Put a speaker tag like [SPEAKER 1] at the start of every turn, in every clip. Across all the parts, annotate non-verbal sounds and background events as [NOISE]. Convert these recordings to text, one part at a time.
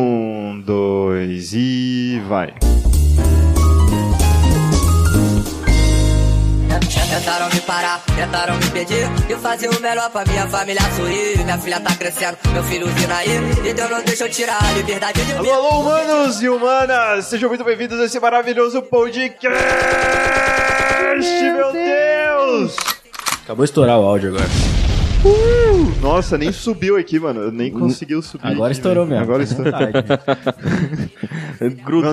[SPEAKER 1] Um, dois e vai.
[SPEAKER 2] Tentaram me parar, tentaram me impedir De fazer o melhor pra minha família sorrir Minha filha tá crescendo, meu filho vindo aí E Deus não deixa eu tirar a liberdade de
[SPEAKER 1] Alô, alô, humanos e humanas! Sejam muito bem-vindos a esse maravilhoso podcast, meu Deus!
[SPEAKER 3] Acabou de estourar o áudio agora.
[SPEAKER 1] Nossa, nem subiu aqui, mano. Nem conseguiu subir.
[SPEAKER 3] Agora
[SPEAKER 1] aqui,
[SPEAKER 3] estourou
[SPEAKER 1] velho.
[SPEAKER 3] mesmo.
[SPEAKER 1] Agora estourou.
[SPEAKER 4] Grudou,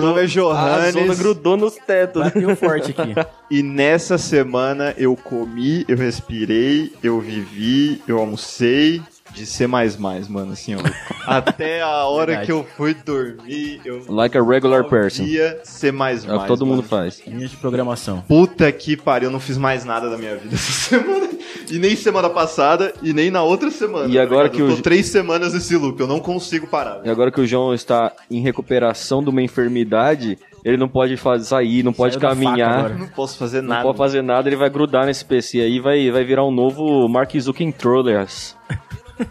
[SPEAKER 1] Meu nome é
[SPEAKER 4] a zona
[SPEAKER 1] Johannes
[SPEAKER 4] grudou nos tetos. né?
[SPEAKER 3] Bateu forte aqui.
[SPEAKER 1] e nessa semana eu comi, eu respirei, eu vivi, eu almocei de ser mais mais, mano, assim, ó. Até a hora
[SPEAKER 3] Verdade.
[SPEAKER 1] que eu fui dormir, eu
[SPEAKER 4] Like a regular person.
[SPEAKER 1] ia ser mais
[SPEAKER 4] É o
[SPEAKER 1] mais.
[SPEAKER 4] que todo
[SPEAKER 1] mano.
[SPEAKER 4] mundo faz.
[SPEAKER 3] Linha de programação.
[SPEAKER 1] Puta que pariu, eu não fiz mais nada da minha vida [LAUGHS] essa semana. E nem semana passada, e nem na outra semana.
[SPEAKER 4] E
[SPEAKER 1] tá
[SPEAKER 4] agora
[SPEAKER 1] ligado?
[SPEAKER 4] que
[SPEAKER 1] eu tô
[SPEAKER 4] o-
[SPEAKER 1] três semanas nesse loop, eu não consigo parar.
[SPEAKER 4] E
[SPEAKER 1] velho.
[SPEAKER 4] agora que o João está em recuperação de uma enfermidade, ele não pode faz- sair, não pode
[SPEAKER 3] Saiu da faca
[SPEAKER 4] caminhar,
[SPEAKER 3] agora.
[SPEAKER 1] Eu não posso fazer
[SPEAKER 4] não
[SPEAKER 1] nada.
[SPEAKER 4] pode fazer nada, ele vai grudar nesse PC aí e vai, vai virar um novo Mark Zuckerberg Trollers.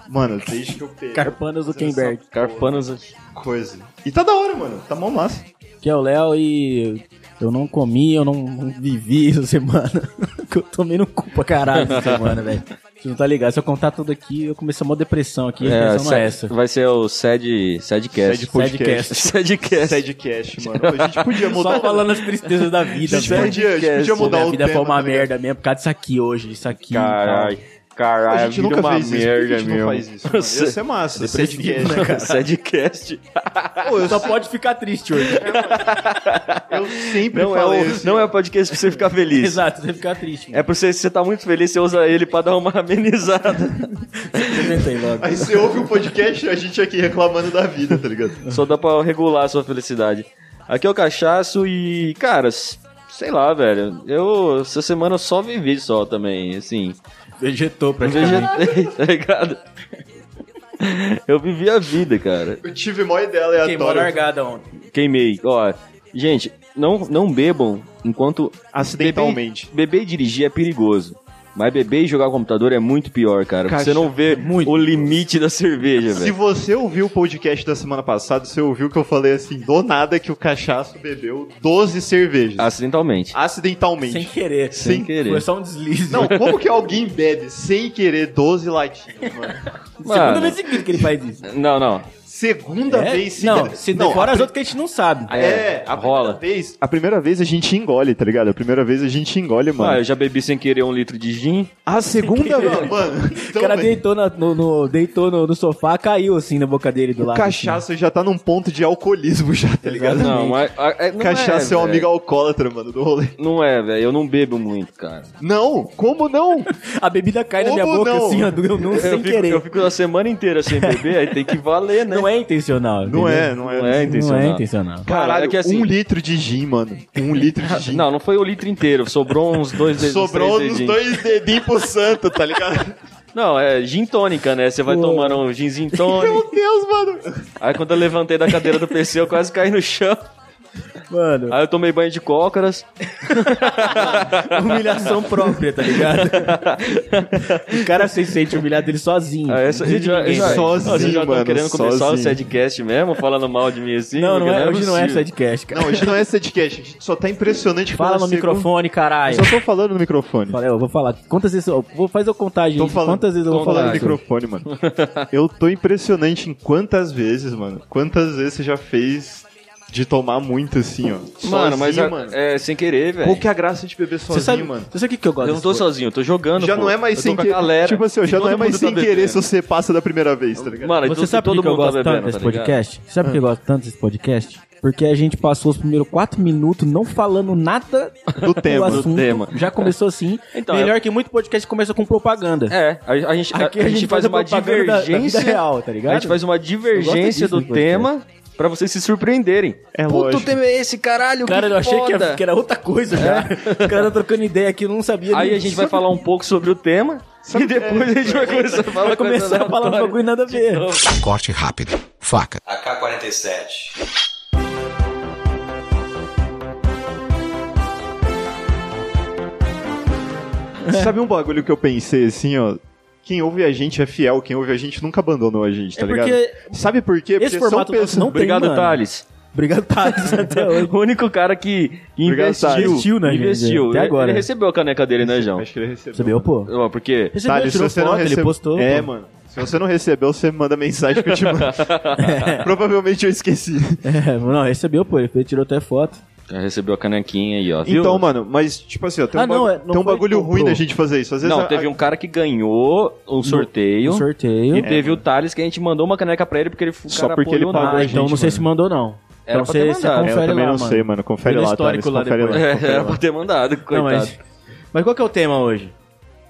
[SPEAKER 1] Mano, desde que eu peguei.
[SPEAKER 3] Carpanas do Zuckerberg.
[SPEAKER 4] Carpanos.
[SPEAKER 1] Coisa. E tá da hora, mano. Tá mó massa.
[SPEAKER 3] Que é o Léo e eu não comi, eu não não vivi essa semana. [LAUGHS] que eu tomei no cu pra caralho essa semana, velho. Você não tá ligado? Se eu contar tudo aqui, eu comecei uma depressão aqui. a
[SPEAKER 4] É,
[SPEAKER 3] depressão não é
[SPEAKER 4] se-
[SPEAKER 3] essa.
[SPEAKER 4] vai ser o Sad, Sadcast.
[SPEAKER 1] Sad podcast.
[SPEAKER 4] Sadcast.
[SPEAKER 1] Sadcast,
[SPEAKER 4] [LAUGHS]
[SPEAKER 1] mano. A gente podia mudar.
[SPEAKER 3] Só falando as tristezas da
[SPEAKER 4] tá
[SPEAKER 3] vida,
[SPEAKER 1] a gente
[SPEAKER 3] velho.
[SPEAKER 1] podia, a gente podia mudar
[SPEAKER 3] Minha
[SPEAKER 1] o
[SPEAKER 3] vida
[SPEAKER 1] tema.
[SPEAKER 3] foi uma
[SPEAKER 1] tá ligado?
[SPEAKER 3] merda mesmo por causa disso aqui hoje, isso aqui.
[SPEAKER 4] Caralho. Caralho,
[SPEAKER 1] A gente
[SPEAKER 4] vida é
[SPEAKER 1] nunca
[SPEAKER 4] uma
[SPEAKER 1] fez isso. Por que
[SPEAKER 4] merda
[SPEAKER 1] a gente
[SPEAKER 4] mesmo.
[SPEAKER 1] não faz isso, mano? Ia ser massa. Sadcast,
[SPEAKER 4] [LAUGHS]
[SPEAKER 1] né,
[SPEAKER 4] é
[SPEAKER 1] cara?
[SPEAKER 4] Sadcast.
[SPEAKER 3] tal. Pô, eu só pode ficar triste
[SPEAKER 1] [LAUGHS]
[SPEAKER 3] hoje.
[SPEAKER 1] Eu sempre
[SPEAKER 4] [LAUGHS] Não é,
[SPEAKER 1] falei
[SPEAKER 4] o,
[SPEAKER 1] assim.
[SPEAKER 4] não é o podcast pra você ficar feliz.
[SPEAKER 3] Exato, você ficar triste.
[SPEAKER 4] É pra você, se você tá muito feliz, você usa ele pra dar uma [LAUGHS] amenizada.
[SPEAKER 3] Apresentei logo.
[SPEAKER 1] Aí você ouve o podcast e a gente aqui reclamando da vida, tá ligado?
[SPEAKER 4] Só dá pra regular a sua felicidade. Aqui é o Cachaço e, cara, s- sei lá, velho. Eu, essa semana eu só vivi só também, assim.
[SPEAKER 3] Vegetou
[SPEAKER 4] Eu
[SPEAKER 3] praticamente.
[SPEAKER 4] vegetei, [LAUGHS] tá ligado? Eu vivi a vida, cara.
[SPEAKER 1] Eu tive mó ideia
[SPEAKER 3] Queimou a
[SPEAKER 1] aleatória.
[SPEAKER 3] largada ontem.
[SPEAKER 4] Queimei. Ó, gente, não, não bebam enquanto
[SPEAKER 1] Acidentalmente.
[SPEAKER 4] Beber, beber e dirigir é perigoso. Mas beber e jogar o computador é muito pior, cara. porque
[SPEAKER 1] Caixa-
[SPEAKER 4] Você não vê
[SPEAKER 3] muito
[SPEAKER 4] o limite da cerveja,
[SPEAKER 1] Se
[SPEAKER 4] velho.
[SPEAKER 1] você ouviu o podcast da semana passada, você ouviu que eu falei assim, do nada que o cachaço bebeu 12 cervejas. [LAUGHS]
[SPEAKER 4] Acidentalmente.
[SPEAKER 1] Acidentalmente.
[SPEAKER 3] Sem querer.
[SPEAKER 4] Sem querer.
[SPEAKER 3] Foi só um deslize.
[SPEAKER 1] Não, como que alguém bebe sem querer 12 latinhos, mano?
[SPEAKER 4] Mano.
[SPEAKER 3] Segunda vez seguida que ele faz isso.
[SPEAKER 4] Ah, Não, não.
[SPEAKER 1] Segunda
[SPEAKER 3] É?
[SPEAKER 1] vez seguida.
[SPEAKER 3] Não, se decora as outras que a gente não sabe.
[SPEAKER 1] a- É, a
[SPEAKER 4] Rola.
[SPEAKER 1] primeira vez. A primeira vez a gente engole, tá ligado? A primeira vez a gente engole,
[SPEAKER 4] Ah, eu
[SPEAKER 1] mano.
[SPEAKER 4] já bebi sem querer um litro de gin.
[SPEAKER 1] a segunda vez. Mano,
[SPEAKER 3] o
[SPEAKER 1] então,
[SPEAKER 3] cara
[SPEAKER 1] velho,
[SPEAKER 3] deitou, na- no, no- deitou no, no sofá, caiu assim na boca dele do
[SPEAKER 1] o
[SPEAKER 3] lado.
[SPEAKER 1] cachaça já tá num ponto de alcoolismo já, tá ligado?
[SPEAKER 3] Exatamente.
[SPEAKER 4] Não, mas. ah, é- não
[SPEAKER 1] Cachaça é, um
[SPEAKER 4] velho.
[SPEAKER 1] amigo alcoólatra, mano, do rolê.
[SPEAKER 4] Não é, velho. Eu não bebo muito, cara.
[SPEAKER 1] Não, como não?
[SPEAKER 3] assim. A bebida cai na minha
[SPEAKER 1] Como
[SPEAKER 3] boca
[SPEAKER 1] não?
[SPEAKER 3] assim, ó, do- não, sem
[SPEAKER 4] eu, fico,
[SPEAKER 3] querer.
[SPEAKER 4] eu fico a semana inteira sem beber, aí tem que valer,
[SPEAKER 3] Não
[SPEAKER 4] né?
[SPEAKER 3] é intencional.
[SPEAKER 1] Não
[SPEAKER 3] entendeu?
[SPEAKER 1] é, não é.
[SPEAKER 4] Não é intencional.
[SPEAKER 3] Não é intencional.
[SPEAKER 4] Caralho, que assim.
[SPEAKER 1] um litro de gin, mano. Um litro
[SPEAKER 4] [LAUGHS]
[SPEAKER 1] de gin.
[SPEAKER 4] Não, não foi o litro inteiro. Sobrou uns dois dedos.
[SPEAKER 1] Sobrou nos
[SPEAKER 4] uns três dedinhos.
[SPEAKER 1] dois dedinhos pro santo, tá ligado?
[SPEAKER 4] Não, é gin tônica, né? Você vai
[SPEAKER 3] Pô.
[SPEAKER 4] tomando um ginzinho
[SPEAKER 1] [LAUGHS]
[SPEAKER 4] tônico.
[SPEAKER 1] Meu Deus, mano.
[SPEAKER 4] aí quando eu levantei da cadeira do PC, eu quase caí no chão.
[SPEAKER 1] [LAUGHS]
[SPEAKER 3] Mano,
[SPEAKER 4] Aí eu tomei banho de cócaras.
[SPEAKER 3] humilhação própria, tá ligado? o cara se sente humilhado ele sozinho.
[SPEAKER 1] Ah, é
[SPEAKER 4] Aí essa,
[SPEAKER 3] Não precisa de
[SPEAKER 4] já-
[SPEAKER 3] ninguém,
[SPEAKER 4] já-
[SPEAKER 3] velho.
[SPEAKER 1] Sozinho,
[SPEAKER 4] Vocês já estão
[SPEAKER 1] mano,
[SPEAKER 4] querendo começar o
[SPEAKER 1] sozinho.
[SPEAKER 4] sadcast mesmo? Falando mal de mim assim?
[SPEAKER 3] Não,
[SPEAKER 4] Porque
[SPEAKER 3] não é, hoje não é
[SPEAKER 4] possível.
[SPEAKER 3] sadcast, cara.
[SPEAKER 1] Não, hoje não é sadcast, a gente só tá impressionante
[SPEAKER 3] Fala no
[SPEAKER 1] pela segunda-
[SPEAKER 3] microfone, caralho.
[SPEAKER 1] Eu Só tô falando no microfone.
[SPEAKER 3] Falei, eu vou falar. Quantas vezes eu vou fazer a contagem?
[SPEAKER 1] Tô
[SPEAKER 3] de
[SPEAKER 1] falando-
[SPEAKER 3] quantas vezes eu vou
[SPEAKER 1] Tô falando
[SPEAKER 3] falar?
[SPEAKER 1] no
[SPEAKER 3] isso?
[SPEAKER 1] microfone, mano. Eu tô impressionante em quantas vezes, mano. Quantas vezes você já fez de tomar muito assim, ó.
[SPEAKER 4] Mano, mas
[SPEAKER 1] Sozinho,
[SPEAKER 4] a-
[SPEAKER 1] mano.
[SPEAKER 4] é sem querer, velho.
[SPEAKER 1] Qual que é a graça de beber
[SPEAKER 3] Você
[SPEAKER 1] sozinho,
[SPEAKER 3] sabe,
[SPEAKER 1] mano?
[SPEAKER 3] você sabe o que, que eu gosto?
[SPEAKER 4] Eu não tô
[SPEAKER 3] desse-
[SPEAKER 4] sozinho, eu tô jogando.
[SPEAKER 1] Já
[SPEAKER 4] pô.
[SPEAKER 1] não é mais
[SPEAKER 4] eu
[SPEAKER 1] sem
[SPEAKER 4] tô com a galera.
[SPEAKER 1] querer. Tipo assim, ó, já
[SPEAKER 4] Todo
[SPEAKER 1] não é mais
[SPEAKER 4] mundo tá
[SPEAKER 1] sem querer
[SPEAKER 4] bebendo.
[SPEAKER 1] se você passa da primeira vez, tá ligado?
[SPEAKER 4] Mano,
[SPEAKER 3] Você
[SPEAKER 4] então,
[SPEAKER 3] sabe
[SPEAKER 4] todo
[SPEAKER 3] por que eu
[SPEAKER 4] mundo
[SPEAKER 3] gosto
[SPEAKER 4] tá bebendo,
[SPEAKER 3] tanto desse
[SPEAKER 4] tá ligado?
[SPEAKER 3] podcast? Sabe por que eu gosto tanto desse podcast? Porque a gente passou os primeiros quatro minutos não falando nada
[SPEAKER 1] Do tema.
[SPEAKER 3] assunto.
[SPEAKER 4] tema.
[SPEAKER 3] Já começou assim.
[SPEAKER 4] Então,
[SPEAKER 3] Melhor que muito podcast começa com propaganda.
[SPEAKER 4] É, a, a gente, a,
[SPEAKER 3] Aqui
[SPEAKER 4] a gente faz
[SPEAKER 3] a
[SPEAKER 4] uma
[SPEAKER 3] propaganda da- da vida [LAUGHS]
[SPEAKER 4] divergência.
[SPEAKER 3] real, tá ligado?
[SPEAKER 4] a gente faz um uma divergência
[SPEAKER 3] disso
[SPEAKER 4] do
[SPEAKER 3] no podcast.
[SPEAKER 4] tema pra vocês se surpreenderem.
[SPEAKER 1] É
[SPEAKER 4] Puta, o
[SPEAKER 1] lógico. [LAUGHS]
[SPEAKER 4] tema é esse, caralho,
[SPEAKER 3] Cara,
[SPEAKER 4] que
[SPEAKER 3] eu achei que
[SPEAKER 4] foda.
[SPEAKER 3] era, que era outra coisa já. O cara tá trocando ideia aqui, eu não sabia.
[SPEAKER 4] Aí
[SPEAKER 3] nem-
[SPEAKER 4] a
[SPEAKER 3] [LAUGHS]
[SPEAKER 4] gente vai falar um pouco sobre o tema e depois a gente vai começar a falar
[SPEAKER 3] é? Vai começar a falar um bagulho nada a ver.
[SPEAKER 5] Corte rápido. Faca.
[SPEAKER 6] AK-47.
[SPEAKER 1] Sabe um bagulho que eu pensei assim, ó? Quem ouve a gente é fiel, quem ouve a gente nunca abandonou a gente, tá
[SPEAKER 3] É
[SPEAKER 1] ligado?
[SPEAKER 3] porque
[SPEAKER 1] Sabe por quê?
[SPEAKER 3] esse formato nosso não tem,
[SPEAKER 4] Obrigado,
[SPEAKER 3] mano.
[SPEAKER 4] Thales.
[SPEAKER 3] Obrigado, Thales, [LAUGHS] até hoje.
[SPEAKER 4] [LAUGHS] O único cara que
[SPEAKER 1] Obrigado, né,
[SPEAKER 4] investiu.
[SPEAKER 1] Thales.
[SPEAKER 3] Investiu na gente,
[SPEAKER 4] investiu.
[SPEAKER 3] até
[SPEAKER 4] Ele-
[SPEAKER 3] agora.
[SPEAKER 4] Ele recebeu a caneca dele, né, João?
[SPEAKER 1] Acho que ele recebeu. Tá,
[SPEAKER 3] Recebeu, pô.
[SPEAKER 4] Ó, Porque
[SPEAKER 3] Recebeu,
[SPEAKER 1] Thales,
[SPEAKER 3] tirou foto, ele
[SPEAKER 1] recebe-
[SPEAKER 3] postou.
[SPEAKER 1] É,
[SPEAKER 3] pô.
[SPEAKER 1] mano. Se você não recebeu, você me manda mensagem que eu te
[SPEAKER 3] [LAUGHS]
[SPEAKER 1] mando. [LAUGHS] Provavelmente eu esqueci.
[SPEAKER 3] É, não, recebeu, pô. Ele tirou até foto.
[SPEAKER 4] Já recebeu a canequinha aí, ó. viu?
[SPEAKER 1] Então, mano, mas, tipo assim, ó, tem um,
[SPEAKER 3] Ah, não,
[SPEAKER 1] bagu-
[SPEAKER 3] é- não
[SPEAKER 1] tem um
[SPEAKER 3] foi
[SPEAKER 1] bagulho
[SPEAKER 3] que
[SPEAKER 1] ruim
[SPEAKER 3] comprou.
[SPEAKER 1] da gente fazer isso. Às vezes
[SPEAKER 4] Não,
[SPEAKER 1] é a-
[SPEAKER 4] teve um cara que ganhou um sorteio.
[SPEAKER 3] Um sorteio.
[SPEAKER 4] E teve o Thales que a gente mandou uma caneca pra ele porque ele o
[SPEAKER 1] É. Só
[SPEAKER 4] cara
[SPEAKER 1] porque ele
[SPEAKER 4] apoiou
[SPEAKER 1] pagou
[SPEAKER 4] nada.
[SPEAKER 3] Ah,
[SPEAKER 1] [LAUGHS]
[SPEAKER 3] então
[SPEAKER 1] gente,
[SPEAKER 3] não sei
[SPEAKER 1] mano.
[SPEAKER 3] se mandou, não.
[SPEAKER 4] Era
[SPEAKER 3] então
[SPEAKER 4] pra ter
[SPEAKER 3] você, você
[SPEAKER 4] mandado.
[SPEAKER 1] É,
[SPEAKER 3] confere
[SPEAKER 1] eu também
[SPEAKER 3] lá,
[SPEAKER 1] não
[SPEAKER 3] mano.
[SPEAKER 1] sei, mano. Confere
[SPEAKER 3] Vê no
[SPEAKER 1] lá, Thales,
[SPEAKER 3] histórico lá
[SPEAKER 1] confere
[SPEAKER 3] depois. [LAUGHS]
[SPEAKER 1] lá.
[SPEAKER 4] É,
[SPEAKER 1] confere
[SPEAKER 4] [LAUGHS] era
[SPEAKER 1] lá.
[SPEAKER 4] pra ter mandado,
[SPEAKER 3] Não,
[SPEAKER 4] coitado.
[SPEAKER 3] mas, mas qual que é o tema hoje?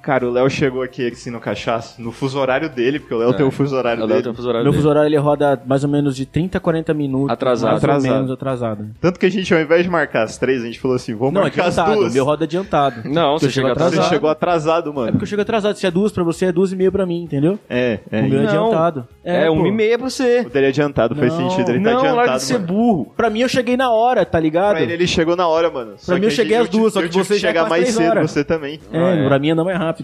[SPEAKER 1] Cara, o Léo chegou aqui, assim, no cachaço, no fuso horário dele, porque o
[SPEAKER 3] É,
[SPEAKER 1] Léo tem o fuso horário
[SPEAKER 4] Eu
[SPEAKER 1] dele.
[SPEAKER 4] levo o fuso horário
[SPEAKER 3] Meu
[SPEAKER 4] dele.
[SPEAKER 3] fuso horário ele roda mais ou menos de 30 a 40 minutos.
[SPEAKER 4] Atrasado.
[SPEAKER 3] Mais
[SPEAKER 1] Atrasado.
[SPEAKER 3] ou menos atrasado.
[SPEAKER 1] Tanto que a gente, ao invés de marcar as três, a gente falou assim, vamos
[SPEAKER 3] Não,
[SPEAKER 1] marcar as
[SPEAKER 3] adiantado.
[SPEAKER 1] duas.
[SPEAKER 3] Meu roda adiantado.
[SPEAKER 4] Não,
[SPEAKER 3] Porque
[SPEAKER 4] você
[SPEAKER 3] eu chego
[SPEAKER 4] chega
[SPEAKER 1] Você
[SPEAKER 4] atrasado.
[SPEAKER 1] chegou atrasado,
[SPEAKER 3] É porque
[SPEAKER 1] mano.
[SPEAKER 3] eu chego atrasado. Se é duas pra você, é duas e meia pra mim, entendeu?
[SPEAKER 1] É, é.
[SPEAKER 3] o meu é
[SPEAKER 4] Não.
[SPEAKER 3] adiantado.
[SPEAKER 4] É, um
[SPEAKER 3] pô.
[SPEAKER 4] e meia pra você.
[SPEAKER 1] O dele é adiantado, faz
[SPEAKER 3] Não,
[SPEAKER 1] sentido. Ele tá
[SPEAKER 4] não,
[SPEAKER 1] adiantado,
[SPEAKER 4] larga de ser
[SPEAKER 1] mano.
[SPEAKER 4] burro.
[SPEAKER 3] Pra mim eu cheguei na hora, tá ligado?
[SPEAKER 1] Pra ele, ele chegou na hora, mano.
[SPEAKER 3] Pra mim, eu cheguei às duas, só que você já é
[SPEAKER 1] chegar
[SPEAKER 3] quase
[SPEAKER 1] mais
[SPEAKER 3] três
[SPEAKER 1] cedo,
[SPEAKER 3] horas.
[SPEAKER 1] você também.
[SPEAKER 3] É,
[SPEAKER 4] Ah, é.
[SPEAKER 3] pra mim anda mais rápido.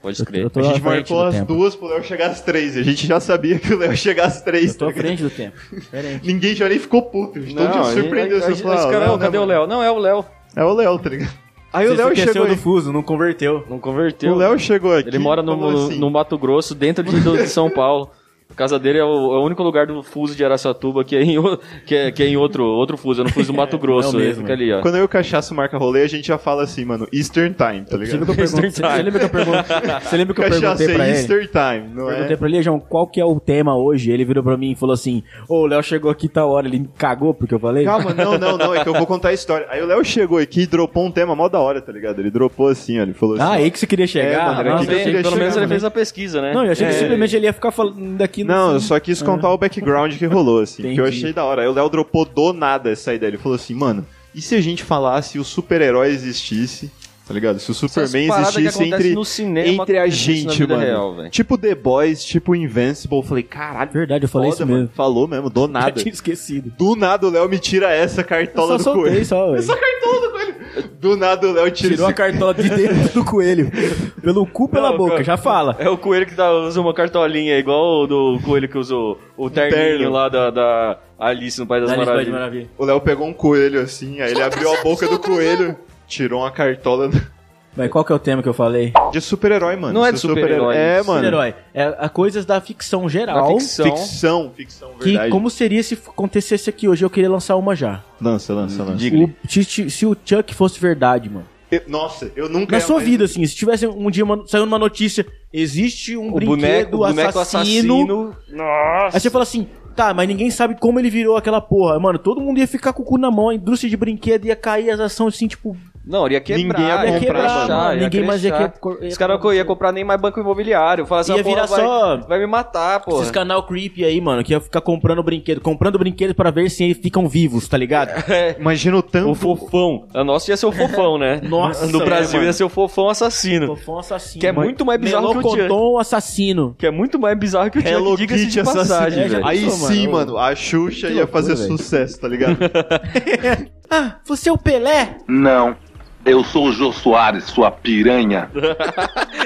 [SPEAKER 4] Pode
[SPEAKER 3] Eu,
[SPEAKER 4] crer.
[SPEAKER 3] eu tô
[SPEAKER 1] a
[SPEAKER 3] à
[SPEAKER 1] gente
[SPEAKER 3] frente
[SPEAKER 1] marcou
[SPEAKER 3] do
[SPEAKER 1] as
[SPEAKER 3] tempo.
[SPEAKER 1] duas pro Léo chegar às três. e A gente já sabia que o Léo ia chegar às três.
[SPEAKER 3] Eu tô à
[SPEAKER 1] tá ligado?
[SPEAKER 3] frente do tempo. Diferente.
[SPEAKER 1] Ninguém já nem ficou puto. Então
[SPEAKER 4] Não,
[SPEAKER 1] te surpreendeu.
[SPEAKER 4] a gente-
[SPEAKER 1] Você falou,
[SPEAKER 4] esse
[SPEAKER 1] ah,
[SPEAKER 4] cara,
[SPEAKER 1] Léo, né,
[SPEAKER 4] cadê o
[SPEAKER 1] mano?
[SPEAKER 4] Léo? Não, é o Léo.
[SPEAKER 1] É o Léo, tá ligado? Aí o
[SPEAKER 3] Você
[SPEAKER 1] Léo
[SPEAKER 3] esqueceu
[SPEAKER 1] chegou
[SPEAKER 3] do
[SPEAKER 1] aí.
[SPEAKER 3] fuso, não converteu.
[SPEAKER 4] Não converteu.
[SPEAKER 1] O Léo chegou aqui.
[SPEAKER 4] Ele mora no,
[SPEAKER 1] falou É assim,
[SPEAKER 4] no Mato Grosso, dentro de, do- de São Paulo. A casa dele é o, é o único lugar do fuso de Araçatuba que é em, o- que é, que é em outro, outro fuso, é no fuso do Mato Grosso. ele
[SPEAKER 3] mesmo.
[SPEAKER 4] fica ali, ó.
[SPEAKER 1] Quando eu e o Cachaço marca rolê, a gente já fala assim, mano, Eastern Time, tá
[SPEAKER 3] Você
[SPEAKER 1] ligado?
[SPEAKER 3] lembra que eu perguntei, você lembra que eu perguntei, você lembra que eu
[SPEAKER 1] Cachaço
[SPEAKER 3] perguntei pra
[SPEAKER 1] é
[SPEAKER 3] ele?
[SPEAKER 1] Eastern Time, não
[SPEAKER 3] Perguntei
[SPEAKER 1] é?
[SPEAKER 3] pra ele, João, qual que é o tema hoje? Ele virou pra mim e falou assim: Ô, o Léo chegou aqui tal hora, ele me cagou porque eu falei. Ah,
[SPEAKER 1] Calma, não, não, não, é que eu vou contar a história. Aí o Léo chegou aqui e dropou um tema mó da hora, tá ligado? Ele dropou assim, ó, ele falou assim...
[SPEAKER 3] Ah,
[SPEAKER 1] ó,
[SPEAKER 3] aí que você queria
[SPEAKER 1] É,
[SPEAKER 3] chegar.
[SPEAKER 1] mano, era
[SPEAKER 3] Nossa,
[SPEAKER 1] que
[SPEAKER 3] eu
[SPEAKER 1] bem-
[SPEAKER 3] achei que
[SPEAKER 4] pelo menos
[SPEAKER 1] chegava,
[SPEAKER 4] ele
[SPEAKER 1] né?
[SPEAKER 4] fez a pesquisa, né?
[SPEAKER 3] Não, eu achei que
[SPEAKER 1] É.
[SPEAKER 3] simplesmente ele ia ficar falando daquilo.
[SPEAKER 1] Não, eu
[SPEAKER 3] assim.
[SPEAKER 1] só quis contar o background que rolou, assim, que eu
[SPEAKER 3] Entendi.
[SPEAKER 1] achei da hora. Aí o Léo dropou do nada essa ideia. Ele falou assim, mano, e se a gente falasse o super-herói existisse, tá ligado? Se o
[SPEAKER 4] Essas
[SPEAKER 1] Superman
[SPEAKER 4] paradas que
[SPEAKER 1] existisse
[SPEAKER 4] acontecem
[SPEAKER 1] entre,
[SPEAKER 4] no cinema,
[SPEAKER 1] entre a
[SPEAKER 4] acontece na
[SPEAKER 1] gente,
[SPEAKER 4] vida
[SPEAKER 1] mano.
[SPEAKER 4] real, velho.
[SPEAKER 1] tipo The Boys, tipo Invincible. Eu falei, caralho,
[SPEAKER 3] Verdade, eu falei
[SPEAKER 1] foda,
[SPEAKER 3] isso
[SPEAKER 1] mano.
[SPEAKER 3] [LAUGHS] mesmo.
[SPEAKER 1] Falou mesmo, do
[SPEAKER 3] Eu
[SPEAKER 1] nada.
[SPEAKER 3] tinha esquecido.
[SPEAKER 1] Do nada o Léo me tira essa
[SPEAKER 3] Eu
[SPEAKER 1] cartola
[SPEAKER 3] só
[SPEAKER 1] do coelho.
[SPEAKER 3] soltei só, velho.
[SPEAKER 1] Do nada o Léo tira
[SPEAKER 3] Tirou a
[SPEAKER 1] esse...
[SPEAKER 3] cartola de dentro do coelho. Pelo cu, pela
[SPEAKER 4] Não,
[SPEAKER 3] boca,
[SPEAKER 4] cara.
[SPEAKER 3] já fala.
[SPEAKER 4] É o coelho que dá- usa uma cartolinha, é igual o do coelho que usou o terninho
[SPEAKER 1] terno.
[SPEAKER 4] lá da, da Alice no País das Maravilhas.
[SPEAKER 1] O Léo pegou um coelho assim, aí ele abriu a boca do coelho, tirou uma cartola
[SPEAKER 3] Mas qual que é o tema que eu falei?
[SPEAKER 1] de super-herói, mano.
[SPEAKER 4] Não é de
[SPEAKER 1] Esse
[SPEAKER 4] super-herói,
[SPEAKER 1] É,
[SPEAKER 4] isso.
[SPEAKER 1] mano.
[SPEAKER 3] Super-herói. É a coisas da ficção
[SPEAKER 4] Da
[SPEAKER 3] geral.
[SPEAKER 1] um
[SPEAKER 4] ficção.
[SPEAKER 1] Ficção, ficção,
[SPEAKER 3] Que
[SPEAKER 1] verdade.
[SPEAKER 3] como seria se f- acontecesse aqui hoje? Eu queria lançar uma já.
[SPEAKER 1] Lança, lança, lança.
[SPEAKER 4] Diga-lhe.
[SPEAKER 3] O- se, se- se o Chuck fosse verdade, mano.
[SPEAKER 1] Eu- nossa, eu nunca.
[SPEAKER 3] Na
[SPEAKER 1] ia
[SPEAKER 3] sua
[SPEAKER 1] mais-
[SPEAKER 3] vida, assim, se tivesse um dia uma, saiu numa notícia, existe um
[SPEAKER 4] O
[SPEAKER 3] brinquedo
[SPEAKER 4] boneco, o boneco
[SPEAKER 3] assassino.
[SPEAKER 4] assassino.
[SPEAKER 3] Aí você fala assim, tá, mas ninguém sabe como ele virou aquela porra. Mano, todo mundo ia ficar com o cu na mão, a indústria de brinquedo ia cair as ações assim, tipo,
[SPEAKER 4] Não, ia quebrar.
[SPEAKER 1] Ninguém ia comprar,
[SPEAKER 4] crechar,
[SPEAKER 3] mano. Ninguém mais ia
[SPEAKER 4] crechar.
[SPEAKER 3] que- ia-
[SPEAKER 4] Os caras não iam comprar nem mais banco imobiliário. Falar assim,
[SPEAKER 3] Ia
[SPEAKER 4] "Ah, porra,
[SPEAKER 3] virar
[SPEAKER 4] vai,
[SPEAKER 3] só-
[SPEAKER 4] Vai me matar, pô.
[SPEAKER 3] esses canal creepy aí, mano, que ia ficar comprando brinquedo, comprando brinquedo pra ver se eles ficam vivos, tá
[SPEAKER 4] [LAUGHS]
[SPEAKER 3] ligado?
[SPEAKER 1] É, Imagina o tanto.
[SPEAKER 4] O fofão. A nossa ia ser o fofão, né?
[SPEAKER 3] Nossa,
[SPEAKER 4] No
[SPEAKER 3] é,
[SPEAKER 4] Brasil
[SPEAKER 1] mano.
[SPEAKER 4] ia ser o fofão assassino.
[SPEAKER 3] Fofão um assassino.
[SPEAKER 4] Que é muito mais bizarro que o Chuck.
[SPEAKER 3] Melocotom assassino.
[SPEAKER 4] Que é muito mais bizarro que o
[SPEAKER 1] Hello
[SPEAKER 4] Chuck, diga-se
[SPEAKER 1] Kitty
[SPEAKER 4] de
[SPEAKER 1] assassino.
[SPEAKER 4] passagem,
[SPEAKER 3] É, já
[SPEAKER 4] velho.
[SPEAKER 3] pensou,
[SPEAKER 1] Aí sim,
[SPEAKER 3] mano?
[SPEAKER 1] mano, a Xuxa ia
[SPEAKER 3] loucura,
[SPEAKER 1] fazer
[SPEAKER 3] velho.
[SPEAKER 1] sucesso, tá ligado?
[SPEAKER 3] Ah, você é o Pelé?
[SPEAKER 7] Não. Eu sou o Jô Soares, sua piranha.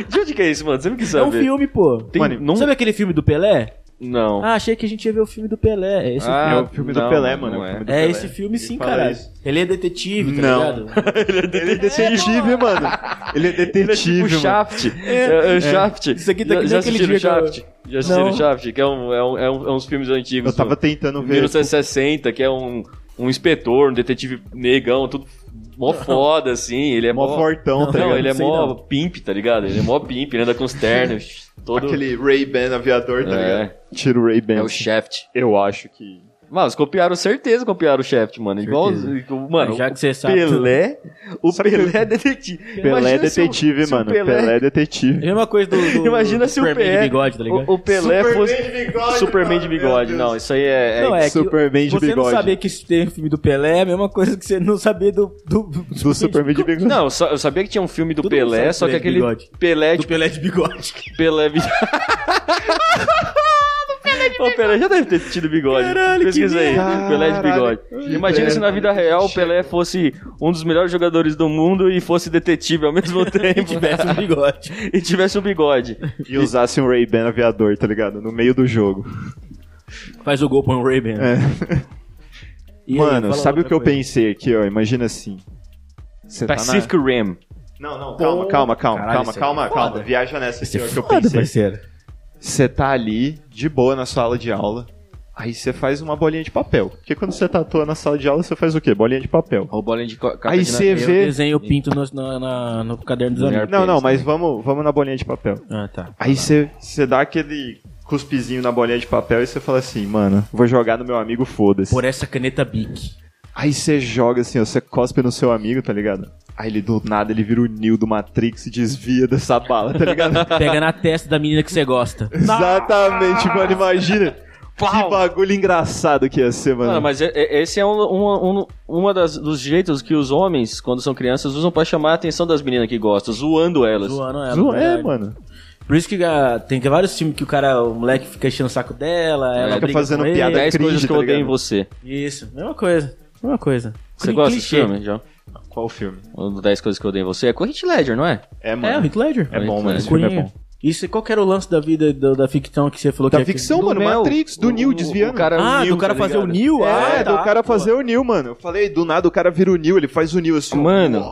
[SPEAKER 4] De onde que é isso, mano? Você não quis
[SPEAKER 3] É
[SPEAKER 4] saber.
[SPEAKER 3] um filme, pô.
[SPEAKER 4] Tem-
[SPEAKER 1] Mano,
[SPEAKER 4] não...
[SPEAKER 3] Sabe aquele filme do Pelé?
[SPEAKER 4] Não.
[SPEAKER 3] Ah, achei que a gente ia ver o filme do Pelé. É esse
[SPEAKER 4] Ah,
[SPEAKER 1] é o filme do
[SPEAKER 4] não,
[SPEAKER 1] Pelé,
[SPEAKER 4] não
[SPEAKER 1] mano. o
[SPEAKER 4] é.
[SPEAKER 1] filme do
[SPEAKER 3] É
[SPEAKER 1] Pelé.
[SPEAKER 3] esse filme sim,
[SPEAKER 1] fala
[SPEAKER 3] cara.
[SPEAKER 1] isso.
[SPEAKER 3] Ele é detetive, tá
[SPEAKER 1] Não.
[SPEAKER 3] ligado?
[SPEAKER 1] Ele é detetive, mano. Ele é
[SPEAKER 4] Ele é tipo
[SPEAKER 1] detetive,
[SPEAKER 4] o
[SPEAKER 1] mano.
[SPEAKER 4] Shaft. É, é o Shaft.
[SPEAKER 3] Isso aqui tá que
[SPEAKER 4] Já-
[SPEAKER 3] nem
[SPEAKER 4] Já
[SPEAKER 3] aquele
[SPEAKER 4] assistiram
[SPEAKER 3] dia
[SPEAKER 4] o
[SPEAKER 3] que eu-
[SPEAKER 4] Shaft? Já assistiram
[SPEAKER 3] Não.
[SPEAKER 4] o Shaft? Que é, um, é, um, é, um, é uns filmes antigos.
[SPEAKER 1] Eu tava
[SPEAKER 4] do-
[SPEAKER 1] tentando ver.
[SPEAKER 4] 1960, que é um, um inspetor, um detetive negão, tudo
[SPEAKER 1] [LAUGHS]
[SPEAKER 4] mó foda, assim. Ele é
[SPEAKER 1] Mó
[SPEAKER 4] mó...
[SPEAKER 1] fortão, tá
[SPEAKER 4] Não,
[SPEAKER 1] ligado?
[SPEAKER 4] ele é
[SPEAKER 3] Sei
[SPEAKER 4] mó
[SPEAKER 3] não.
[SPEAKER 4] pimp, tá ligado? Ele é mó pimp, ele anda com os
[SPEAKER 1] [LAUGHS]
[SPEAKER 4] ternos, todo...
[SPEAKER 1] Aquele Ray-Ban aviador, tá
[SPEAKER 4] É.
[SPEAKER 1] ligado? Tira o Ray-Ban.
[SPEAKER 4] É o Shaft.
[SPEAKER 1] Eu acho que.
[SPEAKER 4] Mano, eles copiaram, certeza copiaram o Shaft, mano. Igual, o- mano,
[SPEAKER 3] Já
[SPEAKER 4] o
[SPEAKER 3] que você sabe. É
[SPEAKER 4] Pelé, o
[SPEAKER 1] Sabe
[SPEAKER 4] Pelé é detetive.
[SPEAKER 1] [LAUGHS] Pelé é
[SPEAKER 4] Imagina se o-
[SPEAKER 1] detetive,
[SPEAKER 4] se o
[SPEAKER 1] mano.
[SPEAKER 4] Pelé-
[SPEAKER 1] Pelé é
[SPEAKER 3] É
[SPEAKER 1] detetive.
[SPEAKER 3] a mesma coisa do, do
[SPEAKER 4] Imagina
[SPEAKER 3] do
[SPEAKER 4] se o
[SPEAKER 3] Superman
[SPEAKER 4] Pelé,
[SPEAKER 3] de bigode, tá ligado?
[SPEAKER 4] o, o Pelé
[SPEAKER 1] Superman
[SPEAKER 4] fosse
[SPEAKER 1] de bigode,
[SPEAKER 4] Superman
[SPEAKER 1] cara,
[SPEAKER 4] de
[SPEAKER 1] meu
[SPEAKER 4] bigode.
[SPEAKER 1] Deus.
[SPEAKER 4] Não, isso aí é, é
[SPEAKER 3] Não, é que
[SPEAKER 1] Superman de
[SPEAKER 3] você
[SPEAKER 1] bigode.
[SPEAKER 3] não saber que tem o filme do Pelé é a mesma coisa que você não saber do... Do,
[SPEAKER 1] Do Superman de bigode.
[SPEAKER 4] Não, eu sa- eu sabia que tinha um filme do
[SPEAKER 3] Todo mundo sabe
[SPEAKER 4] Pelé, só que
[SPEAKER 3] Pelé de
[SPEAKER 4] aquele
[SPEAKER 3] bigode.
[SPEAKER 4] Pelé
[SPEAKER 1] [LAUGHS]
[SPEAKER 4] de [LAUGHS]
[SPEAKER 3] do Pelé de bigode.
[SPEAKER 4] Pelé. vi- Ô, Pelé já deve ter tido bigode.
[SPEAKER 3] Caralho, que
[SPEAKER 4] Pesquisa aí.
[SPEAKER 1] merda.
[SPEAKER 4] Pelé de bigode.
[SPEAKER 1] Caralho, que
[SPEAKER 4] Imagina se na
[SPEAKER 1] merda.
[SPEAKER 4] vida real o Pelé fosse um dos melhores jogadores do mundo e fosse detetive ao mesmo tempo.
[SPEAKER 3] tivesse um bigode.
[SPEAKER 4] e tivesse um bigode.
[SPEAKER 1] E usasse um Ray-Ban aviador, tá ligado? No meio do jogo.
[SPEAKER 3] Faz o gol, põe o Ray-Ban. E
[SPEAKER 1] É,
[SPEAKER 3] aí,
[SPEAKER 1] Mano,
[SPEAKER 3] fala
[SPEAKER 1] sabe o
[SPEAKER 3] outra
[SPEAKER 1] que eu
[SPEAKER 3] coisa.
[SPEAKER 1] pensei aqui, ó? Imagina assim. Você tá na-
[SPEAKER 4] Pacific Rim.
[SPEAKER 1] Não, não, calma, calma, calma,
[SPEAKER 3] Caralho,
[SPEAKER 1] calma,
[SPEAKER 3] isso é
[SPEAKER 1] calma,
[SPEAKER 3] foda.
[SPEAKER 1] calma. Viaja nessa
[SPEAKER 4] é
[SPEAKER 1] aqui, ó, que eu
[SPEAKER 3] Foda,
[SPEAKER 1] pensei.
[SPEAKER 3] parceiro.
[SPEAKER 1] Você tá ali, de boa, na sala de aula. Aí você faz uma bolinha de papel. Porque quando você tatua na sala de aula, você faz o quê? Bolinha de papel.
[SPEAKER 4] Ou bolinha de co- carta
[SPEAKER 1] Aí
[SPEAKER 4] de
[SPEAKER 1] você
[SPEAKER 4] navio.
[SPEAKER 3] Eu
[SPEAKER 1] vê.
[SPEAKER 3] desenho o pinto no, na- na- no caderno dos amigos.
[SPEAKER 1] Não, não, mas vamos, vamos na bolinha de papel.
[SPEAKER 3] Ah, tá.
[SPEAKER 1] Aí você você dá aquele cuspizinho na bolinha de papel e você fala assim, mano, vou jogar no meu amigo, foda-se.
[SPEAKER 3] Por essa caneta Bic.
[SPEAKER 1] Aí você joga assim, ó, você cospe no seu amigo, tá ligado? Aí ele do nada ele vira o Neo do Matrix e desvia dessa bala, tá [LAUGHS] ligado?
[SPEAKER 3] Pega na testa da menina que você gosta.
[SPEAKER 1] Exatamente, mano, imagina. Que bagulho engraçado que ia ser, mano.
[SPEAKER 4] Mano, mas é- é- esse é um, um, um uma das, dos jeitos que os homens, quando são crianças, usam pra chamar a atenção das meninas que gostam, zoando elas.
[SPEAKER 3] Zoando ela.
[SPEAKER 1] Zo-
[SPEAKER 3] verdade.
[SPEAKER 1] é, mano.
[SPEAKER 3] Por isso que ah, tem que vários filmes que o cara, o moleque fica enchendo o saco dela, ela
[SPEAKER 4] Fica
[SPEAKER 3] briga
[SPEAKER 1] fazendo
[SPEAKER 3] com ele.
[SPEAKER 1] piada.
[SPEAKER 4] 10
[SPEAKER 1] cringe,
[SPEAKER 4] coisas que eu
[SPEAKER 1] tá
[SPEAKER 4] odeio em
[SPEAKER 1] ligado?
[SPEAKER 4] você.
[SPEAKER 3] Isso, mesma coisa. Mesma coisa.
[SPEAKER 4] Você
[SPEAKER 3] Cli-
[SPEAKER 4] gosta desse
[SPEAKER 3] clichê.
[SPEAKER 4] filme, João?
[SPEAKER 1] Qual filme?
[SPEAKER 4] Um dos 10 coisas que eu odeio em você é com Heath Ledger, não é?
[SPEAKER 1] É,
[SPEAKER 3] É, o
[SPEAKER 1] mano.
[SPEAKER 3] Heath Ledger.
[SPEAKER 1] É bom, mano. Esse filme é
[SPEAKER 3] Corinha.
[SPEAKER 1] bom.
[SPEAKER 3] Isso, e qual que era o lance da vida do- da ficção que você falou
[SPEAKER 1] Da
[SPEAKER 3] que é
[SPEAKER 1] ficção,
[SPEAKER 4] do
[SPEAKER 1] mano,
[SPEAKER 4] Neo.
[SPEAKER 1] Matrix, do
[SPEAKER 4] O-
[SPEAKER 1] Neo
[SPEAKER 4] o
[SPEAKER 1] desviando.
[SPEAKER 4] cara-
[SPEAKER 3] Ah,
[SPEAKER 4] Neo,
[SPEAKER 3] do cara
[SPEAKER 4] tá
[SPEAKER 3] fazer o
[SPEAKER 4] ligado?
[SPEAKER 3] Neo?
[SPEAKER 1] É,
[SPEAKER 3] ah, tá.
[SPEAKER 1] do cara fazer o Neo, mano. Eu falei, do nada o cara vira o Neo, ele faz o Neo assim. ó.
[SPEAKER 4] Mano,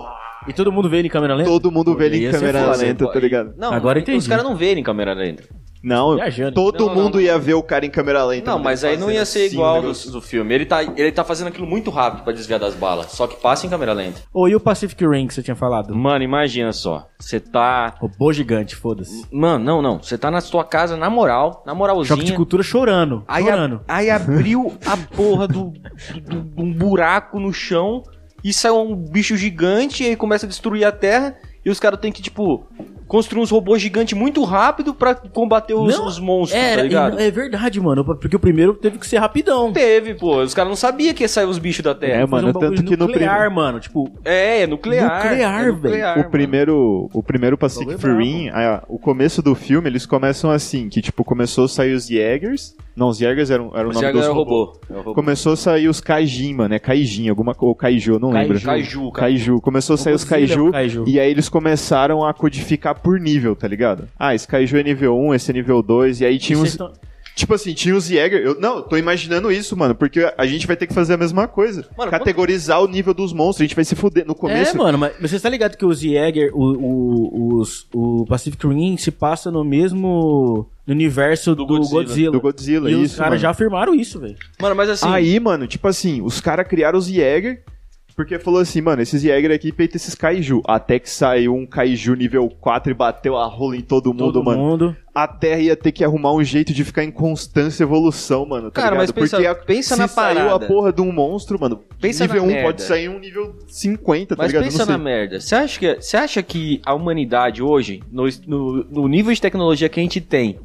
[SPEAKER 3] E todo mundo vê ele em câmera lenta?
[SPEAKER 1] Todo mundo vê ele
[SPEAKER 3] né? Ia
[SPEAKER 1] em
[SPEAKER 3] ser
[SPEAKER 1] câmera
[SPEAKER 3] foda.
[SPEAKER 1] lenta, tá ligado?
[SPEAKER 4] Não,
[SPEAKER 3] Agora
[SPEAKER 4] Os
[SPEAKER 3] entendi.
[SPEAKER 4] caras não verem câmera lenta.
[SPEAKER 1] Não,
[SPEAKER 3] Viajando.
[SPEAKER 1] todo
[SPEAKER 4] Não, não,
[SPEAKER 1] mundo
[SPEAKER 4] não.
[SPEAKER 1] ia ver o cara em câmera lenta.
[SPEAKER 4] Não,
[SPEAKER 1] né?
[SPEAKER 4] mas aí não ia
[SPEAKER 1] Fazendo
[SPEAKER 4] ser
[SPEAKER 1] assim,
[SPEAKER 4] igual
[SPEAKER 1] um
[SPEAKER 4] do,
[SPEAKER 1] negócio.
[SPEAKER 4] do filme. Ele tá, ele tá fazendo aquilo muito rápido pra desviar das balas. Só que passa em câmera lenta.
[SPEAKER 3] Ou e o Pacific Rim que você tinha falado?
[SPEAKER 4] Mano, imagina só. Você tá.
[SPEAKER 3] Robô gigante, foda-se.
[SPEAKER 4] Mano, não, não. Você tá na sua casa, na moral, na moralzinha.
[SPEAKER 3] Choque de cultura chorando.
[SPEAKER 4] Aí, a-
[SPEAKER 3] chorando. [LAUGHS]
[SPEAKER 4] aí abriu a porra do, do- do- de um buraco no chão e saiu um bicho gigante e aí começa a destruir a terra e os caras têm que, tipo, construir uns robôs gigantes muito rápido pra combater os, os monstros,
[SPEAKER 3] é,
[SPEAKER 4] tá ligado?
[SPEAKER 3] É, é verdade, mano. Porque o primeiro teve que ser rapidão.
[SPEAKER 4] Teve, pô. Os caras não sabiam que ia sair os bichos da
[SPEAKER 1] É,
[SPEAKER 4] terra.
[SPEAKER 1] mano,
[SPEAKER 3] Fazer um bagulho
[SPEAKER 1] tanto que no
[SPEAKER 3] nuclear,
[SPEAKER 1] primeiro-
[SPEAKER 3] mano. Tipo,
[SPEAKER 4] É, é nuclear.
[SPEAKER 3] Nuclear,
[SPEAKER 4] é nuclear,
[SPEAKER 1] O primeiro, o primeiro Pacific
[SPEAKER 3] Bagulho
[SPEAKER 1] Rim, a- o começo do filme, eles começam assim, que tipo, começou a sair os Jaegers. Não, os Jaegers eram, eram o
[SPEAKER 4] Mas
[SPEAKER 1] nome
[SPEAKER 4] já
[SPEAKER 1] dos
[SPEAKER 4] era
[SPEAKER 1] robôs.
[SPEAKER 4] robô. É o robô.
[SPEAKER 1] Começou a sair os Kaijin, mano, é Kaijin, alguma co- ou Kaiju, eu não lembro.
[SPEAKER 4] Kaiju, cara.
[SPEAKER 1] Kaiju. Começou a sair os
[SPEAKER 3] Godzilla é
[SPEAKER 1] Kaiju,
[SPEAKER 3] um Kaiju.
[SPEAKER 1] e aí eles começaram a codificar por nível, tá ligado? Ah, esse Kaiju é nível 1, esse é nível 2, e aí tinha
[SPEAKER 3] vocês
[SPEAKER 1] uns...
[SPEAKER 3] tão-
[SPEAKER 1] Tipo assim, tinha os Jäger. Eu, não, eu tô imaginando isso, mano, porque a gente vai ter que fazer a mesma coisa.
[SPEAKER 4] Mano,
[SPEAKER 1] Categorizar o nível dos monstros, a gente vai se fuder. No começo.
[SPEAKER 3] É, mano, mas mas você tá ligado que os Jäger, o, o, os- o Pacific Rim se passa no mesmo no universo do,
[SPEAKER 4] Godzilla.
[SPEAKER 3] Godzilla.
[SPEAKER 1] Do Godzilla,
[SPEAKER 3] E os
[SPEAKER 1] isso,
[SPEAKER 3] caras
[SPEAKER 1] mano.
[SPEAKER 3] já afirmaram isso, velho.
[SPEAKER 4] Mano, mas assim.
[SPEAKER 1] Aí, mano, tipo assim, os caras criaram os Jäger. Porque falou assim, mano, esses Jäger aqui peita esses Kaiju. Até que saiu um Kaiju nível 4 e bateu a rola em todo mundo,
[SPEAKER 3] Todo
[SPEAKER 1] mano.
[SPEAKER 3] mundo.
[SPEAKER 1] A Terra ia ter que arrumar um jeito de ficar em constância evolução, mano. Tá
[SPEAKER 4] Cara,
[SPEAKER 1] ligado?
[SPEAKER 4] mas pensa-
[SPEAKER 1] Porque a-
[SPEAKER 4] pensa
[SPEAKER 1] se
[SPEAKER 4] na
[SPEAKER 1] saiu a
[SPEAKER 4] parada.
[SPEAKER 1] porra de um monstro, mano.
[SPEAKER 4] Pensa
[SPEAKER 1] nível
[SPEAKER 4] na
[SPEAKER 1] 1
[SPEAKER 4] merda.
[SPEAKER 1] pode sair um nível 50, tá
[SPEAKER 4] Mas
[SPEAKER 1] ligado?
[SPEAKER 4] pensa
[SPEAKER 1] Não sei.
[SPEAKER 4] na merda. Você acha, que, você acha que a humanidade hoje, no, no- no nível de tecnologia que a gente tem,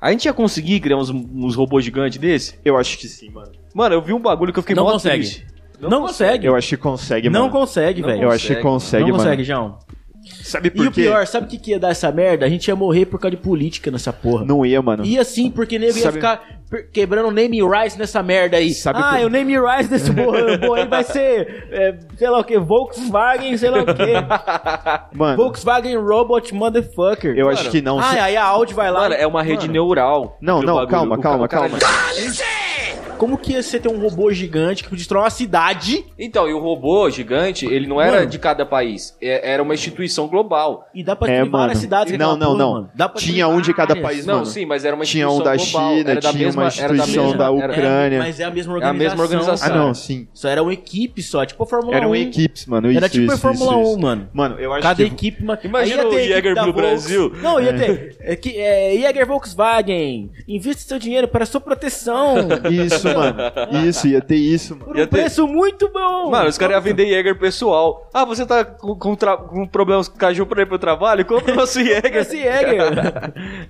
[SPEAKER 4] a gente ia conseguir criar uns, uns robôs gigantes desse?
[SPEAKER 1] Eu acho que sim, mano.
[SPEAKER 4] Mano, eu vi um bagulho que eu fiquei
[SPEAKER 3] Não
[SPEAKER 4] mó
[SPEAKER 3] consegue.
[SPEAKER 4] triste.
[SPEAKER 3] Não, consegue.
[SPEAKER 1] Eu acho que consegue,
[SPEAKER 3] Não
[SPEAKER 1] mano.
[SPEAKER 3] consegue,
[SPEAKER 4] Não
[SPEAKER 3] velho.
[SPEAKER 1] Eu acho que
[SPEAKER 4] consegue.
[SPEAKER 1] consegue,
[SPEAKER 3] não
[SPEAKER 1] mano.
[SPEAKER 3] consegue, João.
[SPEAKER 1] Sabe
[SPEAKER 3] E
[SPEAKER 1] por
[SPEAKER 3] o
[SPEAKER 1] quê?
[SPEAKER 3] pior, sabe o que, que ia dar essa merda? A gente ia morrer por causa de política nessa porra.
[SPEAKER 1] Não ia, mano.
[SPEAKER 3] E assim, porque nego ia
[SPEAKER 1] Sabe-
[SPEAKER 3] ficar per- quebrando name rights nessa merda aí.
[SPEAKER 1] Sabe
[SPEAKER 3] ah,
[SPEAKER 1] por-
[SPEAKER 3] eu name rights desse porra, porra aí vai ser, é, sei lá o que, Volkswagen, sei lá o
[SPEAKER 1] [LAUGHS]
[SPEAKER 3] que.
[SPEAKER 1] Mano,
[SPEAKER 3] Volkswagen Robot Motherfucker.
[SPEAKER 1] eu acho que não.
[SPEAKER 3] Ah, aí a Audi vai lá.
[SPEAKER 4] Mano,
[SPEAKER 3] e-
[SPEAKER 4] é uma rede
[SPEAKER 3] Mano,
[SPEAKER 4] neural.
[SPEAKER 1] Não,
[SPEAKER 4] do
[SPEAKER 1] não,
[SPEAKER 4] bagulho.
[SPEAKER 1] calma,
[SPEAKER 4] O
[SPEAKER 1] calma,
[SPEAKER 4] cara- tá
[SPEAKER 1] calma.
[SPEAKER 4] é-
[SPEAKER 3] Como que você tem um robô gigante que destrói uma cidade
[SPEAKER 4] Então, e o robô gigante, ele não era
[SPEAKER 3] Mano.
[SPEAKER 4] de cada país. É- Era uma instituição global.
[SPEAKER 3] e dá pra
[SPEAKER 1] É,
[SPEAKER 3] criar várias
[SPEAKER 1] mano.
[SPEAKER 3] cidades? com
[SPEAKER 1] Não,
[SPEAKER 3] aquela
[SPEAKER 1] não,
[SPEAKER 3] porra,
[SPEAKER 1] não.
[SPEAKER 3] mano? Dá pra
[SPEAKER 1] Tinha
[SPEAKER 3] criar
[SPEAKER 1] um de cada
[SPEAKER 3] várias.
[SPEAKER 1] país,
[SPEAKER 4] Não,
[SPEAKER 1] mano.
[SPEAKER 4] sim, mas era uma
[SPEAKER 1] Tinha
[SPEAKER 4] instituição
[SPEAKER 1] um da
[SPEAKER 4] global,
[SPEAKER 1] China,
[SPEAKER 4] era da
[SPEAKER 1] tinha
[SPEAKER 4] mesma,
[SPEAKER 1] uma
[SPEAKER 4] era da
[SPEAKER 1] instituição
[SPEAKER 4] mesma-
[SPEAKER 1] da
[SPEAKER 4] era-
[SPEAKER 3] É,
[SPEAKER 1] Ucrânia.
[SPEAKER 3] mas é a mesma
[SPEAKER 4] É a
[SPEAKER 3] organização.
[SPEAKER 4] mesma
[SPEAKER 1] Ah,
[SPEAKER 4] organização.
[SPEAKER 3] cara.
[SPEAKER 1] não, sim.
[SPEAKER 3] Só era uma equipe só, tipo a Fórmula 1.
[SPEAKER 1] Eram equipes, mano. Isso,
[SPEAKER 3] Era tipo
[SPEAKER 1] isso,
[SPEAKER 3] a Fórmula
[SPEAKER 1] isso,
[SPEAKER 3] 1,
[SPEAKER 1] isso.
[SPEAKER 3] mano.
[SPEAKER 1] Mano, eu acho
[SPEAKER 3] Cada
[SPEAKER 1] que.
[SPEAKER 3] equipe. Mas...
[SPEAKER 4] tipo,
[SPEAKER 3] Aí
[SPEAKER 4] Imagina
[SPEAKER 3] ia
[SPEAKER 4] o
[SPEAKER 3] ter a equipe
[SPEAKER 4] Jäger
[SPEAKER 3] da
[SPEAKER 4] pro
[SPEAKER 3] Volks-
[SPEAKER 4] Brasil.
[SPEAKER 3] Não, ia ter. É. que, é, Jäger Volkswagen, invista seu dinheiro para sua proteção.
[SPEAKER 1] [LAUGHS] Isso,
[SPEAKER 4] [LAUGHS]
[SPEAKER 1] mano. Isso, ia ter isso, mano.
[SPEAKER 3] Por
[SPEAKER 4] Ia
[SPEAKER 3] um
[SPEAKER 4] ter.
[SPEAKER 3] preço muito bom.
[SPEAKER 4] Mano, os caras iam vender Jäger pessoal. Ah, você tá com, com, tra- com problemas com caju pra ir pro trabalho? Compra o nosso [LAUGHS] Jäger.
[SPEAKER 3] Esse Jäger.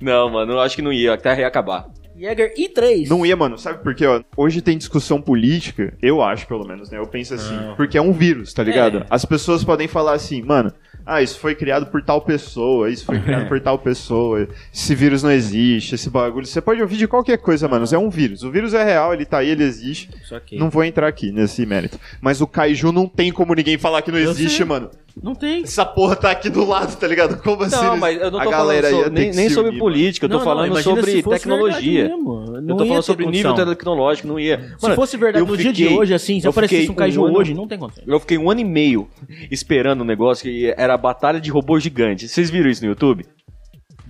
[SPEAKER 4] não, mano, eu acho que não ia. A terra ia acabar.
[SPEAKER 3] Jäger I3.
[SPEAKER 1] Não ia, mano. Sabe por quê? ó? Hoje tem discussão
[SPEAKER 3] Ah. É.
[SPEAKER 1] política, eu acho, pelo menos, né? Eu penso assim. Porque é um vírus, tá ligado? As pessoas podem falar assim, mano, Ah, isso foi criado por tal pessoa, isso foi
[SPEAKER 3] É.
[SPEAKER 1] criado por tal pessoa, esse vírus não existe, esse bagulho. Você pode ouvir de qualquer coisa, mano. É um vírus. O vírus é real, ele tá aí, ele existe.
[SPEAKER 3] Só que.
[SPEAKER 1] Não vou entrar aqui nesse mérito. Mas o Kaiju não tem como ninguém falar que não
[SPEAKER 3] Eu
[SPEAKER 1] existe,
[SPEAKER 3] sei.
[SPEAKER 1] mano.
[SPEAKER 3] Não tem.
[SPEAKER 1] Essa porra tá aqui do lado, tá ligado? Como assim?
[SPEAKER 4] Não,
[SPEAKER 1] eles-
[SPEAKER 4] mas eu não
[SPEAKER 1] a
[SPEAKER 4] tô falando
[SPEAKER 1] galera é
[SPEAKER 4] so-
[SPEAKER 1] ia ter
[SPEAKER 4] nem,
[SPEAKER 1] que
[SPEAKER 4] nem
[SPEAKER 1] se
[SPEAKER 4] sobre
[SPEAKER 1] unir, mano.
[SPEAKER 4] política, eu tô
[SPEAKER 3] Não, não,
[SPEAKER 4] falando
[SPEAKER 3] imagina
[SPEAKER 4] sobre
[SPEAKER 3] se fosse
[SPEAKER 4] tecnologia.
[SPEAKER 3] verdade mesmo. Não
[SPEAKER 4] Eu tô
[SPEAKER 3] ia ter
[SPEAKER 4] falando sobre nível
[SPEAKER 3] condição.
[SPEAKER 4] tecnológico, não ia.
[SPEAKER 3] Se fosse verdade
[SPEAKER 4] eu
[SPEAKER 3] no dia de
[SPEAKER 4] fiquei-
[SPEAKER 3] hoje, assim, se
[SPEAKER 4] eu
[SPEAKER 3] aparecesse
[SPEAKER 4] fiquei
[SPEAKER 3] um Kaiju
[SPEAKER 4] ano-
[SPEAKER 3] hoje, não tem condição.
[SPEAKER 4] Eu fiquei um ano e meio esperando um negócio que era a batalha de robô gigante. Vocês viram isso no YouTube?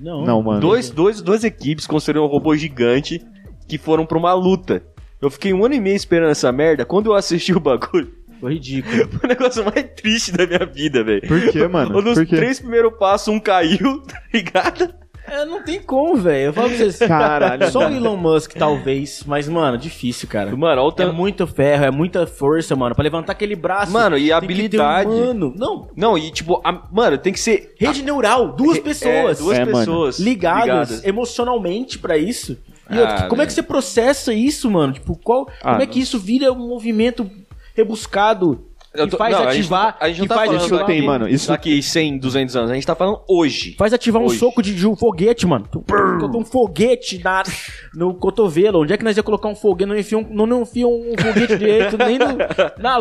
[SPEAKER 1] Não, mano.
[SPEAKER 4] Dois, dois, duas equipes construíram um robô gigante que foram pra uma luta. Eu fiquei um ano e meio esperando essa merda. Quando eu assisti o bagulho, [LAUGHS]
[SPEAKER 3] Foi ridículo.
[SPEAKER 4] foi o negócio mais triste da minha vida, velho.
[SPEAKER 1] Por quê, mano?
[SPEAKER 4] Nos
[SPEAKER 1] Por quê?
[SPEAKER 4] três primeiros passos, um caiu, [LAUGHS] tá ligado?
[SPEAKER 3] É, não tem como, velho. Eu falo pra vocês.
[SPEAKER 1] Caralho,
[SPEAKER 3] Só o
[SPEAKER 1] mano.
[SPEAKER 3] Elon Musk, talvez. Mas, mano, difícil, cara.
[SPEAKER 4] Mano, olha o
[SPEAKER 3] É
[SPEAKER 4] tanto.
[SPEAKER 3] muito ferro, é muita força, mano. Pra levantar aquele braço.
[SPEAKER 4] Mano, e a
[SPEAKER 3] tem que ter um
[SPEAKER 4] habilidade.
[SPEAKER 3] humano. Não,
[SPEAKER 4] Não, e tipo, a- mano, tem que ser.
[SPEAKER 3] rede neural, duas
[SPEAKER 4] É,
[SPEAKER 3] pessoas.
[SPEAKER 4] duas
[SPEAKER 1] É, mano.
[SPEAKER 4] pessoas.
[SPEAKER 3] ligadas, emocionalmente pra isso. E outra,
[SPEAKER 4] Ah,
[SPEAKER 3] como é que você processa isso, mano? Tipo, qual, como é
[SPEAKER 1] né? Ah, não.
[SPEAKER 3] que isso vira um movimento rebuscado
[SPEAKER 4] Eu
[SPEAKER 3] que
[SPEAKER 4] tô-
[SPEAKER 3] faz
[SPEAKER 4] não, a gente
[SPEAKER 3] ativar,
[SPEAKER 4] não- a gente não
[SPEAKER 3] que
[SPEAKER 4] tá
[SPEAKER 3] faz
[SPEAKER 4] falando
[SPEAKER 1] Isso
[SPEAKER 3] ativar,
[SPEAKER 1] tem, mano. Isso
[SPEAKER 4] Daqui 100, 200 anos. A gente tá falando hoje.
[SPEAKER 3] faz ativar um
[SPEAKER 4] Hoje.
[SPEAKER 3] soco de, de um foguete, mano. Tu- Botou um foguete na, no cotovelo. Onde é que nós ia colocar um foguete? Não enfia um, não, não enfia um foguete direito
[SPEAKER 1] [LAUGHS]
[SPEAKER 3] nem no- na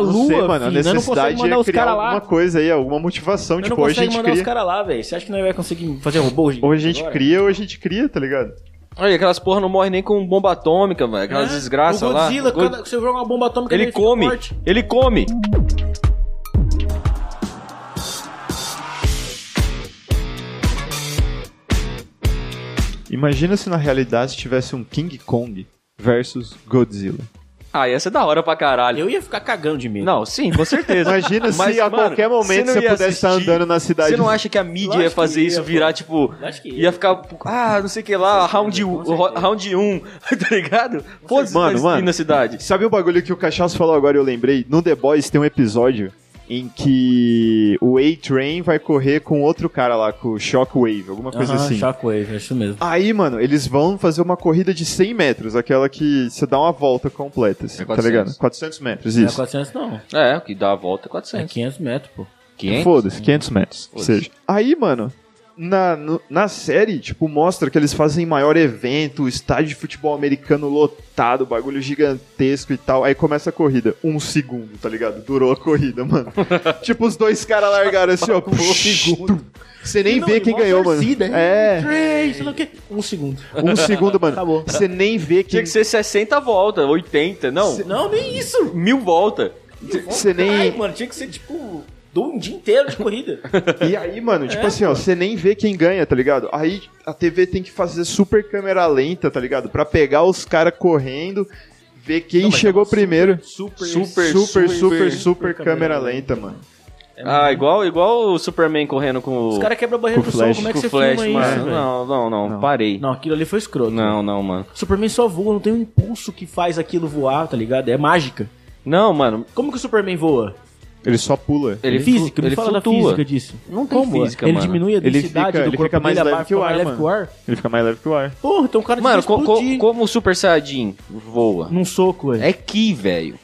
[SPEAKER 1] não
[SPEAKER 3] lua,
[SPEAKER 1] sei, mano. A
[SPEAKER 3] filho. Nós não
[SPEAKER 1] necessidade
[SPEAKER 3] conseguimos mandar
[SPEAKER 1] é
[SPEAKER 3] os
[SPEAKER 1] criar
[SPEAKER 3] caras
[SPEAKER 1] alguma
[SPEAKER 3] lá.
[SPEAKER 1] coisa aí, alguma motivação.
[SPEAKER 3] Nós não
[SPEAKER 1] tipo, hoje a
[SPEAKER 3] conseguimos
[SPEAKER 1] gente
[SPEAKER 3] mandar os
[SPEAKER 1] cria.
[SPEAKER 3] caras lá, velho. Você acha que nós vai conseguir fazer robô? gigante
[SPEAKER 1] Ou a gente
[SPEAKER 3] agora?
[SPEAKER 1] cria, ou a gente cria, tá ligado?
[SPEAKER 4] Olha, aquelas porra não morrem nem com bomba atômica, velho. Aquelas
[SPEAKER 3] É.
[SPEAKER 4] desgraças
[SPEAKER 3] o
[SPEAKER 4] lá.
[SPEAKER 3] Godzilla,
[SPEAKER 4] Go-
[SPEAKER 3] quando você joga uma bomba atômica
[SPEAKER 4] Ele
[SPEAKER 3] nele, fica
[SPEAKER 4] come.
[SPEAKER 3] forte.
[SPEAKER 4] Ele come.
[SPEAKER 1] Imagina se na realidade tivesse um King Kong versus Godzilla.
[SPEAKER 4] Ah, essa é da hora pra caralho.
[SPEAKER 3] Eu ia ficar cagando de medo.
[SPEAKER 4] Não, sim, com certeza.
[SPEAKER 1] [LAUGHS] Imagina se
[SPEAKER 4] Mas,
[SPEAKER 1] a
[SPEAKER 4] mano,
[SPEAKER 1] qualquer momento
[SPEAKER 4] não
[SPEAKER 1] você
[SPEAKER 4] ia
[SPEAKER 1] pudesse estar
[SPEAKER 4] assistir.
[SPEAKER 1] andando na cidade.
[SPEAKER 4] Você não acha que a mídia
[SPEAKER 3] Lógico
[SPEAKER 4] ia fazer
[SPEAKER 3] que
[SPEAKER 4] isso
[SPEAKER 3] ia,
[SPEAKER 4] virar, tipo.
[SPEAKER 3] Lógico que ia.
[SPEAKER 4] Ia ficar. Ah, não sei o que lá, round,
[SPEAKER 3] com
[SPEAKER 4] um-
[SPEAKER 3] certeza.
[SPEAKER 4] round 1, um, [LAUGHS] tá ligado? Foda-se
[SPEAKER 1] Mano,
[SPEAKER 4] na-
[SPEAKER 1] mano.
[SPEAKER 4] na cidade.
[SPEAKER 1] Sabe o bagulho que o Cachaço falou agora e eu lembrei? No The Boys tem um episódio em que o A-Train vai correr com outro cara lá, com o Shockwave, alguma coisa
[SPEAKER 3] Aham,
[SPEAKER 1] assim.
[SPEAKER 3] Shockwave, é isso mesmo.
[SPEAKER 1] Aí, mano, eles vão fazer uma corrida de 100 metros, aquela que você dá uma volta completa, assim,
[SPEAKER 4] É
[SPEAKER 1] tá
[SPEAKER 4] 400.
[SPEAKER 1] ligado? 400 metros,
[SPEAKER 3] Não é
[SPEAKER 1] isso.
[SPEAKER 3] 400 não,
[SPEAKER 4] É, o que dá a volta é
[SPEAKER 3] é
[SPEAKER 4] 400.
[SPEAKER 3] 500 metros, pô.
[SPEAKER 4] 500?
[SPEAKER 1] Foda-se, 500 metros, ou
[SPEAKER 4] Foda-se.
[SPEAKER 1] seja. Aí, mano, na, no- na série, tipo, mostra que eles fazem maior evento, estádio de futebol americano lotado, bagulho gigantesco e tal. Aí começa a corrida, um segundo, tá ligado? Durou a corrida,
[SPEAKER 4] [LAUGHS]
[SPEAKER 1] mano. tipo, os dois caras largaram assim, ó, um segundo. Você nem
[SPEAKER 3] Não,
[SPEAKER 1] vê
[SPEAKER 3] e
[SPEAKER 1] quem
[SPEAKER 3] mó
[SPEAKER 1] ganhou, mano.
[SPEAKER 3] torcida, hein?
[SPEAKER 1] É,
[SPEAKER 3] Três, sei lá o quê. Um segundo.
[SPEAKER 1] um segundo, mano.
[SPEAKER 3] Acabou.
[SPEAKER 1] Você nem vê
[SPEAKER 4] Tinha
[SPEAKER 1] quem
[SPEAKER 4] que ser 60 voltas, 80, não.
[SPEAKER 3] Não, nem isso.
[SPEAKER 4] Mil voltas.
[SPEAKER 1] Você nem-
[SPEAKER 3] Ai, mano, tinha que ser tipo... Do um dia inteiro de corrida.
[SPEAKER 1] E aí, mano, tipo assim, ó, você nem vê quem ganha, tá ligado? Aí a TV tem que fazer super câmera lenta, tá ligado? Pra pegar os caras correndo, ver quem chegou primeiro.
[SPEAKER 3] Super,
[SPEAKER 1] [LAUGHS] tá Super, super, super, super, câmera lenta, mano.
[SPEAKER 4] Ah, igual, igual o Superman correndo com o.
[SPEAKER 3] É Os caras quebram a barreira
[SPEAKER 1] Com
[SPEAKER 3] do
[SPEAKER 1] flash,
[SPEAKER 3] som, como é que
[SPEAKER 4] com
[SPEAKER 3] você
[SPEAKER 4] o Flash,
[SPEAKER 3] filma isso?
[SPEAKER 4] mano.
[SPEAKER 3] velho?
[SPEAKER 4] Não, não, não,
[SPEAKER 1] Não.
[SPEAKER 4] Parei. Não.
[SPEAKER 3] Não, aquilo ali foi escroto.
[SPEAKER 4] não, mano.
[SPEAKER 3] Superman só voa, não tem um impulso que faz aquilo voar, tá ligado? É mágica.
[SPEAKER 4] Não, mano.
[SPEAKER 3] Como que o Superman voa?
[SPEAKER 1] Ele só pula.
[SPEAKER 4] Ele
[SPEAKER 3] física,
[SPEAKER 4] flu-
[SPEAKER 3] me
[SPEAKER 4] ele
[SPEAKER 3] fala
[SPEAKER 4] flutua.
[SPEAKER 3] da física disso.
[SPEAKER 4] Não tem
[SPEAKER 3] Como?
[SPEAKER 4] física,
[SPEAKER 3] ele
[SPEAKER 4] mano.
[SPEAKER 3] diminui a
[SPEAKER 1] Ele
[SPEAKER 3] densidade
[SPEAKER 1] fica-
[SPEAKER 3] do
[SPEAKER 1] ele
[SPEAKER 3] corpo
[SPEAKER 1] fica mais
[SPEAKER 3] dele,
[SPEAKER 1] leve
[SPEAKER 3] abaixo,
[SPEAKER 1] que o
[SPEAKER 3] fica mais
[SPEAKER 1] ar,
[SPEAKER 3] leve
[SPEAKER 1] mano.
[SPEAKER 3] que o ar.
[SPEAKER 1] Ele fica mais leve que o ar.
[SPEAKER 3] Porra, então o cara
[SPEAKER 4] Mano,
[SPEAKER 3] devia
[SPEAKER 4] co- co-
[SPEAKER 3] explodir
[SPEAKER 4] como o Super Saiyajin voa?
[SPEAKER 3] num soco, velho.
[SPEAKER 4] É Ki, velho.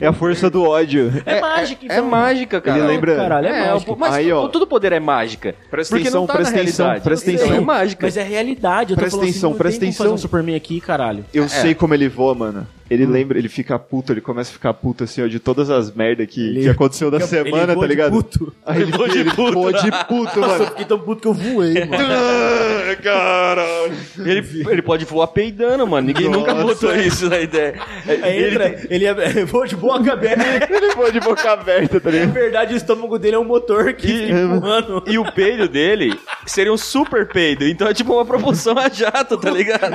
[SPEAKER 1] É a força do ódio.
[SPEAKER 3] É mágica,
[SPEAKER 4] É mágica, cara.
[SPEAKER 1] Ele lembra-
[SPEAKER 3] Caralho, é,
[SPEAKER 4] É,
[SPEAKER 3] mágica.
[SPEAKER 4] o- mas
[SPEAKER 1] Aí, ó.
[SPEAKER 4] todo poder é mágica.
[SPEAKER 1] Presta
[SPEAKER 4] porque
[SPEAKER 1] atenção,
[SPEAKER 4] não tá
[SPEAKER 1] presta
[SPEAKER 4] na
[SPEAKER 1] atenção,
[SPEAKER 4] realidade.
[SPEAKER 1] presta
[SPEAKER 4] Então,
[SPEAKER 1] atenção.
[SPEAKER 4] É mágica.
[SPEAKER 3] Mas é realidade, eu tô
[SPEAKER 1] Presta
[SPEAKER 3] falando
[SPEAKER 1] atenção,
[SPEAKER 3] assim, não
[SPEAKER 1] presta
[SPEAKER 3] tem como
[SPEAKER 1] atenção.
[SPEAKER 3] fazer um Superman aqui, caralho.
[SPEAKER 1] Eu sei como ele voa, mano. Ele lembra, ele fica puto, ele começa a ficar puto assim, ó, de todas as merdas que,
[SPEAKER 3] Ele-
[SPEAKER 1] que aconteceu da
[SPEAKER 3] Ele
[SPEAKER 1] semana,
[SPEAKER 3] voa
[SPEAKER 1] tá
[SPEAKER 3] de
[SPEAKER 1] ligado?
[SPEAKER 3] Puto.
[SPEAKER 1] Aí ele, ele, voa de puto, mano.
[SPEAKER 3] Fiquei tão puto que eu voei, mano.
[SPEAKER 1] [LAUGHS] Ah, Caralho.
[SPEAKER 4] Ele, ele pode voar peidando, mano. Ninguém nunca
[SPEAKER 1] Nossa.
[SPEAKER 4] botou isso na ideia.
[SPEAKER 3] Aí É, entra, ele, é- [LAUGHS] voa de boca aberta.
[SPEAKER 1] Ele voa de boca aberta, tá
[SPEAKER 3] Na
[SPEAKER 1] ligado?
[SPEAKER 3] É verdade, o estômago dele é um motor que
[SPEAKER 4] E-
[SPEAKER 3] fica empurrando.
[SPEAKER 4] E o peido dele seria um super peido. Então é tipo uma propulsão a jato, tá ligado?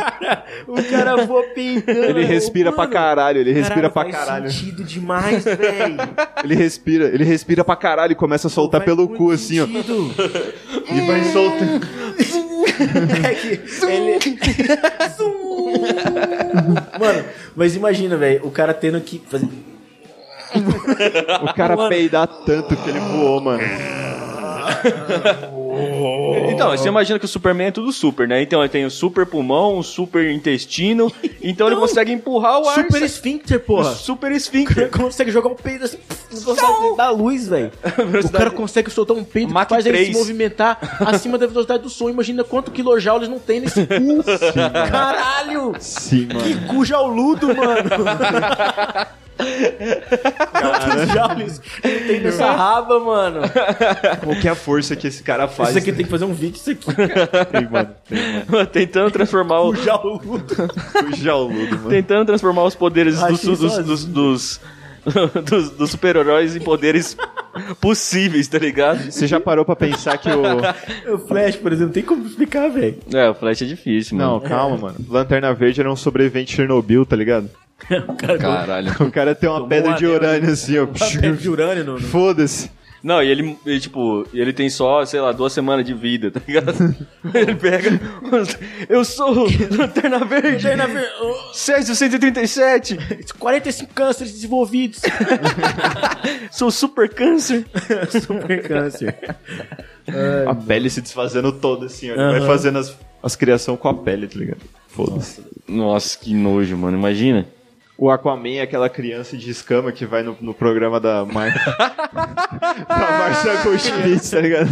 [SPEAKER 3] O cara voa pintando.
[SPEAKER 1] Ele respira pra caralho, ele respira pra
[SPEAKER 3] faz
[SPEAKER 1] caralho.
[SPEAKER 3] sentido demais, velho.
[SPEAKER 1] Ele respira, ele respira pra caralho e começa a soltar
[SPEAKER 3] Faz
[SPEAKER 1] pelo
[SPEAKER 3] muito
[SPEAKER 1] cu, assim, ó.
[SPEAKER 3] sentido.
[SPEAKER 1] [LAUGHS] E vai soltando.
[SPEAKER 3] É que ele- [LAUGHS] Zum. Mano, mas imagina, velho, o cara tendo que fazer.
[SPEAKER 1] O cara peidar tanto que ele voou, mano.
[SPEAKER 4] Então, você imagina que o Superman é tudo super, né? Então ele tem um super pulmão, um super intestino. Então ele consegue empurrar o ar.
[SPEAKER 3] Super esfíncter, porra.
[SPEAKER 4] Super esfíncter. [LAUGHS]
[SPEAKER 3] Como você consegue jogar um peido assim? na velocidade da luz, velho. [LAUGHS] O cara consegue soltar um peito
[SPEAKER 4] Mach
[SPEAKER 3] que faz ele se
[SPEAKER 4] 3.
[SPEAKER 3] movimentar acima da velocidade do som. Imagina quanto quilojoules não tem nesse [LAUGHS] cu. Caralho!
[SPEAKER 1] Sim, mano.
[SPEAKER 3] Que cu jauludo, [LAUGHS] mano! Quantos joules não tem nessa raba, mano?
[SPEAKER 1] Qual que é a força que esse cara faz?
[SPEAKER 3] Isso aqui tem que fazer um vídeo, isso aqui.
[SPEAKER 1] tem, mano.
[SPEAKER 4] Tentando transformar o.
[SPEAKER 3] Cu jauludo.
[SPEAKER 1] O jauludo, mano.
[SPEAKER 4] Tentando transformar os poderes
[SPEAKER 3] Achei
[SPEAKER 4] dos, dos,
[SPEAKER 3] sozinho.
[SPEAKER 4] dos, dos, [LAUGHS] dos- dos super-heróis em poderes [LAUGHS] possíveis, tá ligado?
[SPEAKER 1] Você já parou pra pensar que o...
[SPEAKER 3] [LAUGHS] O Flash, por exemplo, não tem como explicar, velho.
[SPEAKER 4] É, o Flash é difícil,
[SPEAKER 1] Não,
[SPEAKER 4] mano.
[SPEAKER 1] calma, mano. Lanterna Verde era um sobrevivente de Chernobyl, tá ligado?
[SPEAKER 4] Caralho.
[SPEAKER 1] O cara tem uma
[SPEAKER 3] Tomou
[SPEAKER 1] pedra
[SPEAKER 3] uma
[SPEAKER 1] de urânio assim, ó.
[SPEAKER 3] Papel de urânio no... no-
[SPEAKER 1] Foda-se.
[SPEAKER 4] Não, e ele, ele, tipo, ele tem só, sei lá, duas semanas de vida, tá ligado? ele pega. Eu sou Lanterna Verde!
[SPEAKER 3] Lanterna Ver- oh,
[SPEAKER 4] 637!
[SPEAKER 3] 45 cânceres desenvolvidos.
[SPEAKER 4] Sou super câncer!
[SPEAKER 3] Super [LAUGHS] câncer.
[SPEAKER 1] A pele se desfazendo toda assim, ó. Ele
[SPEAKER 3] Aham.
[SPEAKER 1] vai fazendo as, as criações com a pele, tá ligado? Foda-se.
[SPEAKER 4] Nossa, que nojo, mano. Imagina.
[SPEAKER 1] O Aquaman é aquela criança de escama que vai no, no programa da Mar... [LAUGHS] da Marcia Goldschmidt, tá ligado?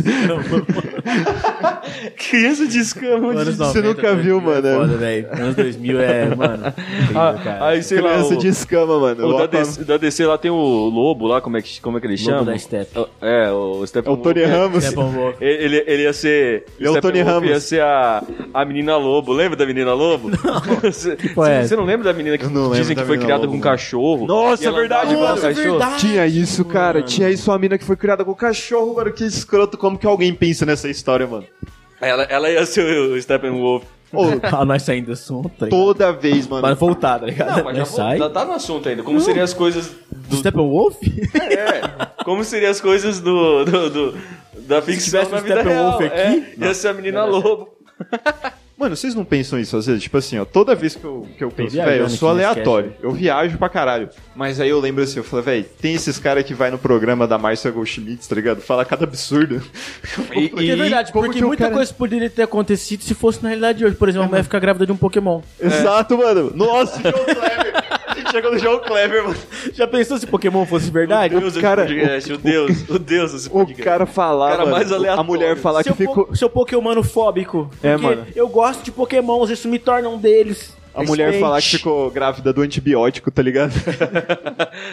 [SPEAKER 4] Criança de escama.
[SPEAKER 3] Anos
[SPEAKER 1] Você
[SPEAKER 3] 90,
[SPEAKER 1] nunca viu, mano.
[SPEAKER 3] É foda, velho. Anos 2000 é, mano. incrível, cara.
[SPEAKER 4] Ah, aí, sei lá,
[SPEAKER 1] criança
[SPEAKER 4] o,
[SPEAKER 1] de escama, mano.
[SPEAKER 4] o
[SPEAKER 1] O
[SPEAKER 4] da,
[SPEAKER 1] Aquaman-
[SPEAKER 4] DC, da DC lá tem o Lobo lá, como é que, como é que ele chama?
[SPEAKER 3] da Steppe.
[SPEAKER 1] É
[SPEAKER 4] É, o
[SPEAKER 1] o
[SPEAKER 4] Steppenwolf.
[SPEAKER 1] Tony Ramos.
[SPEAKER 3] É bom, bom.
[SPEAKER 4] Ele, ele- ele ia ser.
[SPEAKER 1] Ele é o Tony
[SPEAKER 4] Steppenwolf
[SPEAKER 1] Ramos.
[SPEAKER 4] Ia ser a, a menina lobo. Lembra da menina lobo? [LAUGHS] Você
[SPEAKER 3] porra é
[SPEAKER 4] você não lembra da menina que
[SPEAKER 1] Eu não lembro
[SPEAKER 4] dizem que
[SPEAKER 1] da
[SPEAKER 4] foi
[SPEAKER 1] menina
[SPEAKER 4] criada
[SPEAKER 1] lobo,
[SPEAKER 4] com um
[SPEAKER 1] mano.
[SPEAKER 4] cachorro?
[SPEAKER 1] Nossa,
[SPEAKER 4] E ela
[SPEAKER 1] é
[SPEAKER 3] Tipo,
[SPEAKER 1] verdade,
[SPEAKER 4] andava com
[SPEAKER 1] mano.
[SPEAKER 4] o cachorro.
[SPEAKER 1] Tinha isso, cara. Tinha isso uma mina que foi criada com cachorro, mano. Que escroto. Como que alguém pensa nessa história, mano?
[SPEAKER 4] Ela, ela ia ser o Steppenwolf.
[SPEAKER 1] Ô,
[SPEAKER 3] Ah, nós saindo do assunto. tá ligado?
[SPEAKER 1] toda vez, mano.
[SPEAKER 3] Mas voltar, tá ligado?
[SPEAKER 4] Não, mas já
[SPEAKER 3] nós sai.
[SPEAKER 4] vou, tá, tá no assunto ainda. Como seriam
[SPEAKER 1] [LAUGHS]
[SPEAKER 4] as coisas.
[SPEAKER 3] Do Steppenwolf?
[SPEAKER 4] É, como seriam as coisas do. do, do- da ficção
[SPEAKER 3] tivesse
[SPEAKER 4] na
[SPEAKER 3] o
[SPEAKER 4] vida real.
[SPEAKER 3] Steppenwolf
[SPEAKER 4] É,
[SPEAKER 3] aqui?
[SPEAKER 4] ia ser a menina lobo.
[SPEAKER 1] Mano, vocês não pensam isso às vezes? Tipo assim, ó, toda vez que eu, que eu penso,
[SPEAKER 3] viajando
[SPEAKER 1] velho, eu
[SPEAKER 3] aqui
[SPEAKER 1] sou
[SPEAKER 3] nesse
[SPEAKER 1] aleatório, eu viajo pra caralho. Mas aí eu lembro assim, eu falei, velho, tem esses caras que vai no programa da Marcia Goldschmidt, tá ligado? Fala cada
[SPEAKER 3] [LAUGHS]
[SPEAKER 1] absurdo.
[SPEAKER 3] Porque é verdade,
[SPEAKER 1] como
[SPEAKER 3] porque
[SPEAKER 1] que o
[SPEAKER 3] muita
[SPEAKER 1] cara-
[SPEAKER 3] coisa poderia ter acontecido se fosse na realidade de hoje. Por exemplo, a mulher ficar grávida de um Pokémon.
[SPEAKER 1] Exato, mano. Nossa, João Clever. A gente chegou no João Clever, mano.
[SPEAKER 3] Já pensou se Pokémon fosse verdade?
[SPEAKER 4] Meu Deus, esse
[SPEAKER 1] cara-
[SPEAKER 4] podcast,
[SPEAKER 1] [LAUGHS]
[SPEAKER 4] o Deus, o Deus desse
[SPEAKER 1] O
[SPEAKER 4] podcast.
[SPEAKER 1] cara falar,
[SPEAKER 4] O cara
[SPEAKER 1] mano,
[SPEAKER 4] mais
[SPEAKER 1] a
[SPEAKER 4] aleatório.
[SPEAKER 1] mulher falar
[SPEAKER 3] Seu,
[SPEAKER 1] que ficou...
[SPEAKER 3] po seu pokémonofóbico.
[SPEAKER 1] É,
[SPEAKER 3] Porque
[SPEAKER 1] mano.
[SPEAKER 3] Eu gosto de pokémons, isso me torna um deles.
[SPEAKER 1] A mulher
[SPEAKER 3] Respeite.
[SPEAKER 1] falar que ficou grávida do antibiótico, tá
[SPEAKER 3] [LAUGHS]
[SPEAKER 1] ligado?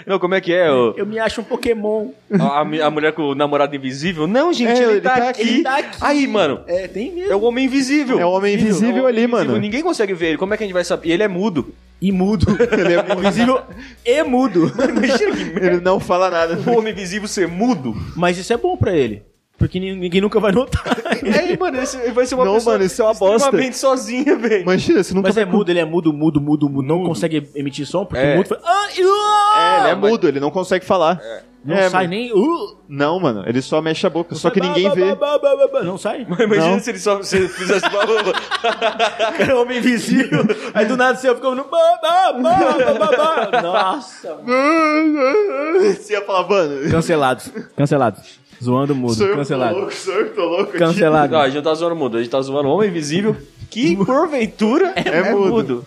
[SPEAKER 4] Não, como é que é? o-
[SPEAKER 1] [LAUGHS]
[SPEAKER 3] Eu me acho um pokémon.
[SPEAKER 4] A, a- a mulher com o namorado invisível? Não, gente,
[SPEAKER 1] É,
[SPEAKER 4] ele,
[SPEAKER 1] ele
[SPEAKER 4] tá
[SPEAKER 1] tá
[SPEAKER 4] aqui.
[SPEAKER 1] aqui.
[SPEAKER 4] Aí, mano,
[SPEAKER 3] É, tem mesmo.
[SPEAKER 4] é o homem invisível.
[SPEAKER 1] É o homem invisível
[SPEAKER 4] É o homem
[SPEAKER 1] ali, mano.
[SPEAKER 4] Ninguém consegue ver ele. Como é que a gente vai saber? E ele
[SPEAKER 1] [LAUGHS]
[SPEAKER 4] é mudo.
[SPEAKER 3] E mudo.
[SPEAKER 1] Ele é invisível.
[SPEAKER 3] e mudo.
[SPEAKER 4] Imagina que merda.
[SPEAKER 1] Ele não fala nada.
[SPEAKER 4] O homem invisível ser mudo.
[SPEAKER 3] Mas isso é bom pra ele. Porque nin- ninguém nunca vai notar.
[SPEAKER 4] Aí, mano, esse- É, ele vai ser uma
[SPEAKER 1] Não,
[SPEAKER 4] pessoa
[SPEAKER 1] mano, isso é uma bosta.
[SPEAKER 4] extremamente sozinha, velho.
[SPEAKER 1] Imagina, você tá- nunca
[SPEAKER 3] Mas é
[SPEAKER 1] vai-
[SPEAKER 3] mudo, ele é mudo, mudo, mudo, mudo. Não consegue emitir som, porque
[SPEAKER 4] É.
[SPEAKER 3] mudo foi. Ah, e- ah!
[SPEAKER 1] É, ele é
[SPEAKER 4] mas-
[SPEAKER 1] mudo, ele não consegue falar.
[SPEAKER 3] Não
[SPEAKER 1] É,
[SPEAKER 3] sai
[SPEAKER 1] mano.
[SPEAKER 3] nem. Uh,
[SPEAKER 1] Não, mano, ele só mexe a boca, só que ninguém
[SPEAKER 3] Ba,
[SPEAKER 1] vê.
[SPEAKER 3] ba, ba, ba, ba. Não sai.
[SPEAKER 4] Imagina
[SPEAKER 1] Não.
[SPEAKER 4] se ele só se ele fizesse uma...
[SPEAKER 3] Era um homem invisível. [LAUGHS] Aí do nada você ficou no. ba, ba, ba, ba, ba. Nossa. mano.
[SPEAKER 1] [LAUGHS] Você ia falar, mano.
[SPEAKER 3] Cancelados. Cancelados. Zoando mudo.
[SPEAKER 1] sou eu que tô
[SPEAKER 3] Cancelado.
[SPEAKER 1] louco, sou eu que tô louco aqui.
[SPEAKER 3] Cancelado.
[SPEAKER 4] Não, a gente não tá zoando o mudo, a gente tá zoando o homem invisível que, porventura, é,
[SPEAKER 1] mudo.
[SPEAKER 4] mudo.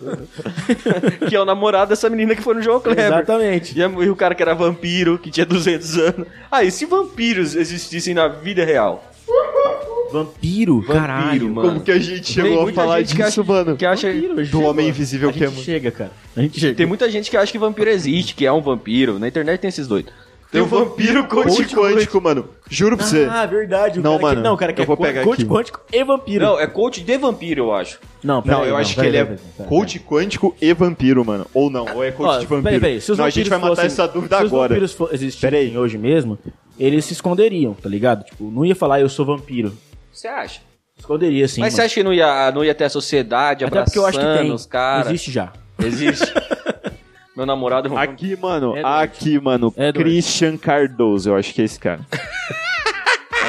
[SPEAKER 4] que é o namorado dessa menina que foi no João Kleber.
[SPEAKER 3] Exatamente.
[SPEAKER 4] E, a- e o cara que era vampiro, que tinha 200 anos. Ah, e se vampiros existissem na vida real?
[SPEAKER 3] Vampiro,
[SPEAKER 4] Vampiro,
[SPEAKER 3] caralho.
[SPEAKER 4] mano.
[SPEAKER 1] Como que a gente
[SPEAKER 4] Tem
[SPEAKER 1] chegou a
[SPEAKER 4] muita
[SPEAKER 1] falar
[SPEAKER 4] gente
[SPEAKER 1] disso,
[SPEAKER 4] que acha,
[SPEAKER 1] mano?
[SPEAKER 4] Que acha,
[SPEAKER 1] Do homem invisível
[SPEAKER 3] A
[SPEAKER 1] que é
[SPEAKER 3] gente
[SPEAKER 1] muito.
[SPEAKER 3] chega, cara. A gente chega.
[SPEAKER 4] tem muita gente que acha que vampiro existe, que é um vampiro. Na internet tem esses dois. Tem o vampiro
[SPEAKER 1] Ponte um quântico, mano. Juro pra você.
[SPEAKER 3] Ah, verdade. O
[SPEAKER 1] Não,
[SPEAKER 3] cara que-
[SPEAKER 1] mano,
[SPEAKER 3] não, o cara que
[SPEAKER 1] eu
[SPEAKER 3] é
[SPEAKER 1] vou
[SPEAKER 3] coach,
[SPEAKER 1] pegar
[SPEAKER 3] coach
[SPEAKER 1] aqui.
[SPEAKER 3] quântico e vampiro.
[SPEAKER 4] Não, é coach de vampiro, eu acho.
[SPEAKER 3] não,
[SPEAKER 1] Não, eu acho que ele é coach quântico e vampiro, mano. Ou não, ou é coach de vampiro.
[SPEAKER 3] Peraí, peraí. Se os
[SPEAKER 1] não, a gente vai
[SPEAKER 3] vampiros
[SPEAKER 1] matar
[SPEAKER 3] fossem-
[SPEAKER 1] essa dúvida
[SPEAKER 3] se
[SPEAKER 1] agora.
[SPEAKER 3] os vampiros fo- existissem hoje mesmo, eles se esconderiam, tá ligado? Tipo, não ia falar eu sou vampiro.
[SPEAKER 4] Você acha?
[SPEAKER 3] Esconderia sim.
[SPEAKER 4] Mas você
[SPEAKER 3] mano.
[SPEAKER 4] acha que não ia, não ia ter a sociedade
[SPEAKER 3] Até porque eu
[SPEAKER 4] abraçando
[SPEAKER 3] acho que tem.
[SPEAKER 4] os caras?
[SPEAKER 3] Existe já.
[SPEAKER 4] Existe. Meu namorado é um vampiro.
[SPEAKER 1] Aqui, mano,
[SPEAKER 3] É doido.
[SPEAKER 1] aqui, mano,
[SPEAKER 3] É doido.
[SPEAKER 1] Christian Cardoso, eu acho que é esse cara.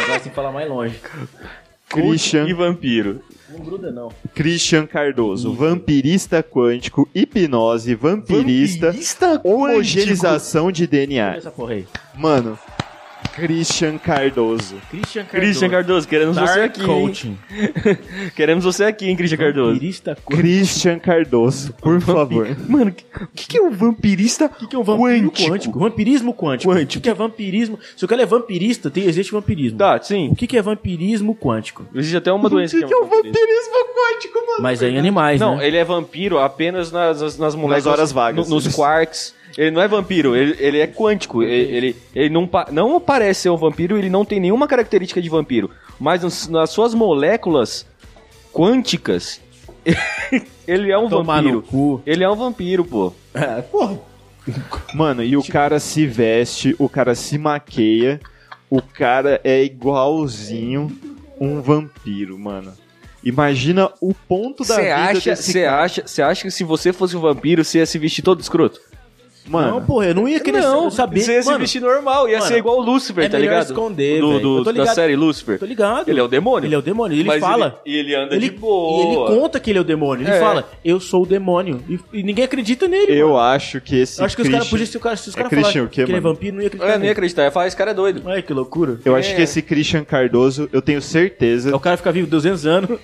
[SPEAKER 3] Agora sem falar mais longe.
[SPEAKER 1] Christian,
[SPEAKER 4] e vampiro.
[SPEAKER 3] Não gruda, não.
[SPEAKER 1] Christian Cardoso, vampirista quântico, hipnose, vampirista,
[SPEAKER 4] Vampirista
[SPEAKER 1] homogenização de DNA.
[SPEAKER 3] Essa porra aí.
[SPEAKER 1] Mano, Christian Cardoso.
[SPEAKER 3] Christian Cardoso.
[SPEAKER 4] Christian Cardoso, queremos você
[SPEAKER 3] Dark
[SPEAKER 4] aqui. hein?
[SPEAKER 3] Coaching.
[SPEAKER 4] Queremos você aqui, hein, Christian Cardoso.
[SPEAKER 3] Vampirista co-
[SPEAKER 1] Christian Cardoso, por favor.
[SPEAKER 4] Um Mano, o que, que é um vampirista?
[SPEAKER 3] O que, que é um vampiro
[SPEAKER 4] Quântico.
[SPEAKER 3] quântico? Vampirismo quântico.
[SPEAKER 4] Quântico.
[SPEAKER 3] O que é vampirismo? Se o cara é vampirista, tem, existe vampirismo.
[SPEAKER 4] Tá, sim.
[SPEAKER 3] O que, que é vampirismo quântico?
[SPEAKER 4] Existe até uma doença
[SPEAKER 1] que é
[SPEAKER 3] um
[SPEAKER 1] o
[SPEAKER 4] vampirista.
[SPEAKER 1] vampirismo quântico, mano?
[SPEAKER 3] Mas é em animais,
[SPEAKER 4] Não,
[SPEAKER 3] né?
[SPEAKER 4] ele é vampiro apenas nas, nas, nas moléculas.
[SPEAKER 1] horas vagas.
[SPEAKER 4] no- nos quarks. Ele não é vampiro, ele, ele é quântico. Ele, ele, ele não, pa- não parece ser um vampiro, ele não tem nenhuma característica de vampiro. Mas nas, nas suas moléculas quânticas, [LAUGHS] ele é um
[SPEAKER 3] Tomar
[SPEAKER 4] vampiro.
[SPEAKER 3] no cu.
[SPEAKER 4] Ele é um vampiro, pô.
[SPEAKER 3] É, porra.
[SPEAKER 1] Mano, e o
[SPEAKER 4] Tipo-
[SPEAKER 1] cara se veste, o cara se maqueia, o cara é igualzinho um vampiro, mano. Imagina o ponto da
[SPEAKER 4] Você
[SPEAKER 1] vida
[SPEAKER 4] acha,
[SPEAKER 1] desse
[SPEAKER 4] você
[SPEAKER 1] cara.
[SPEAKER 4] acha, você acha que se você fosse um vampiro, você ia se vestir todo escroto?
[SPEAKER 1] Mano,
[SPEAKER 3] Não, porra, eu não ia querer
[SPEAKER 4] não,
[SPEAKER 3] saber.
[SPEAKER 4] você ia se
[SPEAKER 3] Mano,
[SPEAKER 4] vestir normal, ia
[SPEAKER 3] mano,
[SPEAKER 4] ser igual o Lucifer,
[SPEAKER 3] é
[SPEAKER 4] tá
[SPEAKER 3] melhor
[SPEAKER 4] ligado?
[SPEAKER 3] esconder,
[SPEAKER 4] do,
[SPEAKER 3] velho.
[SPEAKER 4] do,
[SPEAKER 3] Eu tô
[SPEAKER 4] da
[SPEAKER 3] ligado.
[SPEAKER 4] série Lucifer.
[SPEAKER 3] Tô ligado.
[SPEAKER 4] Ele é o demônio.
[SPEAKER 3] Ele é o demônio. Ele
[SPEAKER 4] Mas
[SPEAKER 3] fala.
[SPEAKER 4] Ele, ele anda de
[SPEAKER 3] e
[SPEAKER 4] boa.
[SPEAKER 3] ele conta que ele é o demônio. Ele
[SPEAKER 4] É.
[SPEAKER 3] fala, eu sou o demônio. E, e ninguém acredita nele.
[SPEAKER 1] eu
[SPEAKER 3] mano.
[SPEAKER 1] acho que esse
[SPEAKER 3] Eu acho que os caras
[SPEAKER 1] Christian-
[SPEAKER 3] podiam, se, o cara- se os
[SPEAKER 1] É
[SPEAKER 3] caras
[SPEAKER 1] Christian
[SPEAKER 3] falassem
[SPEAKER 1] o quê,
[SPEAKER 3] que ele é
[SPEAKER 1] mano?
[SPEAKER 3] vampiro, não ia acreditar
[SPEAKER 4] Eu não ia
[SPEAKER 3] nele.
[SPEAKER 4] acreditar, ia falar, esse cara é doido.
[SPEAKER 3] Ai, que loucura. É
[SPEAKER 1] Eu acho que
[SPEAKER 4] É.
[SPEAKER 1] esse Christian Cardoso, eu tenho certeza.
[SPEAKER 3] O cara fica vivo 200 anos.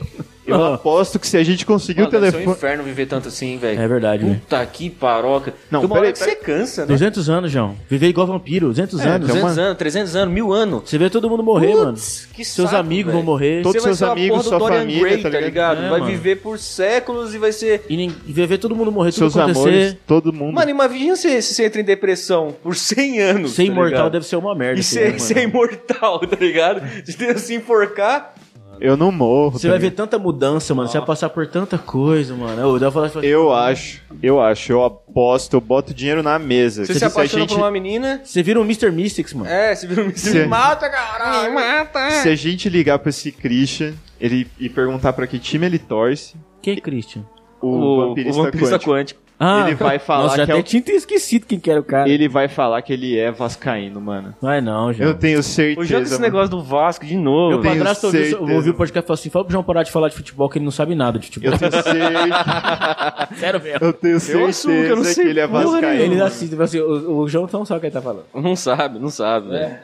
[SPEAKER 1] Eu aposto que se a gente conseguir o
[SPEAKER 4] Mano, deve ser um
[SPEAKER 1] telefone.
[SPEAKER 4] inferno viver tanto assim, velho.
[SPEAKER 3] É verdade, velho.
[SPEAKER 4] Puta que paroca.
[SPEAKER 1] Não,
[SPEAKER 4] Tem uma
[SPEAKER 1] pera
[SPEAKER 4] hora
[SPEAKER 1] aí,
[SPEAKER 4] que
[SPEAKER 1] pera
[SPEAKER 4] você cansa, né?
[SPEAKER 3] 200 anos, João. Viver igual vampiro, 200 anos.
[SPEAKER 1] então,
[SPEAKER 4] 200
[SPEAKER 1] mano.
[SPEAKER 4] anos, 300 anos, mil anos.
[SPEAKER 3] Você vê todo mundo morrer,
[SPEAKER 4] Putz,
[SPEAKER 3] mano.
[SPEAKER 4] que
[SPEAKER 3] Seus
[SPEAKER 4] saco,
[SPEAKER 3] amigos
[SPEAKER 4] velho.
[SPEAKER 3] vão morrer.
[SPEAKER 1] Todo- Todos
[SPEAKER 4] Você vai
[SPEAKER 1] seus
[SPEAKER 4] ser uma
[SPEAKER 1] amigos,
[SPEAKER 4] porra do
[SPEAKER 1] sua
[SPEAKER 4] Dorian
[SPEAKER 1] família,
[SPEAKER 4] Gray,
[SPEAKER 1] tá
[SPEAKER 4] tá
[SPEAKER 1] ligado?
[SPEAKER 4] ligado?
[SPEAKER 3] É,
[SPEAKER 4] vai
[SPEAKER 3] mano.
[SPEAKER 4] viver por séculos e vai ser...
[SPEAKER 3] E, nin- e ver todo mundo morrer, tudo
[SPEAKER 1] Seus amores,
[SPEAKER 3] acontecer.
[SPEAKER 1] todo mundo.
[SPEAKER 4] Mano, imagina se se você entra em depressão por 100 anos,
[SPEAKER 3] Ser
[SPEAKER 4] tá
[SPEAKER 3] imortal
[SPEAKER 4] ligado?
[SPEAKER 3] deve ser uma merda.
[SPEAKER 4] E
[SPEAKER 3] assim,
[SPEAKER 4] ser,
[SPEAKER 3] né,
[SPEAKER 4] ser
[SPEAKER 3] mano?
[SPEAKER 4] imortal, tá ligado? De ter se enforcar.
[SPEAKER 1] eu não morro.
[SPEAKER 3] Você
[SPEAKER 1] tá
[SPEAKER 3] vai
[SPEAKER 1] ligado?
[SPEAKER 3] ver tanta mudança, mano. Você vai passar por tanta coisa, mano. Eu, assim, eu, falar,
[SPEAKER 1] Eu acho, eu acho, eu aposto, eu boto dinheiro na mesa.
[SPEAKER 4] Você se
[SPEAKER 1] a
[SPEAKER 4] apaixona
[SPEAKER 1] gente-
[SPEAKER 4] por uma menina.
[SPEAKER 3] Você vira um Mr. Mystics, mano.
[SPEAKER 4] É,
[SPEAKER 3] [LAUGHS]
[SPEAKER 4] se vira um
[SPEAKER 1] Sim.
[SPEAKER 4] Me mata, caralho. Me mata.
[SPEAKER 1] Se a gente ligar pra esse Christian ele, e perguntar pra que time ele torce,
[SPEAKER 3] Quem é Christian? Ah,
[SPEAKER 1] o,
[SPEAKER 4] O,
[SPEAKER 1] vampirista,
[SPEAKER 4] o vampirista
[SPEAKER 1] quântico,
[SPEAKER 4] quântico.
[SPEAKER 1] Ele vai falar
[SPEAKER 3] Nossa, já
[SPEAKER 1] que é
[SPEAKER 3] até
[SPEAKER 1] o-
[SPEAKER 3] tinha esquecido quem que era o cara.
[SPEAKER 1] ele vai falar que ele é vascaíno, mano.
[SPEAKER 3] Vai não,
[SPEAKER 1] Eu
[SPEAKER 3] João.
[SPEAKER 1] tenho certeza.
[SPEAKER 4] O jogo esse
[SPEAKER 1] mano.
[SPEAKER 4] negócio do Vasco de novo.
[SPEAKER 3] Meu
[SPEAKER 1] tenho
[SPEAKER 3] padrasto ouviu,
[SPEAKER 1] certeza.
[SPEAKER 3] ouviu o podcast e falou assim: fala pro João parar de falar de futebol que ele não sabe nada de futebol.
[SPEAKER 1] Eu
[SPEAKER 4] [LAUGHS]
[SPEAKER 1] tenho certeza,
[SPEAKER 3] Sério mesmo.
[SPEAKER 1] eu tenho certeza
[SPEAKER 4] assumo que eu não sei
[SPEAKER 1] que ele é
[SPEAKER 4] porra
[SPEAKER 1] vascaíno.
[SPEAKER 3] Ele
[SPEAKER 1] mano.
[SPEAKER 3] assiste e fala assim: o, o João não sabe o que ele tá falando.
[SPEAKER 4] Não sabe, não sabe, velho.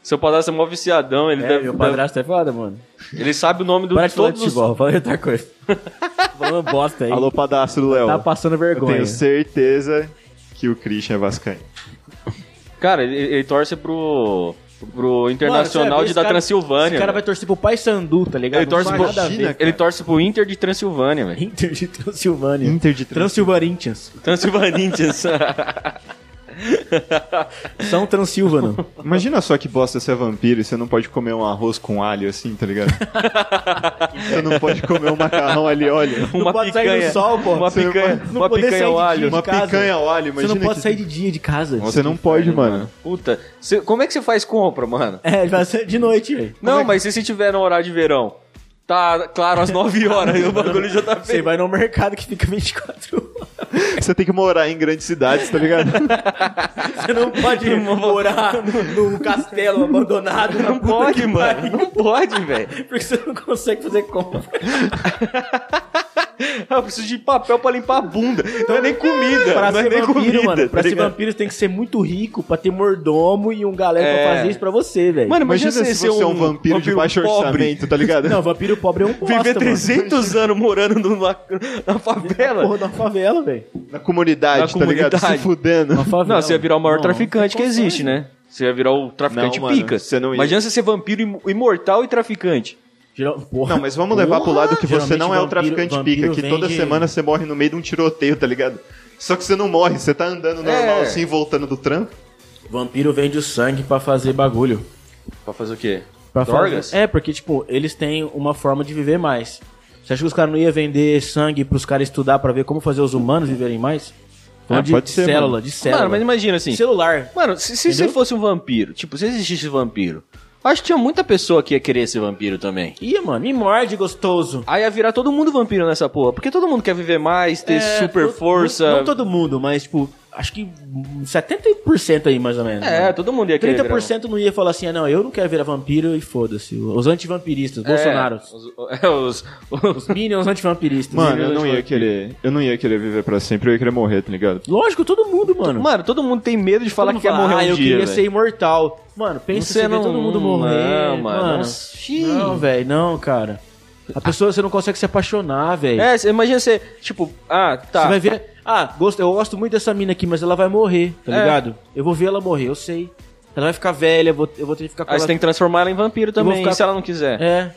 [SPEAKER 4] Seu padrasto é mó viciadão, ele
[SPEAKER 3] É,
[SPEAKER 4] deve-
[SPEAKER 3] meu padrasto é foda, mano.
[SPEAKER 4] Ele sabe o nome do
[SPEAKER 3] Para de falar de
[SPEAKER 4] todos os...
[SPEAKER 3] futebol, fala de outra
[SPEAKER 4] [LAUGHS]
[SPEAKER 3] coisa. Falando bosta aí.
[SPEAKER 1] Alô, padastro do Léo.
[SPEAKER 3] Tá passando
[SPEAKER 1] eu
[SPEAKER 3] vergonha.
[SPEAKER 1] tenho certeza que o Christian é vascaíno.
[SPEAKER 4] Cara, ele, ele torce pro. pro Internacional
[SPEAKER 3] Mano, é
[SPEAKER 4] de
[SPEAKER 3] esse
[SPEAKER 4] da
[SPEAKER 3] cara-
[SPEAKER 4] Transilvânia.
[SPEAKER 3] Esse cara vai
[SPEAKER 4] velho.
[SPEAKER 3] torcer pro Pai Sandu, tá ligado?
[SPEAKER 4] Ele torce
[SPEAKER 3] Não
[SPEAKER 4] pro-
[SPEAKER 3] faz nada a ver.
[SPEAKER 1] China,
[SPEAKER 4] Ele torce pro Inter de Transilvânia, velho.
[SPEAKER 3] [LAUGHS] Inter de Transilvânia.
[SPEAKER 1] Inter de Trans...
[SPEAKER 3] Transilvarintians.
[SPEAKER 4] Transilvanintians.
[SPEAKER 3] São Transilvano.
[SPEAKER 1] Imagina só que bosta você é vampiro e você não pode comer um arroz com alho assim, tá
[SPEAKER 3] [LAUGHS]
[SPEAKER 1] ligado? você não pode comer um macarrão ali, olha.
[SPEAKER 3] Não
[SPEAKER 4] uma
[SPEAKER 3] pode sair
[SPEAKER 4] picanha.
[SPEAKER 3] do sol, pô.
[SPEAKER 4] Uma
[SPEAKER 1] Você
[SPEAKER 4] picanha,
[SPEAKER 3] não
[SPEAKER 4] uma
[SPEAKER 3] poder
[SPEAKER 4] picanha
[SPEAKER 3] sair
[SPEAKER 4] ao
[SPEAKER 3] de
[SPEAKER 4] alho.
[SPEAKER 3] dia.
[SPEAKER 1] Uma
[SPEAKER 3] casa.
[SPEAKER 1] picanha ao alho,
[SPEAKER 3] Você
[SPEAKER 1] [LAUGHS] imagina.
[SPEAKER 3] não pode
[SPEAKER 1] que-
[SPEAKER 3] sair de dia de casa.
[SPEAKER 1] Você não pode, mano.
[SPEAKER 4] Puta, cê- como é que você faz compra, mano?
[SPEAKER 3] É, ele vai sair de noite, velho.
[SPEAKER 1] é
[SPEAKER 4] Não, mas e se tiver no horário de verão? Tá, claro, às
[SPEAKER 1] [LAUGHS]
[SPEAKER 4] 9 horas, o bagulho já tá
[SPEAKER 3] Você
[SPEAKER 4] feito.
[SPEAKER 3] vai no mercado que fica 24 horas.
[SPEAKER 1] Você tem que morar em grandes cidades, tá
[SPEAKER 3] [LAUGHS]
[SPEAKER 1] ligado?
[SPEAKER 3] Você não
[SPEAKER 4] [LAUGHS]
[SPEAKER 3] pode morar no- num castelo abandonado.
[SPEAKER 4] Não pode, mano. Não pode, velho.
[SPEAKER 3] Porque você não consegue fazer compra.
[SPEAKER 4] Ah, Eu preciso de papel pra limpar a bunda. Não é nem comida.
[SPEAKER 3] Pra
[SPEAKER 4] não é
[SPEAKER 3] ser
[SPEAKER 4] nem
[SPEAKER 3] vampiro,
[SPEAKER 4] comida.
[SPEAKER 3] mano. Pra
[SPEAKER 4] tá
[SPEAKER 3] ser
[SPEAKER 4] ligado?
[SPEAKER 3] vampiro, você tem que ser muito rico pra ter mordomo e um galera
[SPEAKER 4] É.
[SPEAKER 3] pra fazer isso pra você, velho.
[SPEAKER 4] Mano,
[SPEAKER 1] Imagina se você é um vampiro de baixo
[SPEAKER 4] pobre.
[SPEAKER 1] orçamento, tá ligado?
[SPEAKER 3] Não, vampiro pobre é um bosta,
[SPEAKER 4] Viver
[SPEAKER 3] mano.
[SPEAKER 4] 300 anos morando numa, na favela.
[SPEAKER 3] Porra da favela, velho.
[SPEAKER 1] [LAUGHS] Na comunidade,
[SPEAKER 4] Na
[SPEAKER 1] tá ligado? Se
[SPEAKER 4] comunidade.
[SPEAKER 1] fudendo.
[SPEAKER 3] Uma favela.
[SPEAKER 4] Não, você ia virar o maior
[SPEAKER 3] Não,
[SPEAKER 4] traficante que
[SPEAKER 3] não consegue.
[SPEAKER 4] existe, né? Você ia virar o traficante
[SPEAKER 1] Não, mano,
[SPEAKER 4] pica.
[SPEAKER 1] você não ia.
[SPEAKER 4] Imagina você ser vampiro im- imortal e traficante.
[SPEAKER 3] Geral- Porra.
[SPEAKER 1] Não, mas vamos levar pro lado que você
[SPEAKER 3] Geralmente
[SPEAKER 1] não é o
[SPEAKER 3] vampiro-
[SPEAKER 1] traficante pica,
[SPEAKER 3] vampiro
[SPEAKER 1] que toda
[SPEAKER 3] vende-
[SPEAKER 1] semana você morre no meio de um tiroteio, tá ligado? Só que você não morre, você tá andando normal
[SPEAKER 4] É.
[SPEAKER 1] assim, voltando do trampo.
[SPEAKER 3] Vampiro vende o sangue pra fazer bagulho.
[SPEAKER 4] Pra fazer o quê?
[SPEAKER 3] Pra
[SPEAKER 4] Drogas?
[SPEAKER 3] fazer- É, porque, tipo, eles têm uma forma de viver mais. Você acha que os caras não iam vender sangue pros caras estudar pra ver como fazer os humanos viverem mais? Então,
[SPEAKER 1] Ah,
[SPEAKER 3] de
[SPEAKER 1] pode ser,
[SPEAKER 3] célula,
[SPEAKER 1] mano.
[SPEAKER 3] de célula.
[SPEAKER 4] Mano, mas imagina assim.
[SPEAKER 3] Celular.
[SPEAKER 4] Mano, se, se você
[SPEAKER 3] Entendeu?
[SPEAKER 4] fosse um vampiro, tipo, se existisse vampiro, acho que tinha muita pessoa que ia querer ser vampiro também.
[SPEAKER 3] Ih, mano, me morde, gostoso.
[SPEAKER 4] Aí ia virar todo mundo vampiro nessa porra, porque todo mundo quer viver mais, ter
[SPEAKER 3] É,
[SPEAKER 4] super
[SPEAKER 3] todo-
[SPEAKER 4] força.
[SPEAKER 3] Não, não todo mundo, mas, tipo, acho que 70% aí, mais ou menos.
[SPEAKER 4] É,
[SPEAKER 3] né?
[SPEAKER 4] todo mundo ia querer.
[SPEAKER 3] 30% não ia falar assim, ah, não, eu não quero virar vampiro e foda-se. Os antivampiristas,
[SPEAKER 4] grão.
[SPEAKER 3] Bolsonaro.
[SPEAKER 4] É, os, os, os-
[SPEAKER 3] Os minions antivampiristas.
[SPEAKER 1] Mano,
[SPEAKER 3] minions
[SPEAKER 1] eu não ia
[SPEAKER 3] antivampiristas.
[SPEAKER 1] querer. Eu não ia querer viver pra sempre, eu ia querer morrer, tá ligado?
[SPEAKER 3] Lógico, todo mundo, mano.
[SPEAKER 4] Mano, todo mundo tem medo de falar
[SPEAKER 3] Todo
[SPEAKER 4] que
[SPEAKER 3] mundo
[SPEAKER 4] quer
[SPEAKER 3] fala,
[SPEAKER 4] morrer um
[SPEAKER 3] ah,
[SPEAKER 4] dia.
[SPEAKER 3] eu queria
[SPEAKER 4] velho.
[SPEAKER 3] ser imortal. Mano, pensa
[SPEAKER 4] Você
[SPEAKER 3] você
[SPEAKER 4] não-
[SPEAKER 3] vê todo mundo
[SPEAKER 4] não,
[SPEAKER 3] morrer.
[SPEAKER 4] mano.
[SPEAKER 3] mano.
[SPEAKER 4] Nossa, xiii.
[SPEAKER 3] Não, velho, não, cara. A pessoa, você não consegue se apaixonar, velho.
[SPEAKER 4] É, cê- imagina você, tipo, ah, tá.
[SPEAKER 3] Você vai ver. Ah, gosto, eu gosto muito dessa mina aqui, mas ela vai morrer, tá
[SPEAKER 4] É.
[SPEAKER 3] ligado? Eu vou ver ela morrer, eu sei. Ela vai ficar velha, eu vou, eu vou ter que ficar com
[SPEAKER 4] Aí
[SPEAKER 3] ela.
[SPEAKER 4] você tem que transformar ela em vampiro também,
[SPEAKER 3] ficar-
[SPEAKER 4] e se ela não quiser.
[SPEAKER 3] É.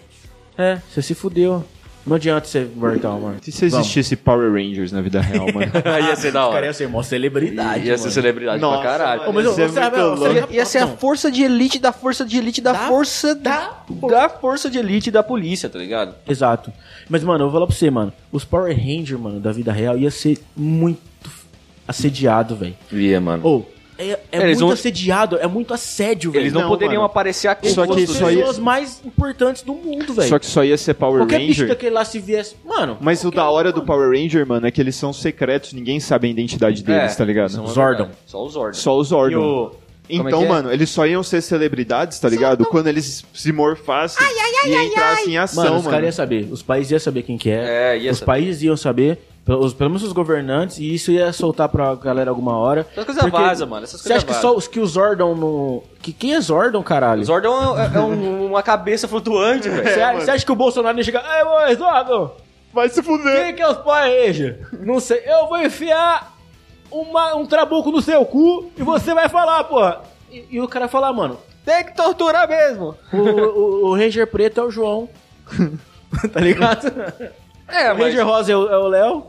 [SPEAKER 3] É, você se fudeu. Não adianta ser mortal, mano.
[SPEAKER 1] E se existisse Power Rangers na vida real, [LAUGHS] mano?
[SPEAKER 4] [LAUGHS] Aí ia ser da
[SPEAKER 3] É. Ah, Os caras
[SPEAKER 4] hora.
[SPEAKER 3] iam ser mó celebridade.
[SPEAKER 4] Ia ser
[SPEAKER 3] mano.
[SPEAKER 4] celebridade pra
[SPEAKER 1] Nossa,
[SPEAKER 4] caralho.
[SPEAKER 1] mano.
[SPEAKER 3] Ô, mas eu-
[SPEAKER 1] Isso é
[SPEAKER 3] você-
[SPEAKER 1] muito
[SPEAKER 3] meu, você-
[SPEAKER 1] louco.
[SPEAKER 4] Ia ser é a força de elite da força de elite da,
[SPEAKER 3] Da-
[SPEAKER 4] força da,
[SPEAKER 3] da-
[SPEAKER 4] da força de elite da polícia, tá ligado?
[SPEAKER 3] Exato. Mas, mano, eu vou falar pra você, mano. Os Power Ranger, mano, da vida real ia ser muito assediado, velho.
[SPEAKER 4] Ia, mano.
[SPEAKER 3] Ou, é, é
[SPEAKER 4] Eles
[SPEAKER 3] muito
[SPEAKER 4] vão-
[SPEAKER 3] assediado, é muito assédio, velho.
[SPEAKER 4] Eles não,
[SPEAKER 1] Não,
[SPEAKER 4] poderiam
[SPEAKER 1] mano.
[SPEAKER 4] aparecer aqui. É.
[SPEAKER 1] Só que
[SPEAKER 3] As
[SPEAKER 1] só ia-
[SPEAKER 3] pessoas mais importantes do mundo, velho.
[SPEAKER 1] Só que só ia ser Power
[SPEAKER 3] Qualquer bicho
[SPEAKER 1] Ranger.
[SPEAKER 3] daquele lá se viesse... Mano,
[SPEAKER 1] Mas o
[SPEAKER 3] qualquer-
[SPEAKER 1] da hora do Power Ranger, mano, é que eles são secretos, ninguém sabe a identidade deles, tá ligado?
[SPEAKER 3] Zordon.
[SPEAKER 4] Só os Zordon.
[SPEAKER 1] Só os
[SPEAKER 4] É, E
[SPEAKER 1] órgãos.
[SPEAKER 4] o... como é
[SPEAKER 1] Então,
[SPEAKER 4] que é?
[SPEAKER 1] mano, eles só iam ser celebridades, tá ligado? Quando eles se morfassem e entrassem em ação,
[SPEAKER 3] Mano,
[SPEAKER 1] mano.
[SPEAKER 3] os caras iam saber. Os países iam saber quem que é.
[SPEAKER 4] É, ia
[SPEAKER 3] os
[SPEAKER 4] saber.
[SPEAKER 3] países iam saber. Pelo, os- pelo menos os governantes. E isso ia soltar pra galera alguma hora.
[SPEAKER 4] Essas coisas
[SPEAKER 3] Porque
[SPEAKER 4] vazam, mano. Essas
[SPEAKER 3] Você
[SPEAKER 4] coisas
[SPEAKER 3] acha que
[SPEAKER 4] vazam.
[SPEAKER 3] só os que o Zordon no... Que, quem é Zordon, caralho?
[SPEAKER 4] Zordon é, é um- uma cabeça flutuante,
[SPEAKER 3] Você
[SPEAKER 4] velho.
[SPEAKER 3] acha- você acha que o Bolsonaro ia chegar... Ei, ô, Eduardo!
[SPEAKER 1] Vai se fuder!
[SPEAKER 3] Quem que é os Power Ranger? Não sei. Eu vou enfiar uma- um trabuco no seu cu e você vai falar, porra. E, e o cara falar, mano,
[SPEAKER 4] Tem que torturar mesmo.
[SPEAKER 3] o, o- o Ranger preto é o João. [LAUGHS] tá ligado?
[SPEAKER 4] É,
[SPEAKER 3] o Ranger rosa é o é o [LAUGHS] Léo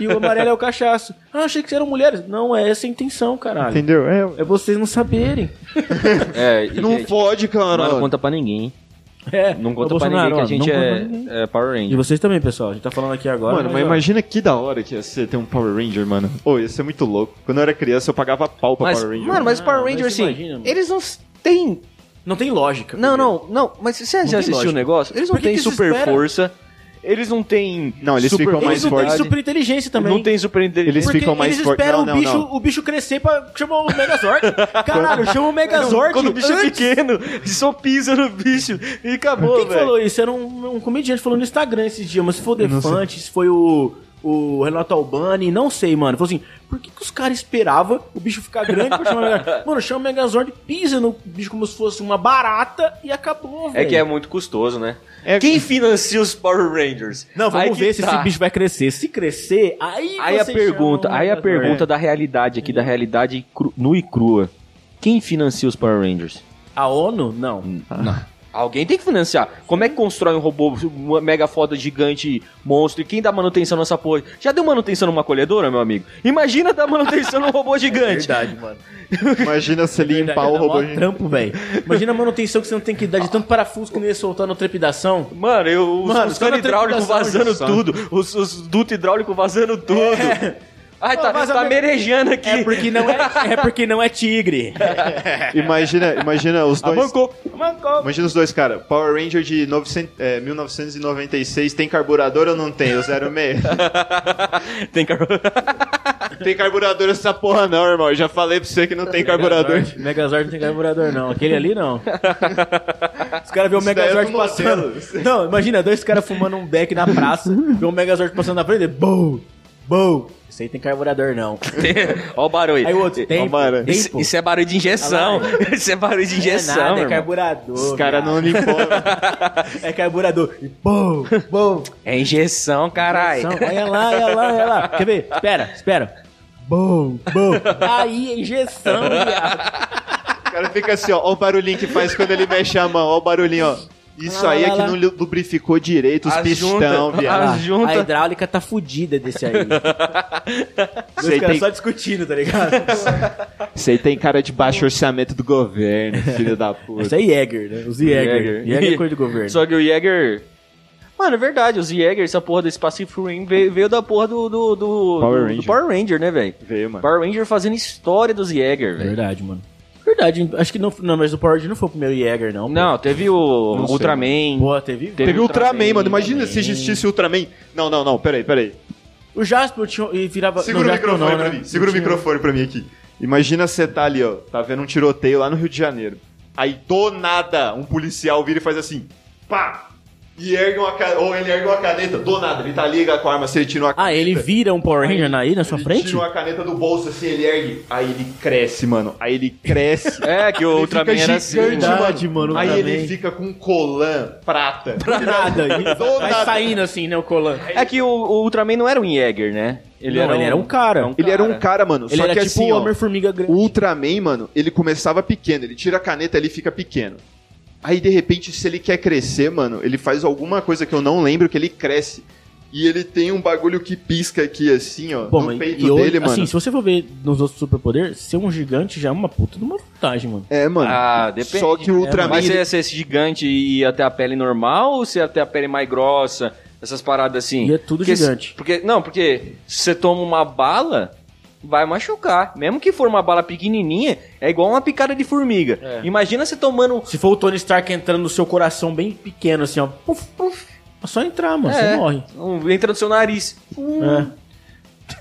[SPEAKER 3] e o amarelo é o cachaço. Ah, achei que eram mulheres. Não, é essa a intenção, caralho.
[SPEAKER 1] Entendeu? É,
[SPEAKER 3] É vocês não saberem.
[SPEAKER 4] É, e-
[SPEAKER 1] não
[SPEAKER 4] e-
[SPEAKER 1] pode, cara.
[SPEAKER 4] Mas não conta pra ninguém.
[SPEAKER 3] É.
[SPEAKER 4] Não
[SPEAKER 3] Ô,
[SPEAKER 4] conta pra
[SPEAKER 3] Bolsonaro,
[SPEAKER 4] ninguém que a
[SPEAKER 3] ó,
[SPEAKER 4] gente
[SPEAKER 3] não conta
[SPEAKER 4] é,
[SPEAKER 3] pra ninguém.
[SPEAKER 4] é Power
[SPEAKER 3] E
[SPEAKER 4] Ranger.
[SPEAKER 3] vocês também, pessoal. A gente tá falando aqui agora.
[SPEAKER 1] Mano, mas
[SPEAKER 3] ó.
[SPEAKER 1] imagina que da hora que ia ser ter um Power Ranger, mano. Ô, ia ser muito louco. Quando eu era criança, eu pagava pau pra
[SPEAKER 4] Mas,
[SPEAKER 1] Power Ranger.
[SPEAKER 4] mano, mas
[SPEAKER 3] Ah,
[SPEAKER 4] Power
[SPEAKER 3] mas
[SPEAKER 4] Ranger, assim,
[SPEAKER 3] imagina, mano.
[SPEAKER 4] eles não têm...
[SPEAKER 3] Não tem lógica.
[SPEAKER 4] Não, não, não. Mas você
[SPEAKER 3] tem
[SPEAKER 4] já assistiu o
[SPEAKER 3] lógica.
[SPEAKER 4] negócio? Eles não
[SPEAKER 3] Por que
[SPEAKER 4] têm
[SPEAKER 3] que se
[SPEAKER 4] super
[SPEAKER 3] espera?
[SPEAKER 4] força. Eles não têm...
[SPEAKER 1] Não, eles
[SPEAKER 4] super
[SPEAKER 1] ficam mais
[SPEAKER 3] é Eles
[SPEAKER 1] fortes.
[SPEAKER 3] não têm
[SPEAKER 4] velocidade,
[SPEAKER 3] super inteligência também.
[SPEAKER 4] Não tem super inteligência.
[SPEAKER 1] Eles
[SPEAKER 3] Porque
[SPEAKER 1] ficam mais
[SPEAKER 3] eles
[SPEAKER 1] fortes.
[SPEAKER 3] esperam
[SPEAKER 1] Não,
[SPEAKER 3] o, bicho,
[SPEAKER 1] não, não.
[SPEAKER 3] o bicho crescer pra chamar o [LAUGHS] Megazord. Caralho, chama o Megazord
[SPEAKER 4] Quando o bicho é
[SPEAKER 3] antes.
[SPEAKER 4] pequeno, só pisa no bicho e acabou,
[SPEAKER 3] Quem que
[SPEAKER 4] velho.
[SPEAKER 3] falou isso? Era um, um comediante falou no Instagram esses dias, mas se foi o Defante, se foi o, o Renato Albani, não sei, mano. Falou assim, por que, que os caras esperavam o bicho ficar grande pra chamar o [LAUGHS] Megazord? Mano, chama o Megazord, pisa no bicho como se fosse uma barata e acabou,
[SPEAKER 4] É
[SPEAKER 3] velho.
[SPEAKER 4] que é muito custoso, né?
[SPEAKER 1] É-
[SPEAKER 4] Quem financia os Power Rangers?
[SPEAKER 3] Não, vamos
[SPEAKER 4] Aí que
[SPEAKER 3] ver se
[SPEAKER 4] tá.
[SPEAKER 3] esse bicho vai crescer. Se crescer, aí
[SPEAKER 4] Aí a
[SPEAKER 3] você
[SPEAKER 4] pergunta,
[SPEAKER 3] chama o
[SPEAKER 4] aí a
[SPEAKER 3] Megazord.
[SPEAKER 4] pergunta da realidade aqui, da realidade cru, nua e crua. Quem financia os Power Rangers?
[SPEAKER 3] É. A ONU? Não.
[SPEAKER 4] Alguém tem que financiar. Como é que constrói um robô uma mega foda, gigante, monstro? E quem dá manutenção nessa porra? Já deu manutenção numa colhedora, meu amigo? Imagina dar manutenção num robô gigante.
[SPEAKER 3] [LAUGHS] É mano.
[SPEAKER 1] Imagina se limpar
[SPEAKER 3] Verdade,
[SPEAKER 1] o
[SPEAKER 3] dá mó
[SPEAKER 1] robô. Ranger.
[SPEAKER 3] trampo, velho. Imagina a manutenção que você não tem que dar de tanto parafuso que não ia soltar na trepidação.
[SPEAKER 4] Mano, eu, os,
[SPEAKER 3] Mano,
[SPEAKER 4] os
[SPEAKER 3] só na
[SPEAKER 4] cano hidráulico
[SPEAKER 3] tripulação,
[SPEAKER 4] vazando
[SPEAKER 3] só. É.
[SPEAKER 4] tudo, os, os duto hidráulico vazando tudo. Ai, tá,
[SPEAKER 3] Não, vaza
[SPEAKER 4] tá
[SPEAKER 3] mesmo.
[SPEAKER 4] merejando aqui.
[SPEAKER 3] É porque não
[SPEAKER 4] [LAUGHS]
[SPEAKER 3] é, é porque não é [LAUGHS] tigre.
[SPEAKER 1] Imagina, imagina
[SPEAKER 3] [LAUGHS]
[SPEAKER 1] os dois.
[SPEAKER 4] Mancou. Mancou.
[SPEAKER 1] Imagina os dois, cara. Power Ranger de 900, é, 1996 tem carburador ou não tem? O
[SPEAKER 3] [LAUGHS]
[SPEAKER 1] 06.
[SPEAKER 4] Tem que...
[SPEAKER 1] tem carburador essa porra não, irmão. Eu já falei pra você que não tem carburador.
[SPEAKER 3] Megazord, Megazord não tem carburador, não. Aquele ali, não. Os caras vê o
[SPEAKER 1] Isso daí é
[SPEAKER 3] Megazord
[SPEAKER 1] do
[SPEAKER 3] passando.
[SPEAKER 1] modelo.
[SPEAKER 3] Não, imagina, dois caras fumando um beck na praça, vê o Megazord passando na frente, bum, bum. Isso aí tem carburador, não.
[SPEAKER 4] [LAUGHS] Ó o barulho.
[SPEAKER 3] Aí o outro, tem,
[SPEAKER 1] mano,
[SPEAKER 3] tem,
[SPEAKER 4] Isso,
[SPEAKER 3] pô.
[SPEAKER 4] isso é barulho de injeção.
[SPEAKER 3] Olha
[SPEAKER 4] Isso é barulho de
[SPEAKER 3] Não é
[SPEAKER 4] injeção,
[SPEAKER 3] nada, é
[SPEAKER 4] irmão.
[SPEAKER 3] carburador.
[SPEAKER 1] Os caras não limpou.
[SPEAKER 3] É carburador. E bum, bum.
[SPEAKER 4] É injeção, caralho.
[SPEAKER 3] São- Olha lá, olha lá, olha lá. Quer ver? Espera, espera. Bom, bom. Aí, é injeção, viado.
[SPEAKER 1] o cara fica assim, ó. Ó o barulhinho que faz quando ele mexe a mão. Ó o barulhinho, ó. Isso
[SPEAKER 3] Lá,
[SPEAKER 1] aí é
[SPEAKER 3] lá,
[SPEAKER 1] que
[SPEAKER 3] lá.
[SPEAKER 1] não lu- lubrificou direito os
[SPEAKER 4] As
[SPEAKER 1] pistão,
[SPEAKER 4] junta-
[SPEAKER 3] Tá
[SPEAKER 1] viado.
[SPEAKER 4] as junta.
[SPEAKER 3] A hidráulica tá fudida desse [LAUGHS] aí.
[SPEAKER 1] Isso aí
[SPEAKER 3] Os caras
[SPEAKER 1] tem-
[SPEAKER 3] só discutindo, tá ligado?
[SPEAKER 1] Isso aí tem cara de baixo orçamento do [LAUGHS] governo, filho da
[SPEAKER 3] [LAUGHS] Isso
[SPEAKER 1] puta.
[SPEAKER 3] é Jäger, né? Os Jäger. Jäger é [LAUGHS] coisa do governo.
[SPEAKER 4] Só que o Jäger... Mano, é verdade, os Jäger, essa porra desse Pacific Rim veio, veio da porra do, do, do-
[SPEAKER 1] Power
[SPEAKER 4] do- do
[SPEAKER 1] Ranger.
[SPEAKER 4] Power Ranger, né, velho?
[SPEAKER 1] Veio, mano.
[SPEAKER 4] Power Ranger fazendo história dos Jäger, velho.
[SPEAKER 3] Verdade, mano. Verdade, acho que não, não, mas o Power Ranger não foi o primeiro Jäger, não. pô.
[SPEAKER 4] Não, teve o
[SPEAKER 1] Não sei.
[SPEAKER 4] Ultraman.
[SPEAKER 3] Pô, teve...
[SPEAKER 1] Teve Ultraman, né? mano. Imagina
[SPEAKER 3] Ultraman.
[SPEAKER 1] se existisse Ultraman. Não, não, não. Peraí, peraí.
[SPEAKER 3] O Jasper tinha, e virava.
[SPEAKER 1] Segura
[SPEAKER 3] não,
[SPEAKER 1] o
[SPEAKER 3] Jasper
[SPEAKER 1] microfone
[SPEAKER 3] não,
[SPEAKER 1] pra
[SPEAKER 3] né?
[SPEAKER 1] mim. Segura o
[SPEAKER 3] Tinha-
[SPEAKER 1] microfone pra mim aqui. Imagina você tá ali, ó, tá vendo um tiroteio lá no Rio de Janeiro. Aí do nada, um policial vira e faz assim, pá! E ergue uma caneta, ou ele ergue uma caneta, do nada, ele tá ali com a arma, se ele tira uma caneta.
[SPEAKER 3] Ah, ele vira um Power Ranger aí na sua
[SPEAKER 1] ele
[SPEAKER 3] frente?
[SPEAKER 1] tira uma caneta do bolso assim, ele ergue. Aí ele cresce, mano. Aí ele cresce.
[SPEAKER 4] [LAUGHS] É, que o Ultraman
[SPEAKER 1] fica
[SPEAKER 4] era assim.
[SPEAKER 1] gigante,
[SPEAKER 4] mano.
[SPEAKER 3] Verdade, mano, o
[SPEAKER 1] Aí ele
[SPEAKER 3] Ultraman.
[SPEAKER 1] fica com um colã prata.
[SPEAKER 3] Pra [LAUGHS] nada. e
[SPEAKER 1] Do
[SPEAKER 3] Vai
[SPEAKER 1] nada.
[SPEAKER 3] saindo assim, né, o Colan.
[SPEAKER 4] É que o, o Ultraman não era um Jäger, né?
[SPEAKER 3] Não, ele era um cara.
[SPEAKER 1] Ele era um cara, mano.
[SPEAKER 3] Ele
[SPEAKER 1] só
[SPEAKER 3] era
[SPEAKER 1] que
[SPEAKER 3] tipo
[SPEAKER 1] assim,
[SPEAKER 3] o
[SPEAKER 1] ó,
[SPEAKER 3] Homem-Formiga grande.
[SPEAKER 1] O Ultraman, mano, ele começava pequeno. Ele tira a caneta, ele fica pequeno. Aí, de repente, se ele quer crescer, mano, ele faz alguma coisa que eu não lembro, que ele cresce. E ele tem um bagulho que pisca aqui, assim, ó,
[SPEAKER 3] Pô,
[SPEAKER 1] no
[SPEAKER 3] mas-
[SPEAKER 1] peito
[SPEAKER 3] e hoje,
[SPEAKER 1] dele, mano.
[SPEAKER 3] Assim, se você for ver nos outros superpoder, ser um gigante já é uma puta de uma vantagem, mano.
[SPEAKER 1] É, mano.
[SPEAKER 4] Ah, depende.
[SPEAKER 1] Só que o Ultraman...
[SPEAKER 4] Mas é você
[SPEAKER 1] ele-
[SPEAKER 4] ia ser esse gigante e ir até a pele normal ou você ia até a pele mais grossa? Essas paradas assim.
[SPEAKER 3] Ia tudo
[SPEAKER 4] Porque se-
[SPEAKER 3] gigante.
[SPEAKER 4] Porque, não, porque se você toma uma bala, vai machucar. Mesmo que for uma bala pequenininha, é igual uma picada de formiga. Imagina você tomando...
[SPEAKER 3] Se for o Tony Stark entrando no seu coração bem pequeno, assim, ó. Puf, puf. É só entrar, mano.
[SPEAKER 4] É,
[SPEAKER 3] Você morre.
[SPEAKER 4] um- entra no seu nariz. Hum,
[SPEAKER 3] É.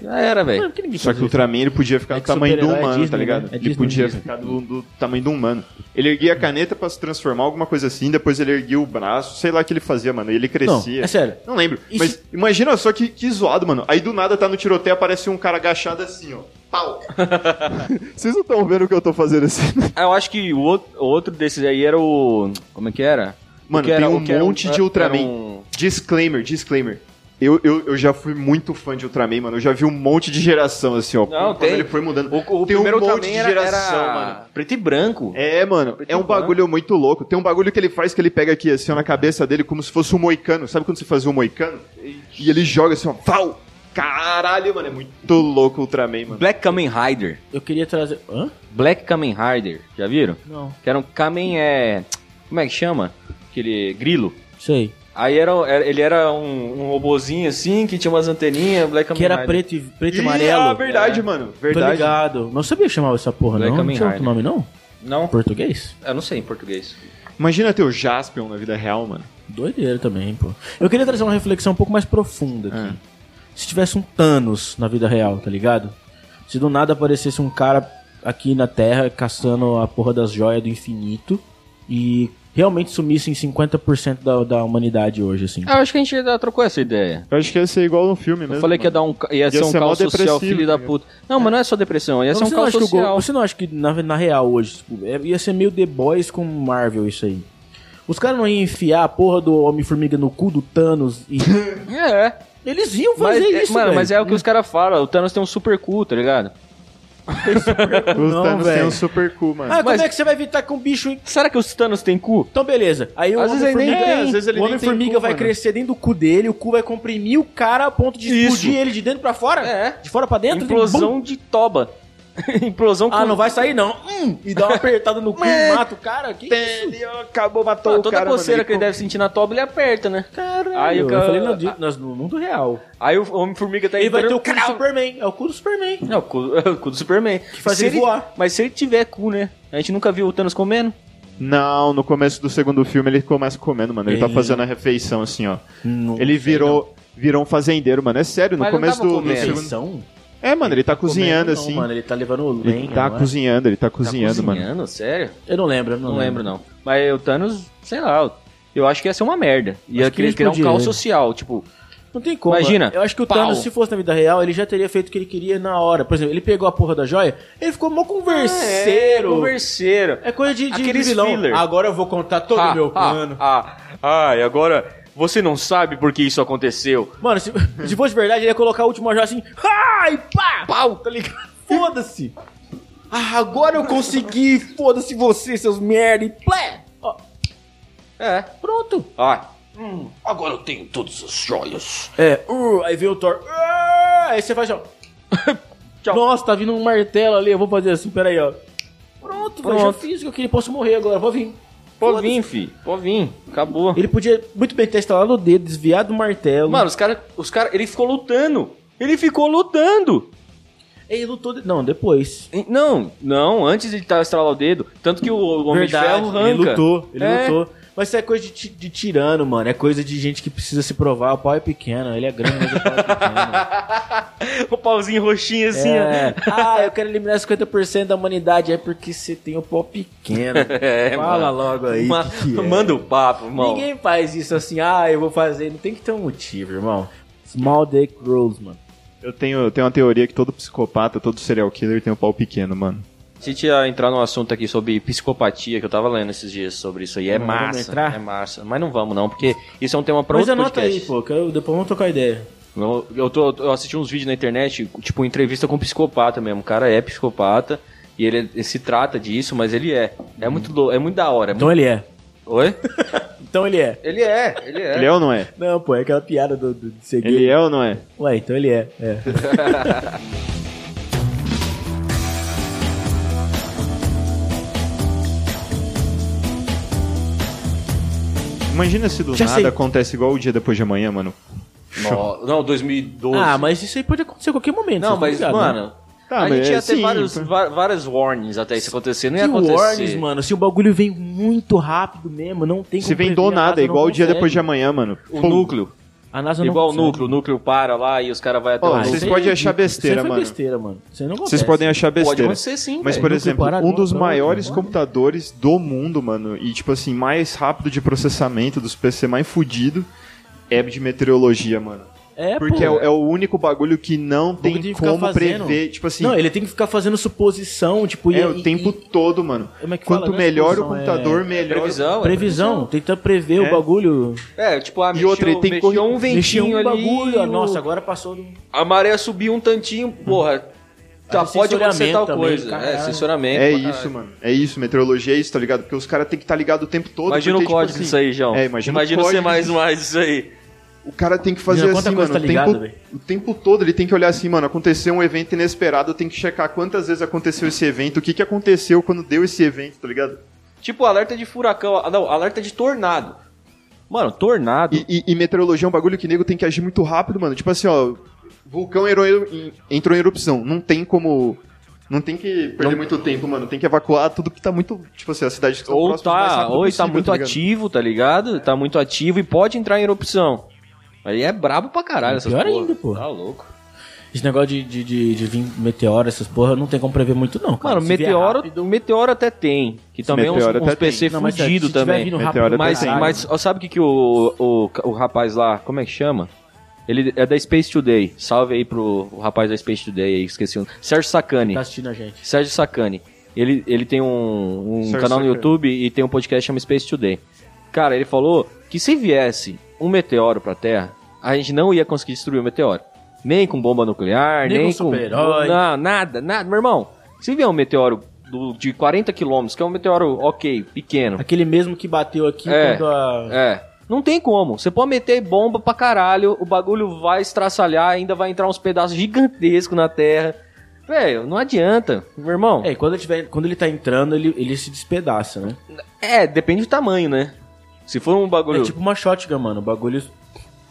[SPEAKER 4] Já era,
[SPEAKER 3] Mano,
[SPEAKER 4] [LAUGHS] velho.
[SPEAKER 3] por que ninguém
[SPEAKER 1] Só
[SPEAKER 3] faz
[SPEAKER 1] que o
[SPEAKER 3] isso?
[SPEAKER 1] Ultraman ele podia ficar
[SPEAKER 3] É
[SPEAKER 1] do
[SPEAKER 3] que
[SPEAKER 1] tamanho do
[SPEAKER 3] super-herói é
[SPEAKER 1] humano, tá
[SPEAKER 3] Disney,
[SPEAKER 1] ligado?
[SPEAKER 3] né? É
[SPEAKER 1] ele
[SPEAKER 3] Disney,
[SPEAKER 1] podia
[SPEAKER 3] Disney.
[SPEAKER 1] ficar do, do tamanho do humano. Ele erguia a caneta pra se transformar, alguma coisa assim, depois ele erguia o braço, sei lá o que ele fazia, mano. e Ele crescia.
[SPEAKER 3] Não, é sério.
[SPEAKER 1] Não lembro.
[SPEAKER 3] Isso-
[SPEAKER 1] Mas imagina só que, que zoado, mano. Aí do nada tá no tiroteio, aparece um cara agachado assim, ó.
[SPEAKER 4] [LAUGHS]
[SPEAKER 1] Pau! Vocês não estão vendo o que eu tô fazendo assim?
[SPEAKER 4] Ah, Eu acho que o outro, o outro desses aí era o... Como é que era?
[SPEAKER 1] Mano,
[SPEAKER 4] O que era-
[SPEAKER 1] tem
[SPEAKER 4] o
[SPEAKER 1] um
[SPEAKER 4] que era
[SPEAKER 1] monte de Ultraman.
[SPEAKER 4] era um-
[SPEAKER 1] Disclaimer, disclaimer. Eu, eu, eu já fui muito fã de Ultraman, mano. Eu já vi um monte de geração, assim, ó.
[SPEAKER 4] Não,
[SPEAKER 1] Conforme
[SPEAKER 4] tem.
[SPEAKER 1] ele foi mudando.
[SPEAKER 4] O, o
[SPEAKER 1] tem um
[SPEAKER 4] primeiro
[SPEAKER 1] monte
[SPEAKER 4] Ultraman
[SPEAKER 1] de
[SPEAKER 4] era,
[SPEAKER 1] geração,
[SPEAKER 4] era
[SPEAKER 1] mano.
[SPEAKER 4] preto e branco.
[SPEAKER 1] É, mano, é um bagulho muito louco. Tem um bagulho que ele faz que ele pega aqui, assim, ó, na cabeça dele, como se fosse um moicano. Sabe quando você fazia um moicano? E ele joga assim, ó, pau! Caralho, mano, é muito louco o Ultraman, mano.
[SPEAKER 4] Black Kamen Rider.
[SPEAKER 3] Eu queria trazer. Hã?
[SPEAKER 4] Black Kamen Rider. Já viram?
[SPEAKER 3] Não.
[SPEAKER 4] Que era um Kamen, é... Como é que chama? Aquele grilo.
[SPEAKER 3] Sei.
[SPEAKER 4] Aí era, era- ele era um, um robozinho assim, que tinha umas anteninhas, Black Kamen
[SPEAKER 3] Que era
[SPEAKER 4] Rider.
[SPEAKER 3] preto e, preto e
[SPEAKER 1] Ih,
[SPEAKER 3] amarelo.
[SPEAKER 1] Ah, verdade,
[SPEAKER 4] É.
[SPEAKER 1] mano,
[SPEAKER 3] Tô
[SPEAKER 1] verdade.
[SPEAKER 3] ligado. Mas eu sabia que chamava essa porra,
[SPEAKER 4] Black
[SPEAKER 3] não? Não
[SPEAKER 4] é Kamen
[SPEAKER 3] tinha outro
[SPEAKER 4] Rider.
[SPEAKER 3] nome, não?
[SPEAKER 4] Não,
[SPEAKER 3] Português?
[SPEAKER 4] eu não sei em português.
[SPEAKER 1] Imagina ter o Jaspion na vida real, mano.
[SPEAKER 3] Doideira também, pô. Eu queria trazer uma reflexão um pouco mais profunda aqui. Se tivesse um Thanos na vida real, tá ligado? Se do nada aparecesse um cara aqui na Terra caçando a porra das joias do infinito e realmente sumisse em 50% da, da humanidade hoje, assim.
[SPEAKER 4] Ah, eu acho que a gente já trocou essa ideia.
[SPEAKER 1] Eu acho que ia ser igual no filme mesmo.
[SPEAKER 4] Eu falei que ia, dar um, ca- ia, ser um
[SPEAKER 1] ser mó
[SPEAKER 4] caos social,
[SPEAKER 1] depressivo,
[SPEAKER 4] filho da
[SPEAKER 1] tá
[SPEAKER 4] puta. Não, mas não é só depressão, ia
[SPEAKER 3] Mas
[SPEAKER 4] ser um
[SPEAKER 3] Então, você, não
[SPEAKER 4] caos
[SPEAKER 3] acha que o Go-
[SPEAKER 4] social.
[SPEAKER 3] você não acha que na, na real hoje, tipo, é- ia ser meio The Boys com Marvel isso aí? Os caras não iam enfiar a porra do Homem-Formiga no cu do Thanos [LAUGHS] e.
[SPEAKER 4] É,
[SPEAKER 3] Eles iam
[SPEAKER 4] mas,
[SPEAKER 3] fazer
[SPEAKER 4] é-
[SPEAKER 3] isso,
[SPEAKER 4] mano,
[SPEAKER 3] velho.
[SPEAKER 4] mas é o que os caras falam, o Thanos tem um super cu, tá ligado?
[SPEAKER 1] O
[SPEAKER 3] Não,
[SPEAKER 1] Thanos tem
[SPEAKER 3] velho.
[SPEAKER 1] um super cu, mano.
[SPEAKER 3] Ah,
[SPEAKER 4] Mas-
[SPEAKER 3] como é que você vai evitar que um bicho
[SPEAKER 4] Será que os Thanos tem cu?
[SPEAKER 3] Então, beleza. Aí o
[SPEAKER 4] Às vezes ele nem
[SPEAKER 3] Homem-Formiga É,
[SPEAKER 4] tem, às
[SPEAKER 1] vezes ele
[SPEAKER 3] o
[SPEAKER 1] nem tem
[SPEAKER 3] Homem-Formiga
[SPEAKER 1] cu,
[SPEAKER 3] vai
[SPEAKER 1] mano.
[SPEAKER 3] crescer dentro do cu dele, o cu vai comprimir o cara a ponto de
[SPEAKER 4] Isso.
[SPEAKER 3] explodir ele de dentro pra fora?
[SPEAKER 4] É.
[SPEAKER 3] De fora pra dentro? Bum!
[SPEAKER 4] Implosão de toba. [LAUGHS] Implosão
[SPEAKER 3] Ah, não vai sair não. Hum, e dá uma apertada no cu [LAUGHS] e mata o cara? Que isso?
[SPEAKER 1] Ele acabou, matou
[SPEAKER 4] Ah,
[SPEAKER 1] o
[SPEAKER 4] toda
[SPEAKER 1] cara.
[SPEAKER 4] coceira
[SPEAKER 1] mano,
[SPEAKER 4] que ele deve sentir na toba, ele aperta, né?
[SPEAKER 3] Caralho,
[SPEAKER 4] Aí o
[SPEAKER 3] eu
[SPEAKER 4] cara-
[SPEAKER 3] falei no, di- nas- no mundo real.
[SPEAKER 4] Aí o Homem-Formiga tá
[SPEAKER 3] Ele vai ter o cu do
[SPEAKER 4] Crau!
[SPEAKER 3] Superman. É o cu do Superman.
[SPEAKER 4] É, o cu, é o cu do [LAUGHS] Superman. Que
[SPEAKER 3] faz ele voar.
[SPEAKER 4] Mas se ele tiver cu, né? A gente nunca viu o Thanos comendo.
[SPEAKER 1] Tá Não, no começo do segundo filme ele começa comendo, mano. Ele, tá
[SPEAKER 3] Ele-
[SPEAKER 1] fazendo a refeição assim, ó.
[SPEAKER 3] Não
[SPEAKER 1] ele virou, virou um fazendeiro, mano. É sério, no
[SPEAKER 4] Mas ele
[SPEAKER 1] começo
[SPEAKER 4] tava
[SPEAKER 1] do, do
[SPEAKER 4] comendo.
[SPEAKER 1] segundo.
[SPEAKER 3] Refeição?
[SPEAKER 1] É, mano, ele tá cozinhando
[SPEAKER 3] Não,
[SPEAKER 1] assim.
[SPEAKER 3] mano, ele tá levando lenha.
[SPEAKER 1] Ele tá
[SPEAKER 3] agora.
[SPEAKER 1] cozinhando, ele tá cozinhando, mano.
[SPEAKER 4] Cozinhando, sério?
[SPEAKER 3] Eu não lembro, eu não,
[SPEAKER 4] Não, lembro, não. Mas o Thanos, sei lá, eu acho que ia ser uma merda. Ia
[SPEAKER 3] Acho que
[SPEAKER 4] querer
[SPEAKER 3] ele
[SPEAKER 4] criar um
[SPEAKER 3] explodia,
[SPEAKER 4] caos
[SPEAKER 3] né?
[SPEAKER 4] social, tipo...
[SPEAKER 3] Não tem como.
[SPEAKER 4] Imagina,
[SPEAKER 3] Eu acho que o
[SPEAKER 4] pau.
[SPEAKER 3] Thanos, se fosse na vida real, ele já teria feito o que ele queria na hora. Por exemplo, ele pegou a porra da joia, ele ficou mó
[SPEAKER 4] Converseiro.
[SPEAKER 3] converseiro.
[SPEAKER 4] Converseiro.
[SPEAKER 3] É coisa de, de
[SPEAKER 4] Ah, Aqueles
[SPEAKER 3] vilão.
[SPEAKER 4] filler.
[SPEAKER 3] Agora eu vou contar todo o meu plano.
[SPEAKER 4] Ah, ah, e agora você não sabe por que isso aconteceu.
[SPEAKER 3] Mano, se, [LAUGHS] se fosse verdade, ele ia colocar a última joia assim. Ai, pá! Pau, tá ligado? Foda-se! Ah, agora eu consegui! Foda-se você, seus merda! E plé! Ó,
[SPEAKER 4] É.
[SPEAKER 3] pronto!
[SPEAKER 4] Ah,
[SPEAKER 7] Agora eu tenho todas as joias.
[SPEAKER 3] É, uh, aí vem o Thor. Ah, aí você faz, ó. [LAUGHS] Tchau. Nossa, tá vindo um martelo ali, eu vou fazer assim, peraí, ó. Pronto, velho, já
[SPEAKER 4] Pronto.
[SPEAKER 3] fiz o que eu queria, posso morrer agora, vou vir.
[SPEAKER 4] pô,
[SPEAKER 3] Foda-se.
[SPEAKER 4] vim, fi. Pô, vim. Acabou.
[SPEAKER 3] Ele podia muito bem ter instalado o dedo, desviado do martelo.
[SPEAKER 4] Mano, os caras... Os cara, ele ficou lutando. Ele ficou lutando.
[SPEAKER 3] ele lutou. de- Não, depois.
[SPEAKER 4] Não, não, antes de tá- estralar o dedo. Tanto que o Homem de Ferro arranca. [LAUGHS]
[SPEAKER 3] ele lutou, ele
[SPEAKER 4] É.
[SPEAKER 3] lutou. Mas isso é coisa de, ti- de tirano, mano. É coisa de gente que precisa se provar. O pau é pequeno, ele é grande, mas o pau é [LAUGHS] pequeno.
[SPEAKER 4] o pauzinho roxinho assim,
[SPEAKER 3] É. Ah, eu quero eliminar 50% da humanidade. É porque você tem o pau [LAUGHS] pequeno.
[SPEAKER 4] É,
[SPEAKER 3] Fala
[SPEAKER 4] mano.
[SPEAKER 3] logo aí.
[SPEAKER 4] Ma-
[SPEAKER 3] que que é.
[SPEAKER 4] Manda o papo, irmão.
[SPEAKER 3] Ninguém faz isso assim, ah, eu vou fazer. Não tem que ter um motivo, irmão. Small Dick Rules, mano.
[SPEAKER 1] Eu tenho, eu tenho uma teoria que todo psicopata, todo serial killer tem um pau pequeno, mano.
[SPEAKER 4] Se a gente ia entrar num assunto aqui sobre psicopatia, que eu tava lendo esses dias sobre isso aí, é
[SPEAKER 3] Não, vamos
[SPEAKER 4] massa.
[SPEAKER 3] entrar?
[SPEAKER 4] É massa. Mas não vamos, não, porque isso é um tema pra
[SPEAKER 3] Mas
[SPEAKER 4] outro
[SPEAKER 3] anota
[SPEAKER 4] podcast.
[SPEAKER 3] aí, pô, que eu, depois vamos trocar ideia.
[SPEAKER 4] Eu, eu, tô, eu assisti uns vídeos na internet, tipo, entrevista com um psicopata mesmo. O cara é psicopata e ele, ele se trata disso, mas ele é. É muito, lou- é muito da hora. é
[SPEAKER 3] Então ele é.
[SPEAKER 4] muito- Oi?
[SPEAKER 3] Então ele é.
[SPEAKER 4] Ele é, ele é.
[SPEAKER 1] Ele é ou não é?
[SPEAKER 3] Não, pô, é aquela piada do, do de ser gay.
[SPEAKER 1] Ele é ou não é?
[SPEAKER 3] Ué, então ele é. é.
[SPEAKER 1] Imagina se do
[SPEAKER 3] Já
[SPEAKER 1] nada
[SPEAKER 3] sei.
[SPEAKER 1] acontece igual o dia depois de amanhã, mano. um
[SPEAKER 4] No- não, 2012.
[SPEAKER 3] [LAUGHS] Ah, mas isso aí pode acontecer a qualquer momento.
[SPEAKER 4] Não,
[SPEAKER 3] vocês
[SPEAKER 4] mas,
[SPEAKER 3] estão ligados, né?
[SPEAKER 4] mano.
[SPEAKER 1] Tá,
[SPEAKER 4] a
[SPEAKER 1] mas
[SPEAKER 4] gente
[SPEAKER 1] é
[SPEAKER 4] ia ter
[SPEAKER 1] sim,
[SPEAKER 4] vários,
[SPEAKER 1] pô.
[SPEAKER 4] va- várias warnings até isso acontecer. Não ia
[SPEAKER 3] assim, Que
[SPEAKER 4] acontecer.
[SPEAKER 3] warnings, mano. Se o bagulho vem muito rápido mesmo, não tem
[SPEAKER 1] Se
[SPEAKER 3] como
[SPEAKER 1] vem do
[SPEAKER 3] prever, a
[SPEAKER 1] nada,
[SPEAKER 3] NASA não
[SPEAKER 1] igual o dia
[SPEAKER 3] consegue.
[SPEAKER 1] depois de amanhã, mano.
[SPEAKER 4] O
[SPEAKER 1] Pum.
[SPEAKER 4] núcleo.
[SPEAKER 3] A NASA não
[SPEAKER 4] Igual o
[SPEAKER 3] consegue.
[SPEAKER 4] núcleo. O núcleo para lá e os caras vão até
[SPEAKER 1] Ó,
[SPEAKER 4] o
[SPEAKER 3] Ah,
[SPEAKER 1] vocês
[SPEAKER 4] núcleo.
[SPEAKER 3] isso aí
[SPEAKER 1] podem
[SPEAKER 3] é
[SPEAKER 1] achar
[SPEAKER 3] ridículo.
[SPEAKER 1] besteira,
[SPEAKER 3] Isso aí foi
[SPEAKER 1] mano.
[SPEAKER 3] besteira, mano. Isso aí não
[SPEAKER 1] Vocês
[SPEAKER 3] acontece.
[SPEAKER 1] podem achar
[SPEAKER 4] Pode
[SPEAKER 1] besteira.
[SPEAKER 4] acontecer sim,
[SPEAKER 1] Mas,
[SPEAKER 4] velho.
[SPEAKER 1] por
[SPEAKER 3] Núcleo
[SPEAKER 1] exemplo,
[SPEAKER 3] parado,
[SPEAKER 1] um
[SPEAKER 3] não,
[SPEAKER 1] dos
[SPEAKER 3] não,
[SPEAKER 1] maiores
[SPEAKER 3] não.
[SPEAKER 1] computadores do mundo, mano, e tipo assim, mais rápido de processamento dos PC mais fudido é de meteorologia, mano.
[SPEAKER 3] É,
[SPEAKER 1] Porque
[SPEAKER 3] pô.
[SPEAKER 1] é, o- é o único bagulho que não
[SPEAKER 3] bagulho
[SPEAKER 1] tem
[SPEAKER 3] de ficar
[SPEAKER 1] como
[SPEAKER 3] fazendo.
[SPEAKER 1] prever. Tipo assim,
[SPEAKER 3] Não, ele tem que ficar fazendo suposição, tipo...
[SPEAKER 1] é o tempo todo, mano.
[SPEAKER 3] Como é que fala?
[SPEAKER 1] Quanto
[SPEAKER 3] Não é
[SPEAKER 1] melhor o
[SPEAKER 3] suposição,
[SPEAKER 1] computador,
[SPEAKER 4] É
[SPEAKER 1] melhor.
[SPEAKER 4] Previsão. é
[SPEAKER 3] Previsão, tentar prever
[SPEAKER 1] É.
[SPEAKER 3] o bagulho.
[SPEAKER 4] É, tipo, ah,
[SPEAKER 1] E outra, ele tem que
[SPEAKER 4] mexeu
[SPEAKER 1] correr-
[SPEAKER 4] um
[SPEAKER 3] Mexer
[SPEAKER 4] ventinho
[SPEAKER 3] um
[SPEAKER 4] ali.
[SPEAKER 3] bagulho.
[SPEAKER 4] o-
[SPEAKER 3] Nossa, agora passou do.
[SPEAKER 4] a maré subiu um tantinho, porra. Tá,
[SPEAKER 3] Aí,
[SPEAKER 4] pode acontecer
[SPEAKER 3] censuramento
[SPEAKER 4] tal
[SPEAKER 3] também,
[SPEAKER 4] coisa. É,
[SPEAKER 3] caralho.
[SPEAKER 4] censuramento.
[SPEAKER 1] É
[SPEAKER 4] pra caralho.
[SPEAKER 1] isso, mano. É isso, meteorologia é isso, tá ligado? Porque os caras têm que estar tá ligado o tempo todo.
[SPEAKER 4] Imagina
[SPEAKER 1] porque,
[SPEAKER 4] o
[SPEAKER 1] tipo
[SPEAKER 4] código
[SPEAKER 1] assim,
[SPEAKER 4] disso aí, João.
[SPEAKER 1] É, imagina,
[SPEAKER 4] imagina
[SPEAKER 1] o
[SPEAKER 4] você
[SPEAKER 1] código.
[SPEAKER 4] mais [LAUGHS] mais isso aí.
[SPEAKER 1] O cara tem que fazer
[SPEAKER 3] Imagina
[SPEAKER 1] assim,
[SPEAKER 3] quanta
[SPEAKER 1] mano.
[SPEAKER 3] coisa
[SPEAKER 1] o
[SPEAKER 3] tá ligado,
[SPEAKER 1] tempo, o tempo todo ele tem que olhar assim, mano. Aconteceu um evento inesperado, eu tenho que checar quantas vezes aconteceu esse evento, o que, que aconteceu quando deu esse evento, tá ligado?
[SPEAKER 4] Tipo, alerta de furacão. Ah, Não, alerta de tornado. Mano, tornado.
[SPEAKER 1] E, e- e meteorologia é um bagulho que nego tem que agir muito rápido, mano. Tipo assim, ó, vulcão ero- ero- em- entrou em erupção. Não tem como. Não tem que perder muito tempo, mano. Tem que evacuar tudo que tá muito. Tipo assim, a cidade que tá
[SPEAKER 4] ou
[SPEAKER 1] próxima o mais
[SPEAKER 4] tá,
[SPEAKER 1] rápido
[SPEAKER 4] ou ele
[SPEAKER 1] possível,
[SPEAKER 4] tá muito
[SPEAKER 1] ligado?
[SPEAKER 4] ativo, tá ligado? Tá muito ativo e pode entrar em erupção. Aí é brabo pra caralho essas
[SPEAKER 3] Pior
[SPEAKER 4] porra.
[SPEAKER 3] ainda, pô.
[SPEAKER 4] Tá louco.
[SPEAKER 3] Esse negócio de, de, de, de vir meteoro, essas porra, não tem como prever muito, não. Cara.
[SPEAKER 4] Mano,
[SPEAKER 3] Se vier
[SPEAKER 4] meteoro,
[SPEAKER 3] rápido-
[SPEAKER 4] meteoro até tem. Que também é uns,
[SPEAKER 1] meteoro
[SPEAKER 4] uns
[SPEAKER 1] até
[SPEAKER 4] PC
[SPEAKER 3] Não, mas se-
[SPEAKER 4] fudido
[SPEAKER 3] se tiver
[SPEAKER 4] também.
[SPEAKER 3] vindo rápido
[SPEAKER 1] Meteoro
[SPEAKER 3] pra né?
[SPEAKER 4] Mas,
[SPEAKER 3] caralho,
[SPEAKER 4] mas ó, sabe o que, que o, o, o rapaz lá, como é que chama? Ele é da Space Today. Salve aí pro o rapaz da Space Today aí, esqueci o nome. Sérgio Sacani.
[SPEAKER 3] Tá assistindo a gente.
[SPEAKER 4] Sérgio Sacani. Ele, ele tem um, um
[SPEAKER 1] Sérgio
[SPEAKER 4] canal no
[SPEAKER 1] Sacani.
[SPEAKER 4] YouTube e tem um podcast que chama Space Today. Cara, ele falou que se viesse um meteoro pra Terra, a gente não ia conseguir destruir o meteoro. Nem com bomba nuclear,
[SPEAKER 3] Nem
[SPEAKER 4] nem,
[SPEAKER 3] com super-herói.
[SPEAKER 4] Não, nada, nada. Meu irmão, se vier um meteoro do- de 40 quilômetros, que é um meteoro ok, pequeno,
[SPEAKER 3] Aquele mesmo que bateu aqui
[SPEAKER 4] É.
[SPEAKER 3] quando a.
[SPEAKER 4] é. Não tem como. Você pode meter bomba pra caralho, o bagulho vai estraçalhar, ainda vai entrar uns pedaços gigantescos na terra. Velho, não adianta, meu irmão.
[SPEAKER 3] É, e quando ele, tiver, quando ele tá entrando, ele, ele se despedaça, né?
[SPEAKER 4] É, depende do tamanho, né? Se for um bagulho.
[SPEAKER 3] É tipo uma shotgun, mano. O bagulho,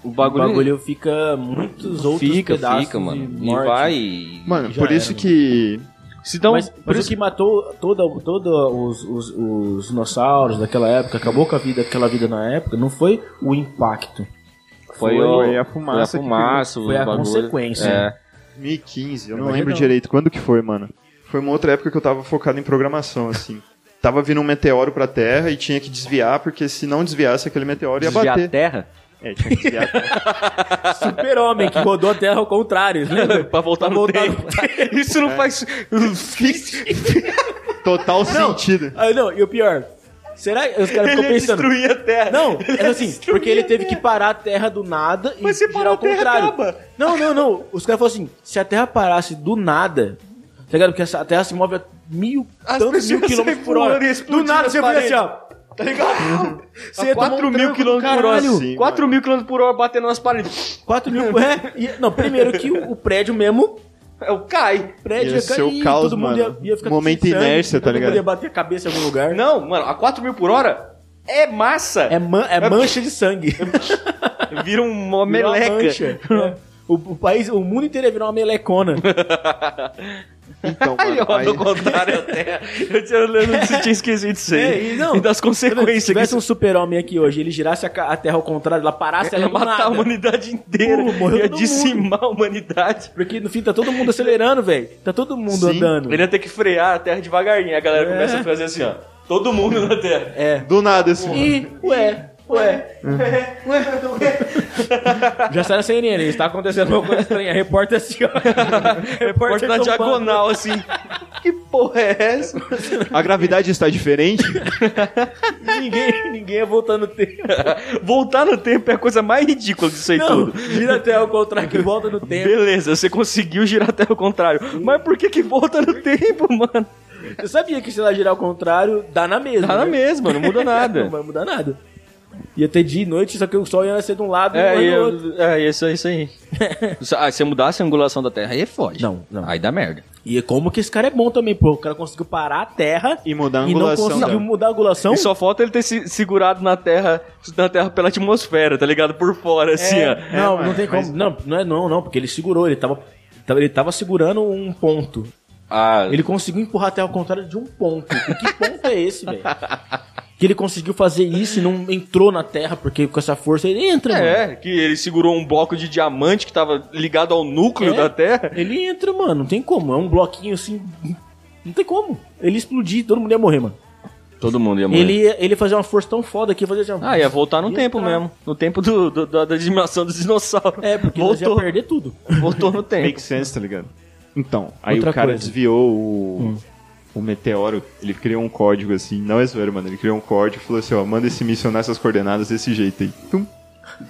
[SPEAKER 4] o
[SPEAKER 3] o
[SPEAKER 4] um bagulho,
[SPEAKER 3] bagulho fica muitos outros
[SPEAKER 4] fica,
[SPEAKER 3] pedaços.
[SPEAKER 4] fica, mano.
[SPEAKER 3] de
[SPEAKER 4] E
[SPEAKER 3] morte.
[SPEAKER 4] vai.
[SPEAKER 1] Mano,
[SPEAKER 3] Já
[SPEAKER 1] por
[SPEAKER 3] era,
[SPEAKER 1] isso
[SPEAKER 3] mano.
[SPEAKER 1] que.
[SPEAKER 4] Então,
[SPEAKER 3] mas
[SPEAKER 4] por
[SPEAKER 3] mas o
[SPEAKER 4] isso
[SPEAKER 3] que matou todos os, os- os dinossauros daquela época, acabou com a vida, aquela vida na época, não foi o impacto.
[SPEAKER 4] que
[SPEAKER 1] foi
[SPEAKER 4] o-
[SPEAKER 1] a fumaça
[SPEAKER 4] Foi a
[SPEAKER 1] que
[SPEAKER 4] fumaça,
[SPEAKER 3] Foi
[SPEAKER 4] o
[SPEAKER 3] a
[SPEAKER 4] bagulho.
[SPEAKER 3] consequência.
[SPEAKER 4] É.
[SPEAKER 1] 2015, eu não,
[SPEAKER 3] Não
[SPEAKER 1] lembro
[SPEAKER 3] lembro.
[SPEAKER 1] direito quando que foi, mano. Foi uma outra época que eu tava focado em programação, assim. tava vindo um meteoro pra Terra e tinha que desviar, porque se não desviasse aquele meteoro ia
[SPEAKER 4] Desviar a
[SPEAKER 1] bater.
[SPEAKER 4] terra
[SPEAKER 1] É, tinha que desviar.
[SPEAKER 3] Super-homem que rodou a Terra ao contrário, lembra?
[SPEAKER 4] [LAUGHS] pra voltar no
[SPEAKER 3] voltar
[SPEAKER 4] tempo. [LAUGHS] Isso
[SPEAKER 1] É.
[SPEAKER 4] não faz.
[SPEAKER 1] Total sentido.
[SPEAKER 3] Ah, não, e o pior, será que os caras ficam pensando...
[SPEAKER 4] [LAUGHS] destruir a terra. [LAUGHS]
[SPEAKER 3] Não, é assim, porque ele teve que parar a Terra do nada e
[SPEAKER 4] Mas se parar
[SPEAKER 3] girar ao
[SPEAKER 4] a Terra,
[SPEAKER 3] contrário.
[SPEAKER 4] acaba.
[SPEAKER 3] Não, não, não. Os caras falaram assim, se a Terra parasse do nada, tá ligado? Porque essa- a Terra se move a mil,
[SPEAKER 4] As
[SPEAKER 3] tantos mil
[SPEAKER 4] pessoas
[SPEAKER 3] quilômetros
[SPEAKER 4] saem
[SPEAKER 3] por hora.
[SPEAKER 4] voando e
[SPEAKER 3] Do
[SPEAKER 4] explodindo
[SPEAKER 3] nada
[SPEAKER 4] as
[SPEAKER 3] você vira
[SPEAKER 4] paredes.
[SPEAKER 3] assim, ó. Tá ligado? Você ia tomar um
[SPEAKER 4] 4 mil
[SPEAKER 3] tranco do
[SPEAKER 4] quilômetros por hora.
[SPEAKER 3] caralho.
[SPEAKER 1] Sim,
[SPEAKER 4] 4 mil quilômetros por hora batendo nas paredes.
[SPEAKER 3] 4 mil. É, e- não, primeiro que o, o prédio mesmo.
[SPEAKER 4] É o cai.
[SPEAKER 3] O prédio
[SPEAKER 1] Ia
[SPEAKER 3] ia
[SPEAKER 1] ser
[SPEAKER 3] cair,
[SPEAKER 1] o caos,
[SPEAKER 3] todo mundo
[SPEAKER 1] mano.
[SPEAKER 3] ia, ia ficar
[SPEAKER 1] Momento
[SPEAKER 3] sem sangue,
[SPEAKER 1] inércia, tá
[SPEAKER 3] todo mundo
[SPEAKER 1] ligado?
[SPEAKER 3] ia bater a cabeça em algum lugar.
[SPEAKER 4] Não, mano, a 4 mil por hora é massa. [LAUGHS]
[SPEAKER 3] É, man- é mancha de sangue.
[SPEAKER 4] Vira uma
[SPEAKER 3] Virou uma
[SPEAKER 4] meleca.
[SPEAKER 3] mancha. É. O, o país, o mundo inteiro ia virar uma melecona.
[SPEAKER 1] Então,
[SPEAKER 4] Aí,
[SPEAKER 1] mano,
[SPEAKER 4] [LAUGHS] ó,
[SPEAKER 1] aí,
[SPEAKER 4] do contrário até. Eu tinha, eu lembro que você tinha esquecido isso aí.
[SPEAKER 3] É, e não,
[SPEAKER 4] e das
[SPEAKER 3] Se
[SPEAKER 4] consequências que
[SPEAKER 3] tivesse
[SPEAKER 4] isso
[SPEAKER 3] um super-homem aqui hoje, ele girasse a, ca- a Terra ao contrário, ela parasse, ela
[SPEAKER 4] ia
[SPEAKER 3] ia
[SPEAKER 4] matar a humanidade inteira.
[SPEAKER 3] Uh, morreu
[SPEAKER 4] ia
[SPEAKER 3] todo mundo.
[SPEAKER 4] dizimar a humanidade.
[SPEAKER 3] Porque no fim tá todo mundo acelerando, velho. Tá todo mundo
[SPEAKER 1] Sim.
[SPEAKER 3] andando.
[SPEAKER 4] Ele ia ter que frear a terra devagarinho. A galera
[SPEAKER 3] É.
[SPEAKER 4] começa a fazer assim, ó. Todo mundo na terra.
[SPEAKER 3] É.
[SPEAKER 1] do nada, assim.
[SPEAKER 3] E, ué, ué, já sai na CNN, está acontecendo uma coisa estranha. Repórter assim,
[SPEAKER 4] [LAUGHS]
[SPEAKER 3] ó.
[SPEAKER 4] Porta
[SPEAKER 3] Repórter
[SPEAKER 4] na
[SPEAKER 3] topando.
[SPEAKER 4] diagonal, assim. Que porra é essa?
[SPEAKER 1] A gravidade está
[SPEAKER 4] [LAUGHS]
[SPEAKER 1] diferente?
[SPEAKER 3] Ninguém, ninguém é voltando o tempo.
[SPEAKER 4] Voltar no tempo é a coisa mais ridícula disso aí
[SPEAKER 3] Não,
[SPEAKER 4] tudo.
[SPEAKER 3] gira até o contrário que volta no tempo.
[SPEAKER 4] Beleza, você conseguiu girar até o contrário. Mas por que que volta no tempo, mano?
[SPEAKER 3] Você sabia que se ela girar ao contrário, dá na mesma.
[SPEAKER 4] Tá na
[SPEAKER 3] né?
[SPEAKER 4] mesma,
[SPEAKER 3] [LAUGHS]
[SPEAKER 4] não muda
[SPEAKER 3] Não
[SPEAKER 4] [LAUGHS] nada.
[SPEAKER 3] vai mudar nada. Ia ter dia e noite, só que o sol ia ser de um lado
[SPEAKER 4] É,
[SPEAKER 3] e o
[SPEAKER 4] eu-
[SPEAKER 3] outro.
[SPEAKER 4] é, isso, é isso aí. ah, se mudasse a angulação da Terra, aí é foge.
[SPEAKER 3] Não, não.
[SPEAKER 4] Aí dá merda.
[SPEAKER 3] E como que esse cara é bom também, pô. O cara conseguiu parar a terra
[SPEAKER 1] E mudar a
[SPEAKER 3] e não
[SPEAKER 1] angulação.
[SPEAKER 3] conseguiu
[SPEAKER 1] dela.
[SPEAKER 3] mudar a angulação.
[SPEAKER 4] E só falta ele ter se segurado na Terra, na Terra pela atmosfera, tá ligado? Por fora, assim, ó.
[SPEAKER 1] É,
[SPEAKER 3] não,
[SPEAKER 1] ué,
[SPEAKER 3] não tem como.
[SPEAKER 1] mas-
[SPEAKER 3] Não, não é não, não, porque ele segurou, ele tava. tava- Ele tava segurando um ponto.
[SPEAKER 4] Ah,
[SPEAKER 3] Ele conseguiu empurrar a terra ao contrário de um ponto. E que ponto é esse, velho? Que ele conseguiu fazer isso e não entrou na terra, porque com essa força ele entra, mano.
[SPEAKER 4] é, que ele segurou um bloco de diamante que tava ligado ao núcleo
[SPEAKER 3] É?
[SPEAKER 4] da Terra.
[SPEAKER 3] Ele entra, mano, não tem como. É um bloquinho assim. Não tem como. Ele explodir, todo mundo ia morrer, mano.
[SPEAKER 4] Todo mundo ia morrer.
[SPEAKER 3] Ele ia, ele ia fazer uma força tão foda que ia fazer assim. ó.
[SPEAKER 4] Ah, ia voltar no
[SPEAKER 3] Ia
[SPEAKER 4] tempo
[SPEAKER 3] entrar.
[SPEAKER 4] mesmo. No tempo do, do- da, da diminuição dos dinossauros.
[SPEAKER 3] É, porque nós ia
[SPEAKER 4] voltou,
[SPEAKER 3] perder tudo.
[SPEAKER 4] [LAUGHS] voltou no tempo.
[SPEAKER 1] Make sense, tá ligado? Então, aí
[SPEAKER 3] Outra
[SPEAKER 1] o cara
[SPEAKER 3] coisa.
[SPEAKER 1] desviou o,
[SPEAKER 4] Hum.
[SPEAKER 1] o meteoro, ele criou um código assim, não é zoeira, mano, ele criou um código e falou assim, ó, manda esse missionar essas coordenadas desse jeito aí. Tum.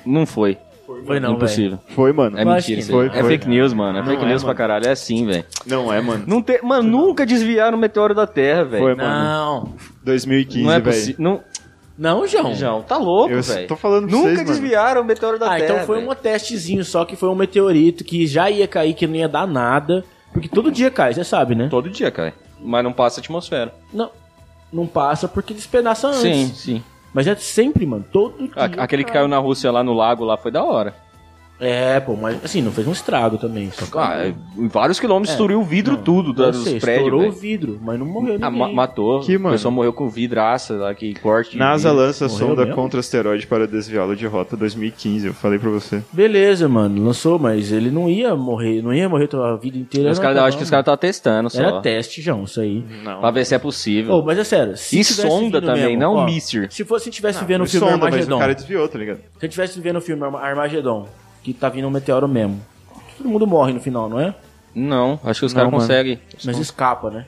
[SPEAKER 4] Não foi.
[SPEAKER 3] Foi não, velho.
[SPEAKER 4] Impossível.
[SPEAKER 1] Foi, mano.
[SPEAKER 4] É
[SPEAKER 3] Eu acho
[SPEAKER 4] mentira
[SPEAKER 3] que
[SPEAKER 4] isso aí.
[SPEAKER 1] foi,
[SPEAKER 4] É
[SPEAKER 1] foi.
[SPEAKER 4] fake news, mano. É
[SPEAKER 1] Não
[SPEAKER 4] fake
[SPEAKER 1] é,
[SPEAKER 4] news
[SPEAKER 1] mano.
[SPEAKER 4] pra caralho. É assim, velho.
[SPEAKER 1] Não é, mano.
[SPEAKER 4] Não tem, mano, nunca desviaram o meteoro da Terra,
[SPEAKER 1] Foi,
[SPEAKER 4] velho.
[SPEAKER 1] mano.
[SPEAKER 3] Não.
[SPEAKER 1] 2015,
[SPEAKER 4] Não é
[SPEAKER 1] velho.
[SPEAKER 4] possível. Não,
[SPEAKER 3] Não, João.
[SPEAKER 4] João, tá louco,
[SPEAKER 1] Eu
[SPEAKER 4] velho.
[SPEAKER 1] tô falando pra
[SPEAKER 4] Nunca
[SPEAKER 1] vocês, mano.
[SPEAKER 4] desviaram o meteoro da
[SPEAKER 3] Ah,
[SPEAKER 4] Terra.
[SPEAKER 3] então foi
[SPEAKER 4] velho.
[SPEAKER 3] um testezinho só que foi um meteorito que já ia cair, que não ia dar nada. Porque todo dia cai, você sabe, né?
[SPEAKER 4] Todo dia, cara. Mas não passa a atmosfera.
[SPEAKER 3] Não. Não passa porque despedaça antes.
[SPEAKER 4] Sim, sim.
[SPEAKER 3] Mas é sempre, mano. Todo dia.
[SPEAKER 4] A- aquele que caiu na Rússia lá no lago lá foi da hora.
[SPEAKER 3] É, pô, mas assim, não fez um estrago também. Só que-
[SPEAKER 4] Ah, em vários quilômetros
[SPEAKER 3] É.
[SPEAKER 4] estourou o vidro
[SPEAKER 3] Não,
[SPEAKER 4] tudo
[SPEAKER 3] eu
[SPEAKER 4] dos
[SPEAKER 3] sei,
[SPEAKER 4] prédios.
[SPEAKER 3] Estourou o
[SPEAKER 4] velho.
[SPEAKER 3] vidro, mas não morreu
[SPEAKER 4] Ah, ma-
[SPEAKER 3] ninguém.
[SPEAKER 4] matou.
[SPEAKER 1] Que, mano?
[SPEAKER 4] O pessoal morreu com vidraça lá, que corte. de
[SPEAKER 1] NASA
[SPEAKER 4] vidro.
[SPEAKER 1] lança
[SPEAKER 3] Morreu
[SPEAKER 1] sonda
[SPEAKER 3] mesmo?
[SPEAKER 1] contra asteroide para desviá-lo de rota 2015, eu falei pra você.
[SPEAKER 3] Beleza, mano, lançou, mas ele não ia morrer, não ia morrer a vida inteira.
[SPEAKER 4] Os
[SPEAKER 3] não,
[SPEAKER 4] cara,
[SPEAKER 3] tá
[SPEAKER 4] acho
[SPEAKER 3] bom,
[SPEAKER 4] que os caras estavam testando só.
[SPEAKER 3] Era teste, João, isso aí.
[SPEAKER 1] Não.
[SPEAKER 4] Pra ver se é possível.
[SPEAKER 3] Ô, mas é sério. Se
[SPEAKER 4] E
[SPEAKER 3] tivesse
[SPEAKER 4] sonda
[SPEAKER 3] vindo
[SPEAKER 4] também,
[SPEAKER 3] mesmo,
[SPEAKER 4] não
[SPEAKER 3] ó,
[SPEAKER 4] míssil.
[SPEAKER 3] Se fosse, se tivesse vendo o
[SPEAKER 1] Foi
[SPEAKER 3] filme
[SPEAKER 1] sonda, Ah, mas o
[SPEAKER 3] Armagedon.
[SPEAKER 1] cara desviou, tá ligado?
[SPEAKER 3] Se eu tivesse vendo o filme Arma- Armagedon, que tá vindo um meteoro mesmo. Todo mundo morre no final, não é?
[SPEAKER 4] Não, acho que os
[SPEAKER 1] Não,
[SPEAKER 4] caras
[SPEAKER 1] mano.
[SPEAKER 4] conseguem.
[SPEAKER 3] Mas escapa, né?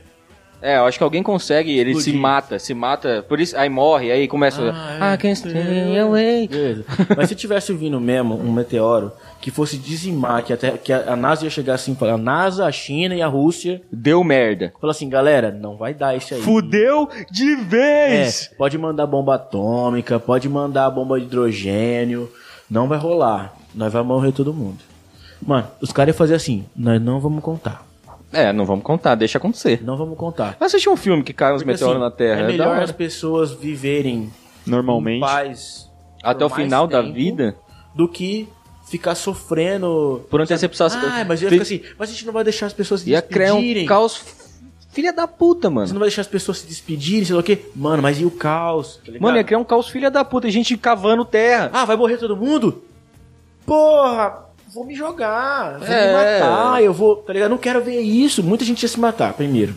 [SPEAKER 4] É, eu acho que alguém consegue, ele se
[SPEAKER 3] Explodir. é.
[SPEAKER 4] mata, se mata. Por isso, aí morre, aí começa. Ah, can't stay away.
[SPEAKER 3] Beleza. Mas se tivesse vindo mesmo um meteoro que fosse dizimar, que, até, que a, a NASA ia chegar assim, e falar, a NASA, a China e a Rússia,
[SPEAKER 4] Deu merda.
[SPEAKER 3] falar assim, galera, não vai dar isso aí.
[SPEAKER 4] Fudeu de
[SPEAKER 3] É,
[SPEAKER 4] vez!
[SPEAKER 3] pode mandar bomba atômica, pode mandar bomba de hidrogênio, não vai rolar. Nós vai morrer todo mundo. Mano, os caras iam fazer assim, nós não vamos contar.
[SPEAKER 4] É, não vamos contar, deixa acontecer.
[SPEAKER 3] Não vamos contar.
[SPEAKER 4] Mas Assiste um filme que cai uns
[SPEAKER 3] Porque,
[SPEAKER 4] meteoros
[SPEAKER 3] assim,
[SPEAKER 4] na Terra.
[SPEAKER 3] É
[SPEAKER 4] da
[SPEAKER 3] melhor
[SPEAKER 4] hora.
[SPEAKER 3] as pessoas viverem em
[SPEAKER 1] Normalmente.
[SPEAKER 3] paz
[SPEAKER 4] Até
[SPEAKER 3] por
[SPEAKER 4] o
[SPEAKER 3] mais
[SPEAKER 4] final da
[SPEAKER 3] tempo
[SPEAKER 4] vida?
[SPEAKER 3] do que ficar sofrendo
[SPEAKER 4] Por antecipação.
[SPEAKER 3] Ah, mas eu ia ficar assim, mas a gente não vai deixar as pessoas se
[SPEAKER 4] Ia criar um
[SPEAKER 3] despedirem.
[SPEAKER 4] caos. f- Filha da puta,
[SPEAKER 3] Você
[SPEAKER 4] mano.
[SPEAKER 3] não vai deixar as pessoas se despedirem, sei lá o quê? Mano, mas e o caos? Tá ligado?
[SPEAKER 4] Mano, ia criar um caos filha da puta. E gente cavando terra.
[SPEAKER 3] Ah, vai morrer todo mundo? Porra, vou me jogar, vou
[SPEAKER 4] É.
[SPEAKER 3] me matar, eu vou, tá ligado? Não quero ver isso. Muita gente ia se matar primeiro.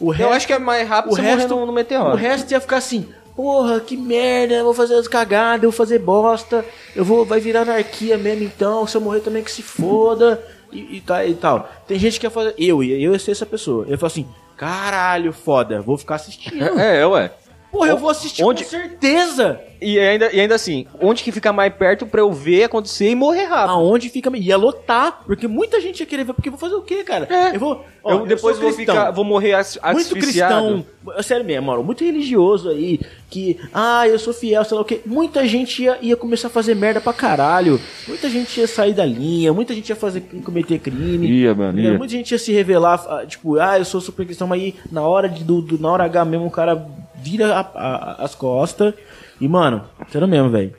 [SPEAKER 3] O
[SPEAKER 4] eu acho que é mais rápido
[SPEAKER 3] o
[SPEAKER 4] você morrer
[SPEAKER 3] resto,
[SPEAKER 4] no, no meteoro.
[SPEAKER 3] o resto ia ficar assim, porra, que merda, eu vou fazer as cagadas, eu vou fazer bosta, eu vou, vai virar anarquia mesmo então, se eu morrer também que se foda, e, e tá- e tal. Tem gente que ia fazer, eu ia, eu ia ser essa pessoa, eu ia falar assim, caralho, foda, vou ficar assistindo.
[SPEAKER 4] É, é, ué.
[SPEAKER 3] Porra, eu vou assistir
[SPEAKER 4] Onde-
[SPEAKER 3] com certeza.
[SPEAKER 4] E ainda, e ainda assim, onde que fica mais perto pra eu ver acontecer e morrer rápido?
[SPEAKER 3] Aonde fica, ia lotar, porque muita gente ia querer ver, porque eu vou fazer o quê, cara?
[SPEAKER 4] É.
[SPEAKER 3] Eu vou, ó,
[SPEAKER 4] eu depois
[SPEAKER 3] sou
[SPEAKER 4] vou
[SPEAKER 3] cristão.
[SPEAKER 4] ficar, vou morrer as,
[SPEAKER 3] Muito
[SPEAKER 4] asfixiado.
[SPEAKER 3] cristão, É sério mesmo, mano, muito religioso aí, que, ah, eu sou fiel, sei lá o quê. Muita gente ia, ia começar a fazer merda pra caralho, muita gente ia sair da linha, muita gente ia fazer, cometer crime.
[SPEAKER 4] Ia, mano,
[SPEAKER 3] Entendeu?
[SPEAKER 4] ia.
[SPEAKER 3] Muita gente ia se revelar, ah, tipo, ah, eu sou super cristão, mas aí na hora, de, do, do- na hora H mesmo o cara vira a- a- as costas. E, mano, sério mesmo, velho.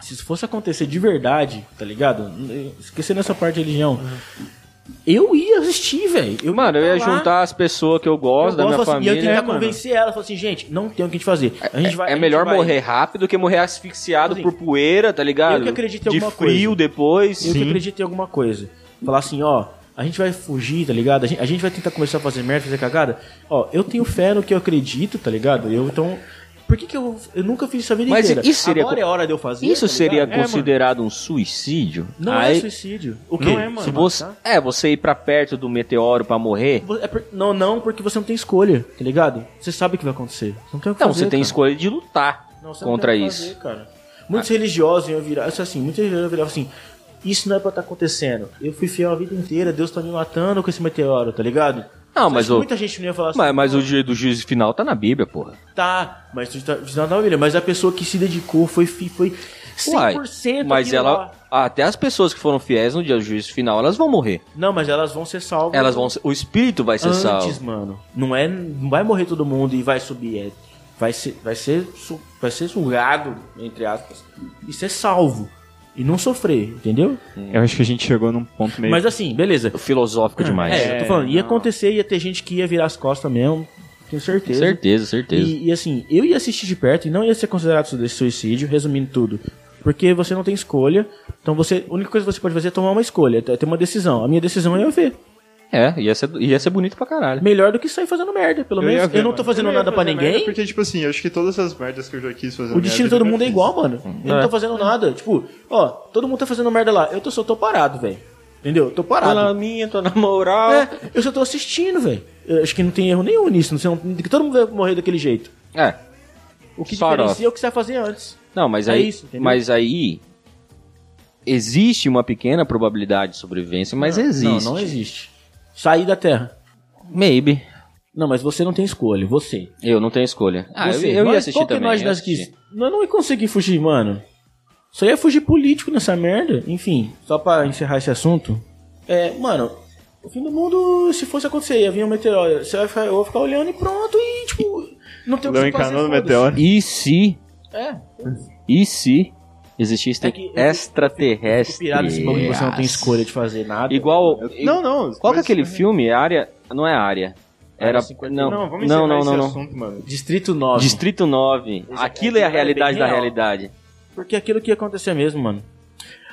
[SPEAKER 3] Se isso fosse acontecer de verdade, tá ligado? Esquecendo essa parte de religião. Eu ia assistir, velho. Eu
[SPEAKER 4] Uhum. Mano, eu ia
[SPEAKER 3] tá lá,
[SPEAKER 4] juntar as pessoas que eu
[SPEAKER 3] eu
[SPEAKER 4] gosto, da
[SPEAKER 3] gosto,
[SPEAKER 4] minha
[SPEAKER 3] assim, E eu
[SPEAKER 4] família.
[SPEAKER 3] tentar
[SPEAKER 4] né, mano?
[SPEAKER 3] convencer ela, falar assim, gente, não tem o que a gente fazer. A gente vai,
[SPEAKER 4] é
[SPEAKER 3] a gente
[SPEAKER 4] melhor
[SPEAKER 3] vai-
[SPEAKER 4] morrer rápido que morrer asfixiado
[SPEAKER 3] Assim,
[SPEAKER 4] por poeira, tá ligado?
[SPEAKER 3] eu que acredito em
[SPEAKER 4] De
[SPEAKER 3] alguma
[SPEAKER 4] frio
[SPEAKER 3] coisa.
[SPEAKER 4] depois.
[SPEAKER 3] Eu que acredito em alguma coisa. Falar assim, ó, a gente vai fugir, tá ligado? A gente, a gente vai tentar começar a fazer merda, fazer cagada. Ó, eu tenho fé no que eu acredito, tá ligado? Eu então. Por que, que eu, eu nunca fiz isso a vida
[SPEAKER 4] Mas
[SPEAKER 3] inteira?
[SPEAKER 4] isso seria
[SPEAKER 3] Agora
[SPEAKER 4] co-
[SPEAKER 3] é hora de eu fazer.
[SPEAKER 4] Isso
[SPEAKER 3] tá
[SPEAKER 4] seria
[SPEAKER 3] ligado? É, mano.
[SPEAKER 4] considerado um suicídio?
[SPEAKER 3] Não
[SPEAKER 4] Aí-
[SPEAKER 3] é suicídio. O quê?
[SPEAKER 4] Não é, Se você,
[SPEAKER 3] Matar?
[SPEAKER 4] é, você ir pra perto do meteoro pra morrer.
[SPEAKER 3] Vo- é por- não, não, porque você não tem escolha, tá ligado? Você sabe o que vai acontecer. Você não tem o que
[SPEAKER 4] Então,
[SPEAKER 3] fazer,
[SPEAKER 4] você tem
[SPEAKER 3] cara.
[SPEAKER 4] escolha de lutar
[SPEAKER 3] Não, você não
[SPEAKER 4] contra
[SPEAKER 3] tem o que
[SPEAKER 4] isso.
[SPEAKER 3] fazer, cara. Muitos religiosos iam virar, isso assim, muitos religiosos viravam assim, isso não é pra estar acontecendo. Eu fui fiel a vida inteira, Deus tá me matando com esse meteoro, tá ligado?
[SPEAKER 4] Não,
[SPEAKER 3] Você
[SPEAKER 4] mas
[SPEAKER 3] acha que
[SPEAKER 4] o-
[SPEAKER 3] Muita gente não ia falar assim,
[SPEAKER 4] Mas, mas
[SPEAKER 3] "Pô,
[SPEAKER 4] o dia do juízo final tá na Bíblia, porra.
[SPEAKER 3] Tá, mas tu tá dizendo na Bíblia, mas a pessoa que se dedicou foi, fi- foi 100%
[SPEAKER 4] Uai, mas
[SPEAKER 3] aquilo
[SPEAKER 4] ela.
[SPEAKER 3] lá.
[SPEAKER 4] Até as pessoas que foram fiéis no dia do juízo final, elas vão morrer.
[SPEAKER 3] Não, mas elas vão ser salvas.
[SPEAKER 4] Elas vão. ser- O espírito vai ser
[SPEAKER 3] antes,
[SPEAKER 4] salvo.
[SPEAKER 3] mano. Não é, não vai morrer todo mundo e vai subir, é, vai ser, vai ser, su- vai ser sugado entre aspas e ser salvo e não sofrer, entendeu?
[SPEAKER 1] Eu acho que a gente chegou num ponto meio.
[SPEAKER 3] Mas assim, beleza.
[SPEAKER 4] Filosófico demais.
[SPEAKER 3] É, eu tô falando, ia acontecer, ia ter gente que ia virar as costas mesmo, tenho certeza.
[SPEAKER 4] Certeza, certeza.
[SPEAKER 3] E, e, assim, eu ia assistir de perto e não ia ser considerado su- suicídio, resumindo tudo. Porque você não tem escolha, então você, a única coisa que você pode fazer é tomar uma escolha, é ter uma decisão. A minha decisão é eu ver.
[SPEAKER 4] É, ia ser, ia ser bonito pra caralho.
[SPEAKER 3] Melhor do que sair fazendo merda, pelo
[SPEAKER 1] ia
[SPEAKER 3] menos.
[SPEAKER 1] ver,
[SPEAKER 3] eu não
[SPEAKER 1] mano.
[SPEAKER 3] tô fazendo
[SPEAKER 1] Eu ia
[SPEAKER 3] nada pra
[SPEAKER 1] fazer merda
[SPEAKER 3] ninguém.
[SPEAKER 1] Porque, tipo assim, eu acho que todas essas merdas que eu já quis fazer.
[SPEAKER 3] O destino de todo mundo é igual, mano. Eu não tô fazendo nada. Tipo, ó, todo mundo tá fazendo merda lá. Eu tô, só tô parado, velho. Entendeu? Eu tô parado.
[SPEAKER 4] minha, tô na moral.
[SPEAKER 3] É, eu só tô assistindo, velho. Eu Acho que não tem erro nenhum nisso. Não sei, não- que todo mundo vai morrer daquele jeito.
[SPEAKER 4] É.
[SPEAKER 3] O que
[SPEAKER 4] Só
[SPEAKER 3] diferencia é o que você vai fazer antes.
[SPEAKER 4] Não, mas
[SPEAKER 3] É
[SPEAKER 4] aí.
[SPEAKER 3] isso, entendeu?
[SPEAKER 4] mas aí. Existe uma pequena probabilidade de sobrevivência, mas existe.
[SPEAKER 3] Não, não existe. Sair da Terra.
[SPEAKER 4] Maybe.
[SPEAKER 3] Não, mas você não tem escolha. Você.
[SPEAKER 4] Eu não tenho escolha. Ah, eu,
[SPEAKER 3] você.
[SPEAKER 4] eu
[SPEAKER 3] Nós-
[SPEAKER 4] ia assistir
[SPEAKER 3] qual que
[SPEAKER 4] também.
[SPEAKER 3] Nós,
[SPEAKER 4] eu
[SPEAKER 3] nós,
[SPEAKER 4] assisti.
[SPEAKER 3] quis? nós não ia conseguir fugir, mano. Só ia fugir político nessa merda. Enfim, só pra encerrar esse assunto. É, mano, o fim do mundo, se fosse acontecer, ia vir um meteoro. Você vai ficar, eu vou ficar olhando e pronto, e tipo, não tem o que
[SPEAKER 1] Léo
[SPEAKER 3] você fazer.
[SPEAKER 1] encanou no
[SPEAKER 3] foda-se.
[SPEAKER 1] meteoro.
[SPEAKER 4] E se,
[SPEAKER 3] É,
[SPEAKER 4] e se existisse
[SPEAKER 3] É que eu fico- eu
[SPEAKER 4] extraterrestre?
[SPEAKER 3] fico pirado nesse bagulho que você não tem escolha de fazer nada.
[SPEAKER 4] Igual.
[SPEAKER 1] Não, não.
[SPEAKER 4] Qual que é
[SPEAKER 1] mas-
[SPEAKER 4] aquele filme? Área. Não é área. Era.
[SPEAKER 3] Área 51.
[SPEAKER 4] Não,
[SPEAKER 1] Não, vamos
[SPEAKER 4] não,
[SPEAKER 1] encerrar
[SPEAKER 4] não,
[SPEAKER 1] esse
[SPEAKER 4] não, não.
[SPEAKER 1] assunto, mano.
[SPEAKER 3] Distrito 9.
[SPEAKER 4] Distrito 9.
[SPEAKER 3] Esse
[SPEAKER 4] Aquilo é a
[SPEAKER 3] aqui é bem
[SPEAKER 4] realidade da
[SPEAKER 3] real.
[SPEAKER 4] realidade.
[SPEAKER 3] Porque é aquilo que ia acontecer mesmo, mano.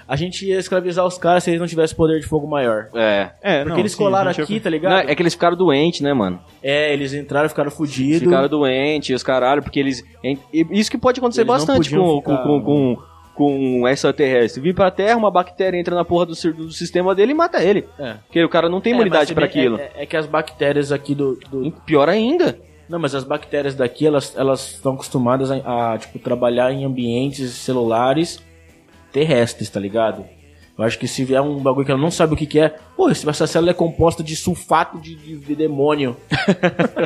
[SPEAKER 3] A gente ia escravizar os caras se eles não tivessem poder de fogo maior.
[SPEAKER 4] É.
[SPEAKER 1] É,
[SPEAKER 3] Porque eles colaram aqui, tá ligado?
[SPEAKER 4] Não, é que eles ficaram doentes, né, mano?
[SPEAKER 3] É, eles entraram, ficaram fodidos.
[SPEAKER 4] Ficaram doentes, os caralho, porque eles. en- e- Isso que pode acontecer
[SPEAKER 3] Eles não
[SPEAKER 4] bastante com,
[SPEAKER 3] podiam ficar-
[SPEAKER 4] com, com, com, com extraterrestre. Vir pra Terra, uma bactéria entra na porra do, cir- do sistema dele e mata ele.
[SPEAKER 3] É.
[SPEAKER 4] Porque o cara não tem
[SPEAKER 3] É, mas
[SPEAKER 4] imunidade
[SPEAKER 3] você
[SPEAKER 4] pra
[SPEAKER 3] vê que
[SPEAKER 4] aquilo.
[SPEAKER 3] É, é- é que as bactérias aqui do, do-
[SPEAKER 4] Pior ainda.
[SPEAKER 3] Não, mas as bactérias daqui, elas elas estão acostumadas a, a, tipo, trabalhar em ambientes celulares terrestres, tá ligado? Eu acho que se vier um bagulho que ela não sabe o que, que é, pô, esse- essa célula é composta de sulfato de, de- de
[SPEAKER 4] [LAUGHS]
[SPEAKER 3] demônio. [LAUGHS]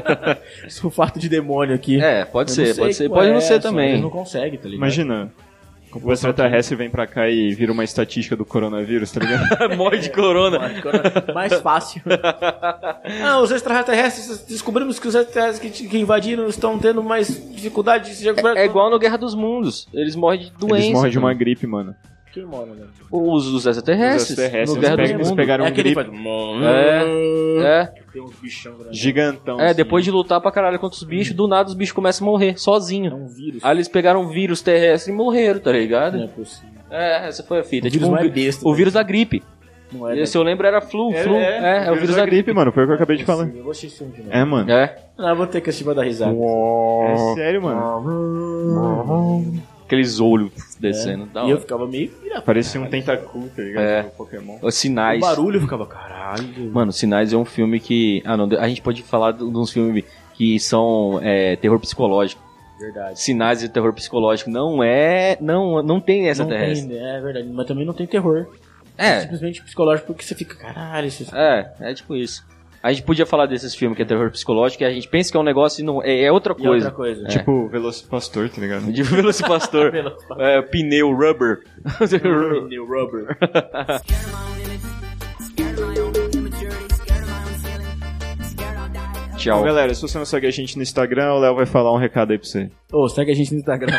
[SPEAKER 3] sulfato de demônio aqui.
[SPEAKER 4] É, pode
[SPEAKER 3] Eu
[SPEAKER 4] ser,
[SPEAKER 3] não sei
[SPEAKER 4] pode ser.
[SPEAKER 3] qual
[SPEAKER 4] Pode
[SPEAKER 3] é
[SPEAKER 4] não ser
[SPEAKER 3] essa, Eles
[SPEAKER 4] também.
[SPEAKER 3] não conseguem, tá ligado?
[SPEAKER 1] Imagina. O extraterrestre vem pra cá e vira uma estatística do coronavírus, tá ligado?
[SPEAKER 4] [LAUGHS] Morre
[SPEAKER 3] é
[SPEAKER 4] de corona. [LAUGHS]
[SPEAKER 3] Mais fácil. ah, os extraterrestres, descobrimos que os extraterrestres que, que invadiram estão tendo mais dificuldade de se recuperar.
[SPEAKER 4] É igual no Guerra dos Mundos. Eles morrem de doença.
[SPEAKER 1] Eles morrem de uma
[SPEAKER 4] mano.
[SPEAKER 1] gripe, mano.
[SPEAKER 3] Quem mora, né?
[SPEAKER 4] Os, os extraterrestres.
[SPEAKER 1] Os extraterrestres,
[SPEAKER 4] no Guerra
[SPEAKER 1] eles pegam- eles
[SPEAKER 4] dos Mundos.
[SPEAKER 1] pegaram
[SPEAKER 3] é
[SPEAKER 1] um
[SPEAKER 3] aquele
[SPEAKER 1] gripe
[SPEAKER 3] que faz...
[SPEAKER 4] É,
[SPEAKER 3] Tem uns bichão grande.
[SPEAKER 1] gigantão.
[SPEAKER 4] é
[SPEAKER 1] assim.
[SPEAKER 4] depois de lutar pra caralho contra os bichos, do nada os bichos começam a morrer, sozinho.
[SPEAKER 3] É um vírus.
[SPEAKER 4] Aí eles pegaram um vírus terrestre e morreram, tá ligado?
[SPEAKER 3] Não é possível.
[SPEAKER 4] É, essa foi a fita.
[SPEAKER 3] O
[SPEAKER 4] tipo
[SPEAKER 3] vírus
[SPEAKER 4] um
[SPEAKER 3] mais
[SPEAKER 4] vi-
[SPEAKER 3] besta,
[SPEAKER 4] o
[SPEAKER 3] né?
[SPEAKER 4] vírus da gripe.
[SPEAKER 3] Não é,
[SPEAKER 4] Se eu lembro era flu, flu. É, é, o vírus da gripe.
[SPEAKER 1] mano. Foi o que eu acabei de falar.
[SPEAKER 3] velho. Eu vou assistir filme de novo.
[SPEAKER 1] É, mano.
[SPEAKER 4] É,
[SPEAKER 3] Não, eu vou ter que assistir pra dar risada.
[SPEAKER 1] É sério, mano.
[SPEAKER 4] É, aqueles olhos descendo. da
[SPEAKER 3] É. E eu
[SPEAKER 4] hora.
[SPEAKER 3] ficava meio virado.
[SPEAKER 1] Parecia um tentáculo, tá ligado?
[SPEAKER 4] É.
[SPEAKER 1] Do Pokémon.
[SPEAKER 4] Os sinais.
[SPEAKER 3] O barulho eu ficava, caralho.
[SPEAKER 4] Mano, Sinais é um filme que. Ah, não, a gente pode falar de uns filmes que são é, terror psicológico.
[SPEAKER 3] Verdade.
[SPEAKER 4] Sinais de terror pisicológico não é. Não, não tem essa
[SPEAKER 3] Não tem,
[SPEAKER 4] terrestre.
[SPEAKER 3] né? é verdade, mas também não tem terror.
[SPEAKER 4] É,
[SPEAKER 3] Simplesmente psicológico, porque você fica, caralho, esses...
[SPEAKER 4] é, é tipo isso. A gente podia falar desses filmes que é terror psicológico e a gente pensa que é um negócio e não. É, é outra
[SPEAKER 3] E outra
[SPEAKER 4] coisa.
[SPEAKER 3] coisa. Tipo,
[SPEAKER 4] É.
[SPEAKER 1] Tipo, Velocipastor, tá ligado?
[SPEAKER 4] [LAUGHS]
[SPEAKER 3] [LAUGHS]
[SPEAKER 4] De Velocipastor. é, pneu rubber.
[SPEAKER 3] New Rubber.
[SPEAKER 1] Então,
[SPEAKER 4] [LAUGHS] Tchau.
[SPEAKER 1] galera, se você não segue a gente no Instagram, o Léo vai falar um recado aí pra você.
[SPEAKER 3] Ô, segue a gente tá no Instagram.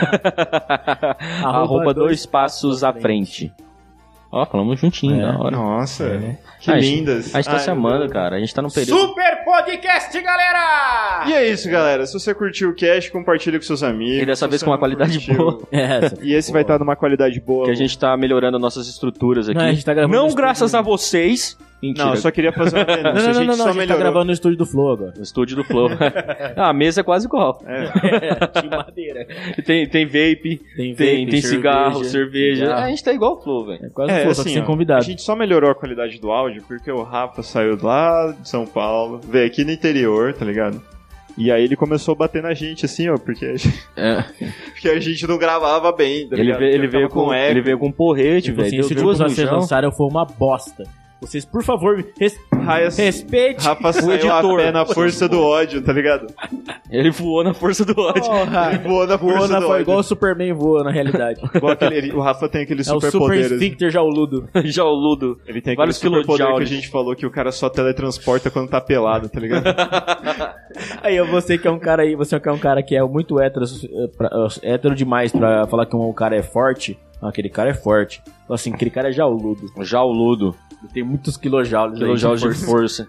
[SPEAKER 4] Arroba dois passos à frente. Ó, falamos juntinho, da hora.
[SPEAKER 1] Nossa, que
[SPEAKER 4] Ah, a gente-
[SPEAKER 1] lindas.
[SPEAKER 4] A gente tá
[SPEAKER 1] Ai,
[SPEAKER 4] se amando,
[SPEAKER 1] meu Deus.
[SPEAKER 4] cara. A gente tá num
[SPEAKER 3] [LAUGHS]
[SPEAKER 4] período.
[SPEAKER 3] Super podcast, galera!
[SPEAKER 1] E é isso, galera. Se você curtiu o cast, compartilha com seus amigos.
[SPEAKER 4] E dessa
[SPEAKER 1] Se
[SPEAKER 4] vez
[SPEAKER 1] você
[SPEAKER 4] com uma
[SPEAKER 1] não
[SPEAKER 4] qualidade
[SPEAKER 1] curtiu-
[SPEAKER 4] boa.
[SPEAKER 3] É, essa.
[SPEAKER 1] E esse vai estar numa qualidade boa.
[SPEAKER 4] Que a gente tá melhorando as nossas estruturas aqui.
[SPEAKER 3] Não, a gente tá gravando no
[SPEAKER 4] Não
[SPEAKER 3] estúdio.
[SPEAKER 4] graças a vocês. Mentira.
[SPEAKER 1] Não, eu só queria
[SPEAKER 4] [LAUGHS]
[SPEAKER 1] fazer uma denúncia.
[SPEAKER 3] Não, não,
[SPEAKER 1] a
[SPEAKER 3] não,
[SPEAKER 1] gente
[SPEAKER 3] não, não,
[SPEAKER 1] só
[SPEAKER 3] a gente tá
[SPEAKER 1] melhorou.
[SPEAKER 3] gravando no estúdio do Flow agora.
[SPEAKER 4] O estúdio do Flow. ah, a mesa é quase igual.
[SPEAKER 3] De madeira.
[SPEAKER 4] Tem, tem vape,
[SPEAKER 3] Tem,
[SPEAKER 4] tem,
[SPEAKER 3] vape,
[SPEAKER 4] tem cigarro,
[SPEAKER 3] cerveja.
[SPEAKER 4] cerveja.
[SPEAKER 3] Cigarro.
[SPEAKER 4] Ah, a gente tá igual o Flow, velho.
[SPEAKER 3] É quase
[SPEAKER 1] É,
[SPEAKER 3] Flow, só que
[SPEAKER 1] assim,
[SPEAKER 3] sem
[SPEAKER 1] ó,
[SPEAKER 3] convidado.
[SPEAKER 1] A gente só melhorou a qualidade do áudio porque o Rafa saiu lá de São Paulo, veio aqui no interior, tá ligado? E aí ele começou a bater na gente, assim, ó, porque a gente, [LAUGHS] porque a gente não gravava bem, tá
[SPEAKER 4] É. Ele,
[SPEAKER 1] ligado?
[SPEAKER 4] veio,
[SPEAKER 1] Porque
[SPEAKER 4] ele, veio
[SPEAKER 1] tava
[SPEAKER 4] com,
[SPEAKER 1] eco.
[SPEAKER 4] ele veio com um porrete,
[SPEAKER 3] Tipo
[SPEAKER 4] velho.
[SPEAKER 3] assim,
[SPEAKER 4] Deu
[SPEAKER 3] se o jogo
[SPEAKER 4] duas
[SPEAKER 3] que vocês
[SPEAKER 4] rojão.
[SPEAKER 3] lançaram for uma bosta. Vocês, por favor, res...
[SPEAKER 1] Raias-
[SPEAKER 3] respeite.
[SPEAKER 4] [LAUGHS]
[SPEAKER 1] Rafa saiu
[SPEAKER 4] editor.
[SPEAKER 1] a pé na força do ódio, tá ligado?
[SPEAKER 4] Ele voou na força do ódio.
[SPEAKER 1] Ele voou na força
[SPEAKER 3] Voa Ah, na-
[SPEAKER 1] do
[SPEAKER 3] foi
[SPEAKER 1] ódio.
[SPEAKER 3] igual o Superman voa, na realidade.
[SPEAKER 1] Igual aquele- ele- o Rafa tem aquele
[SPEAKER 3] é o
[SPEAKER 1] super,
[SPEAKER 3] Super
[SPEAKER 1] poder. assim.
[SPEAKER 3] Sphincter Jauludo.
[SPEAKER 4] [LAUGHS] Já o Ludo.
[SPEAKER 1] Ele tem aquele
[SPEAKER 4] Vários
[SPEAKER 1] super poder que a
[SPEAKER 4] quilojoules.
[SPEAKER 1] gente falou que o cara só teletransporta quando tá pelado, tá ligado?
[SPEAKER 3] Aí eu- você que é um cara aí, você que é um cara que é muito hétero, eh, pra- eh, hétero demais pra falar que um cara é forte. Ah, aquele cara é forte. Fala assim, aquele cara é jauludo.
[SPEAKER 4] Já o Ludo.
[SPEAKER 3] Ele tem muitos quilojoules. aí de
[SPEAKER 4] Quilojoules de
[SPEAKER 3] força.
[SPEAKER 4] força.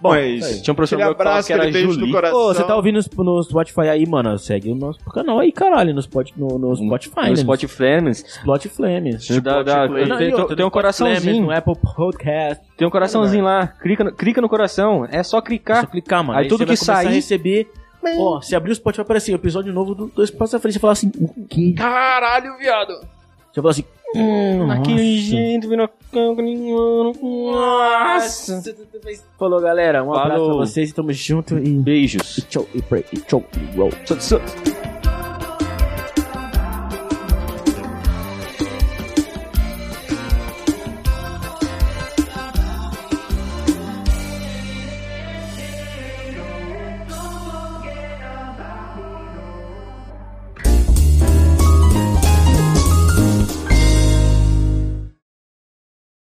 [SPEAKER 1] Bom, é isso.
[SPEAKER 4] Tinha um professor
[SPEAKER 1] Aquele
[SPEAKER 4] meu que falava
[SPEAKER 1] abraço
[SPEAKER 4] que era
[SPEAKER 1] aquele beijo do
[SPEAKER 4] Julie.
[SPEAKER 1] coração.
[SPEAKER 3] Ô, você tá ouvindo nos- no Spotify aí, mano? Segue o nosso canal aí, caralho, no, Spot, no, no Spotify,
[SPEAKER 4] No
[SPEAKER 3] né?
[SPEAKER 4] Spotify, Flemings.
[SPEAKER 3] Spot Flames.
[SPEAKER 4] Dá- dá-
[SPEAKER 1] Spotify.
[SPEAKER 4] tem- Tem tem um coraçãozinho.
[SPEAKER 3] No Apple Podcast.
[SPEAKER 4] Tem um coraçãozinho lá. Clica no, clica no coração. É só
[SPEAKER 3] É só
[SPEAKER 4] clicar.
[SPEAKER 3] clicar, mano.
[SPEAKER 4] Aí tudo
[SPEAKER 3] você vai
[SPEAKER 4] que
[SPEAKER 3] começar
[SPEAKER 4] sair-
[SPEAKER 3] a receber. Ó, se abrir o Spotify, vai aparecer episódio novo do Dois Passos à Frente. Você fala assim, o quê?
[SPEAKER 4] Caralho, viado.
[SPEAKER 3] Você fala assim, hum,
[SPEAKER 4] Aquele jeito virou cango nenhum. Nossa.
[SPEAKER 3] Falou, galera. Um abraço
[SPEAKER 4] Falou.
[SPEAKER 3] pra vocês. Tamo junto e
[SPEAKER 4] Beijos.
[SPEAKER 3] tchau, e pray, e tchau, e roll.
[SPEAKER 4] Tsu, tsu.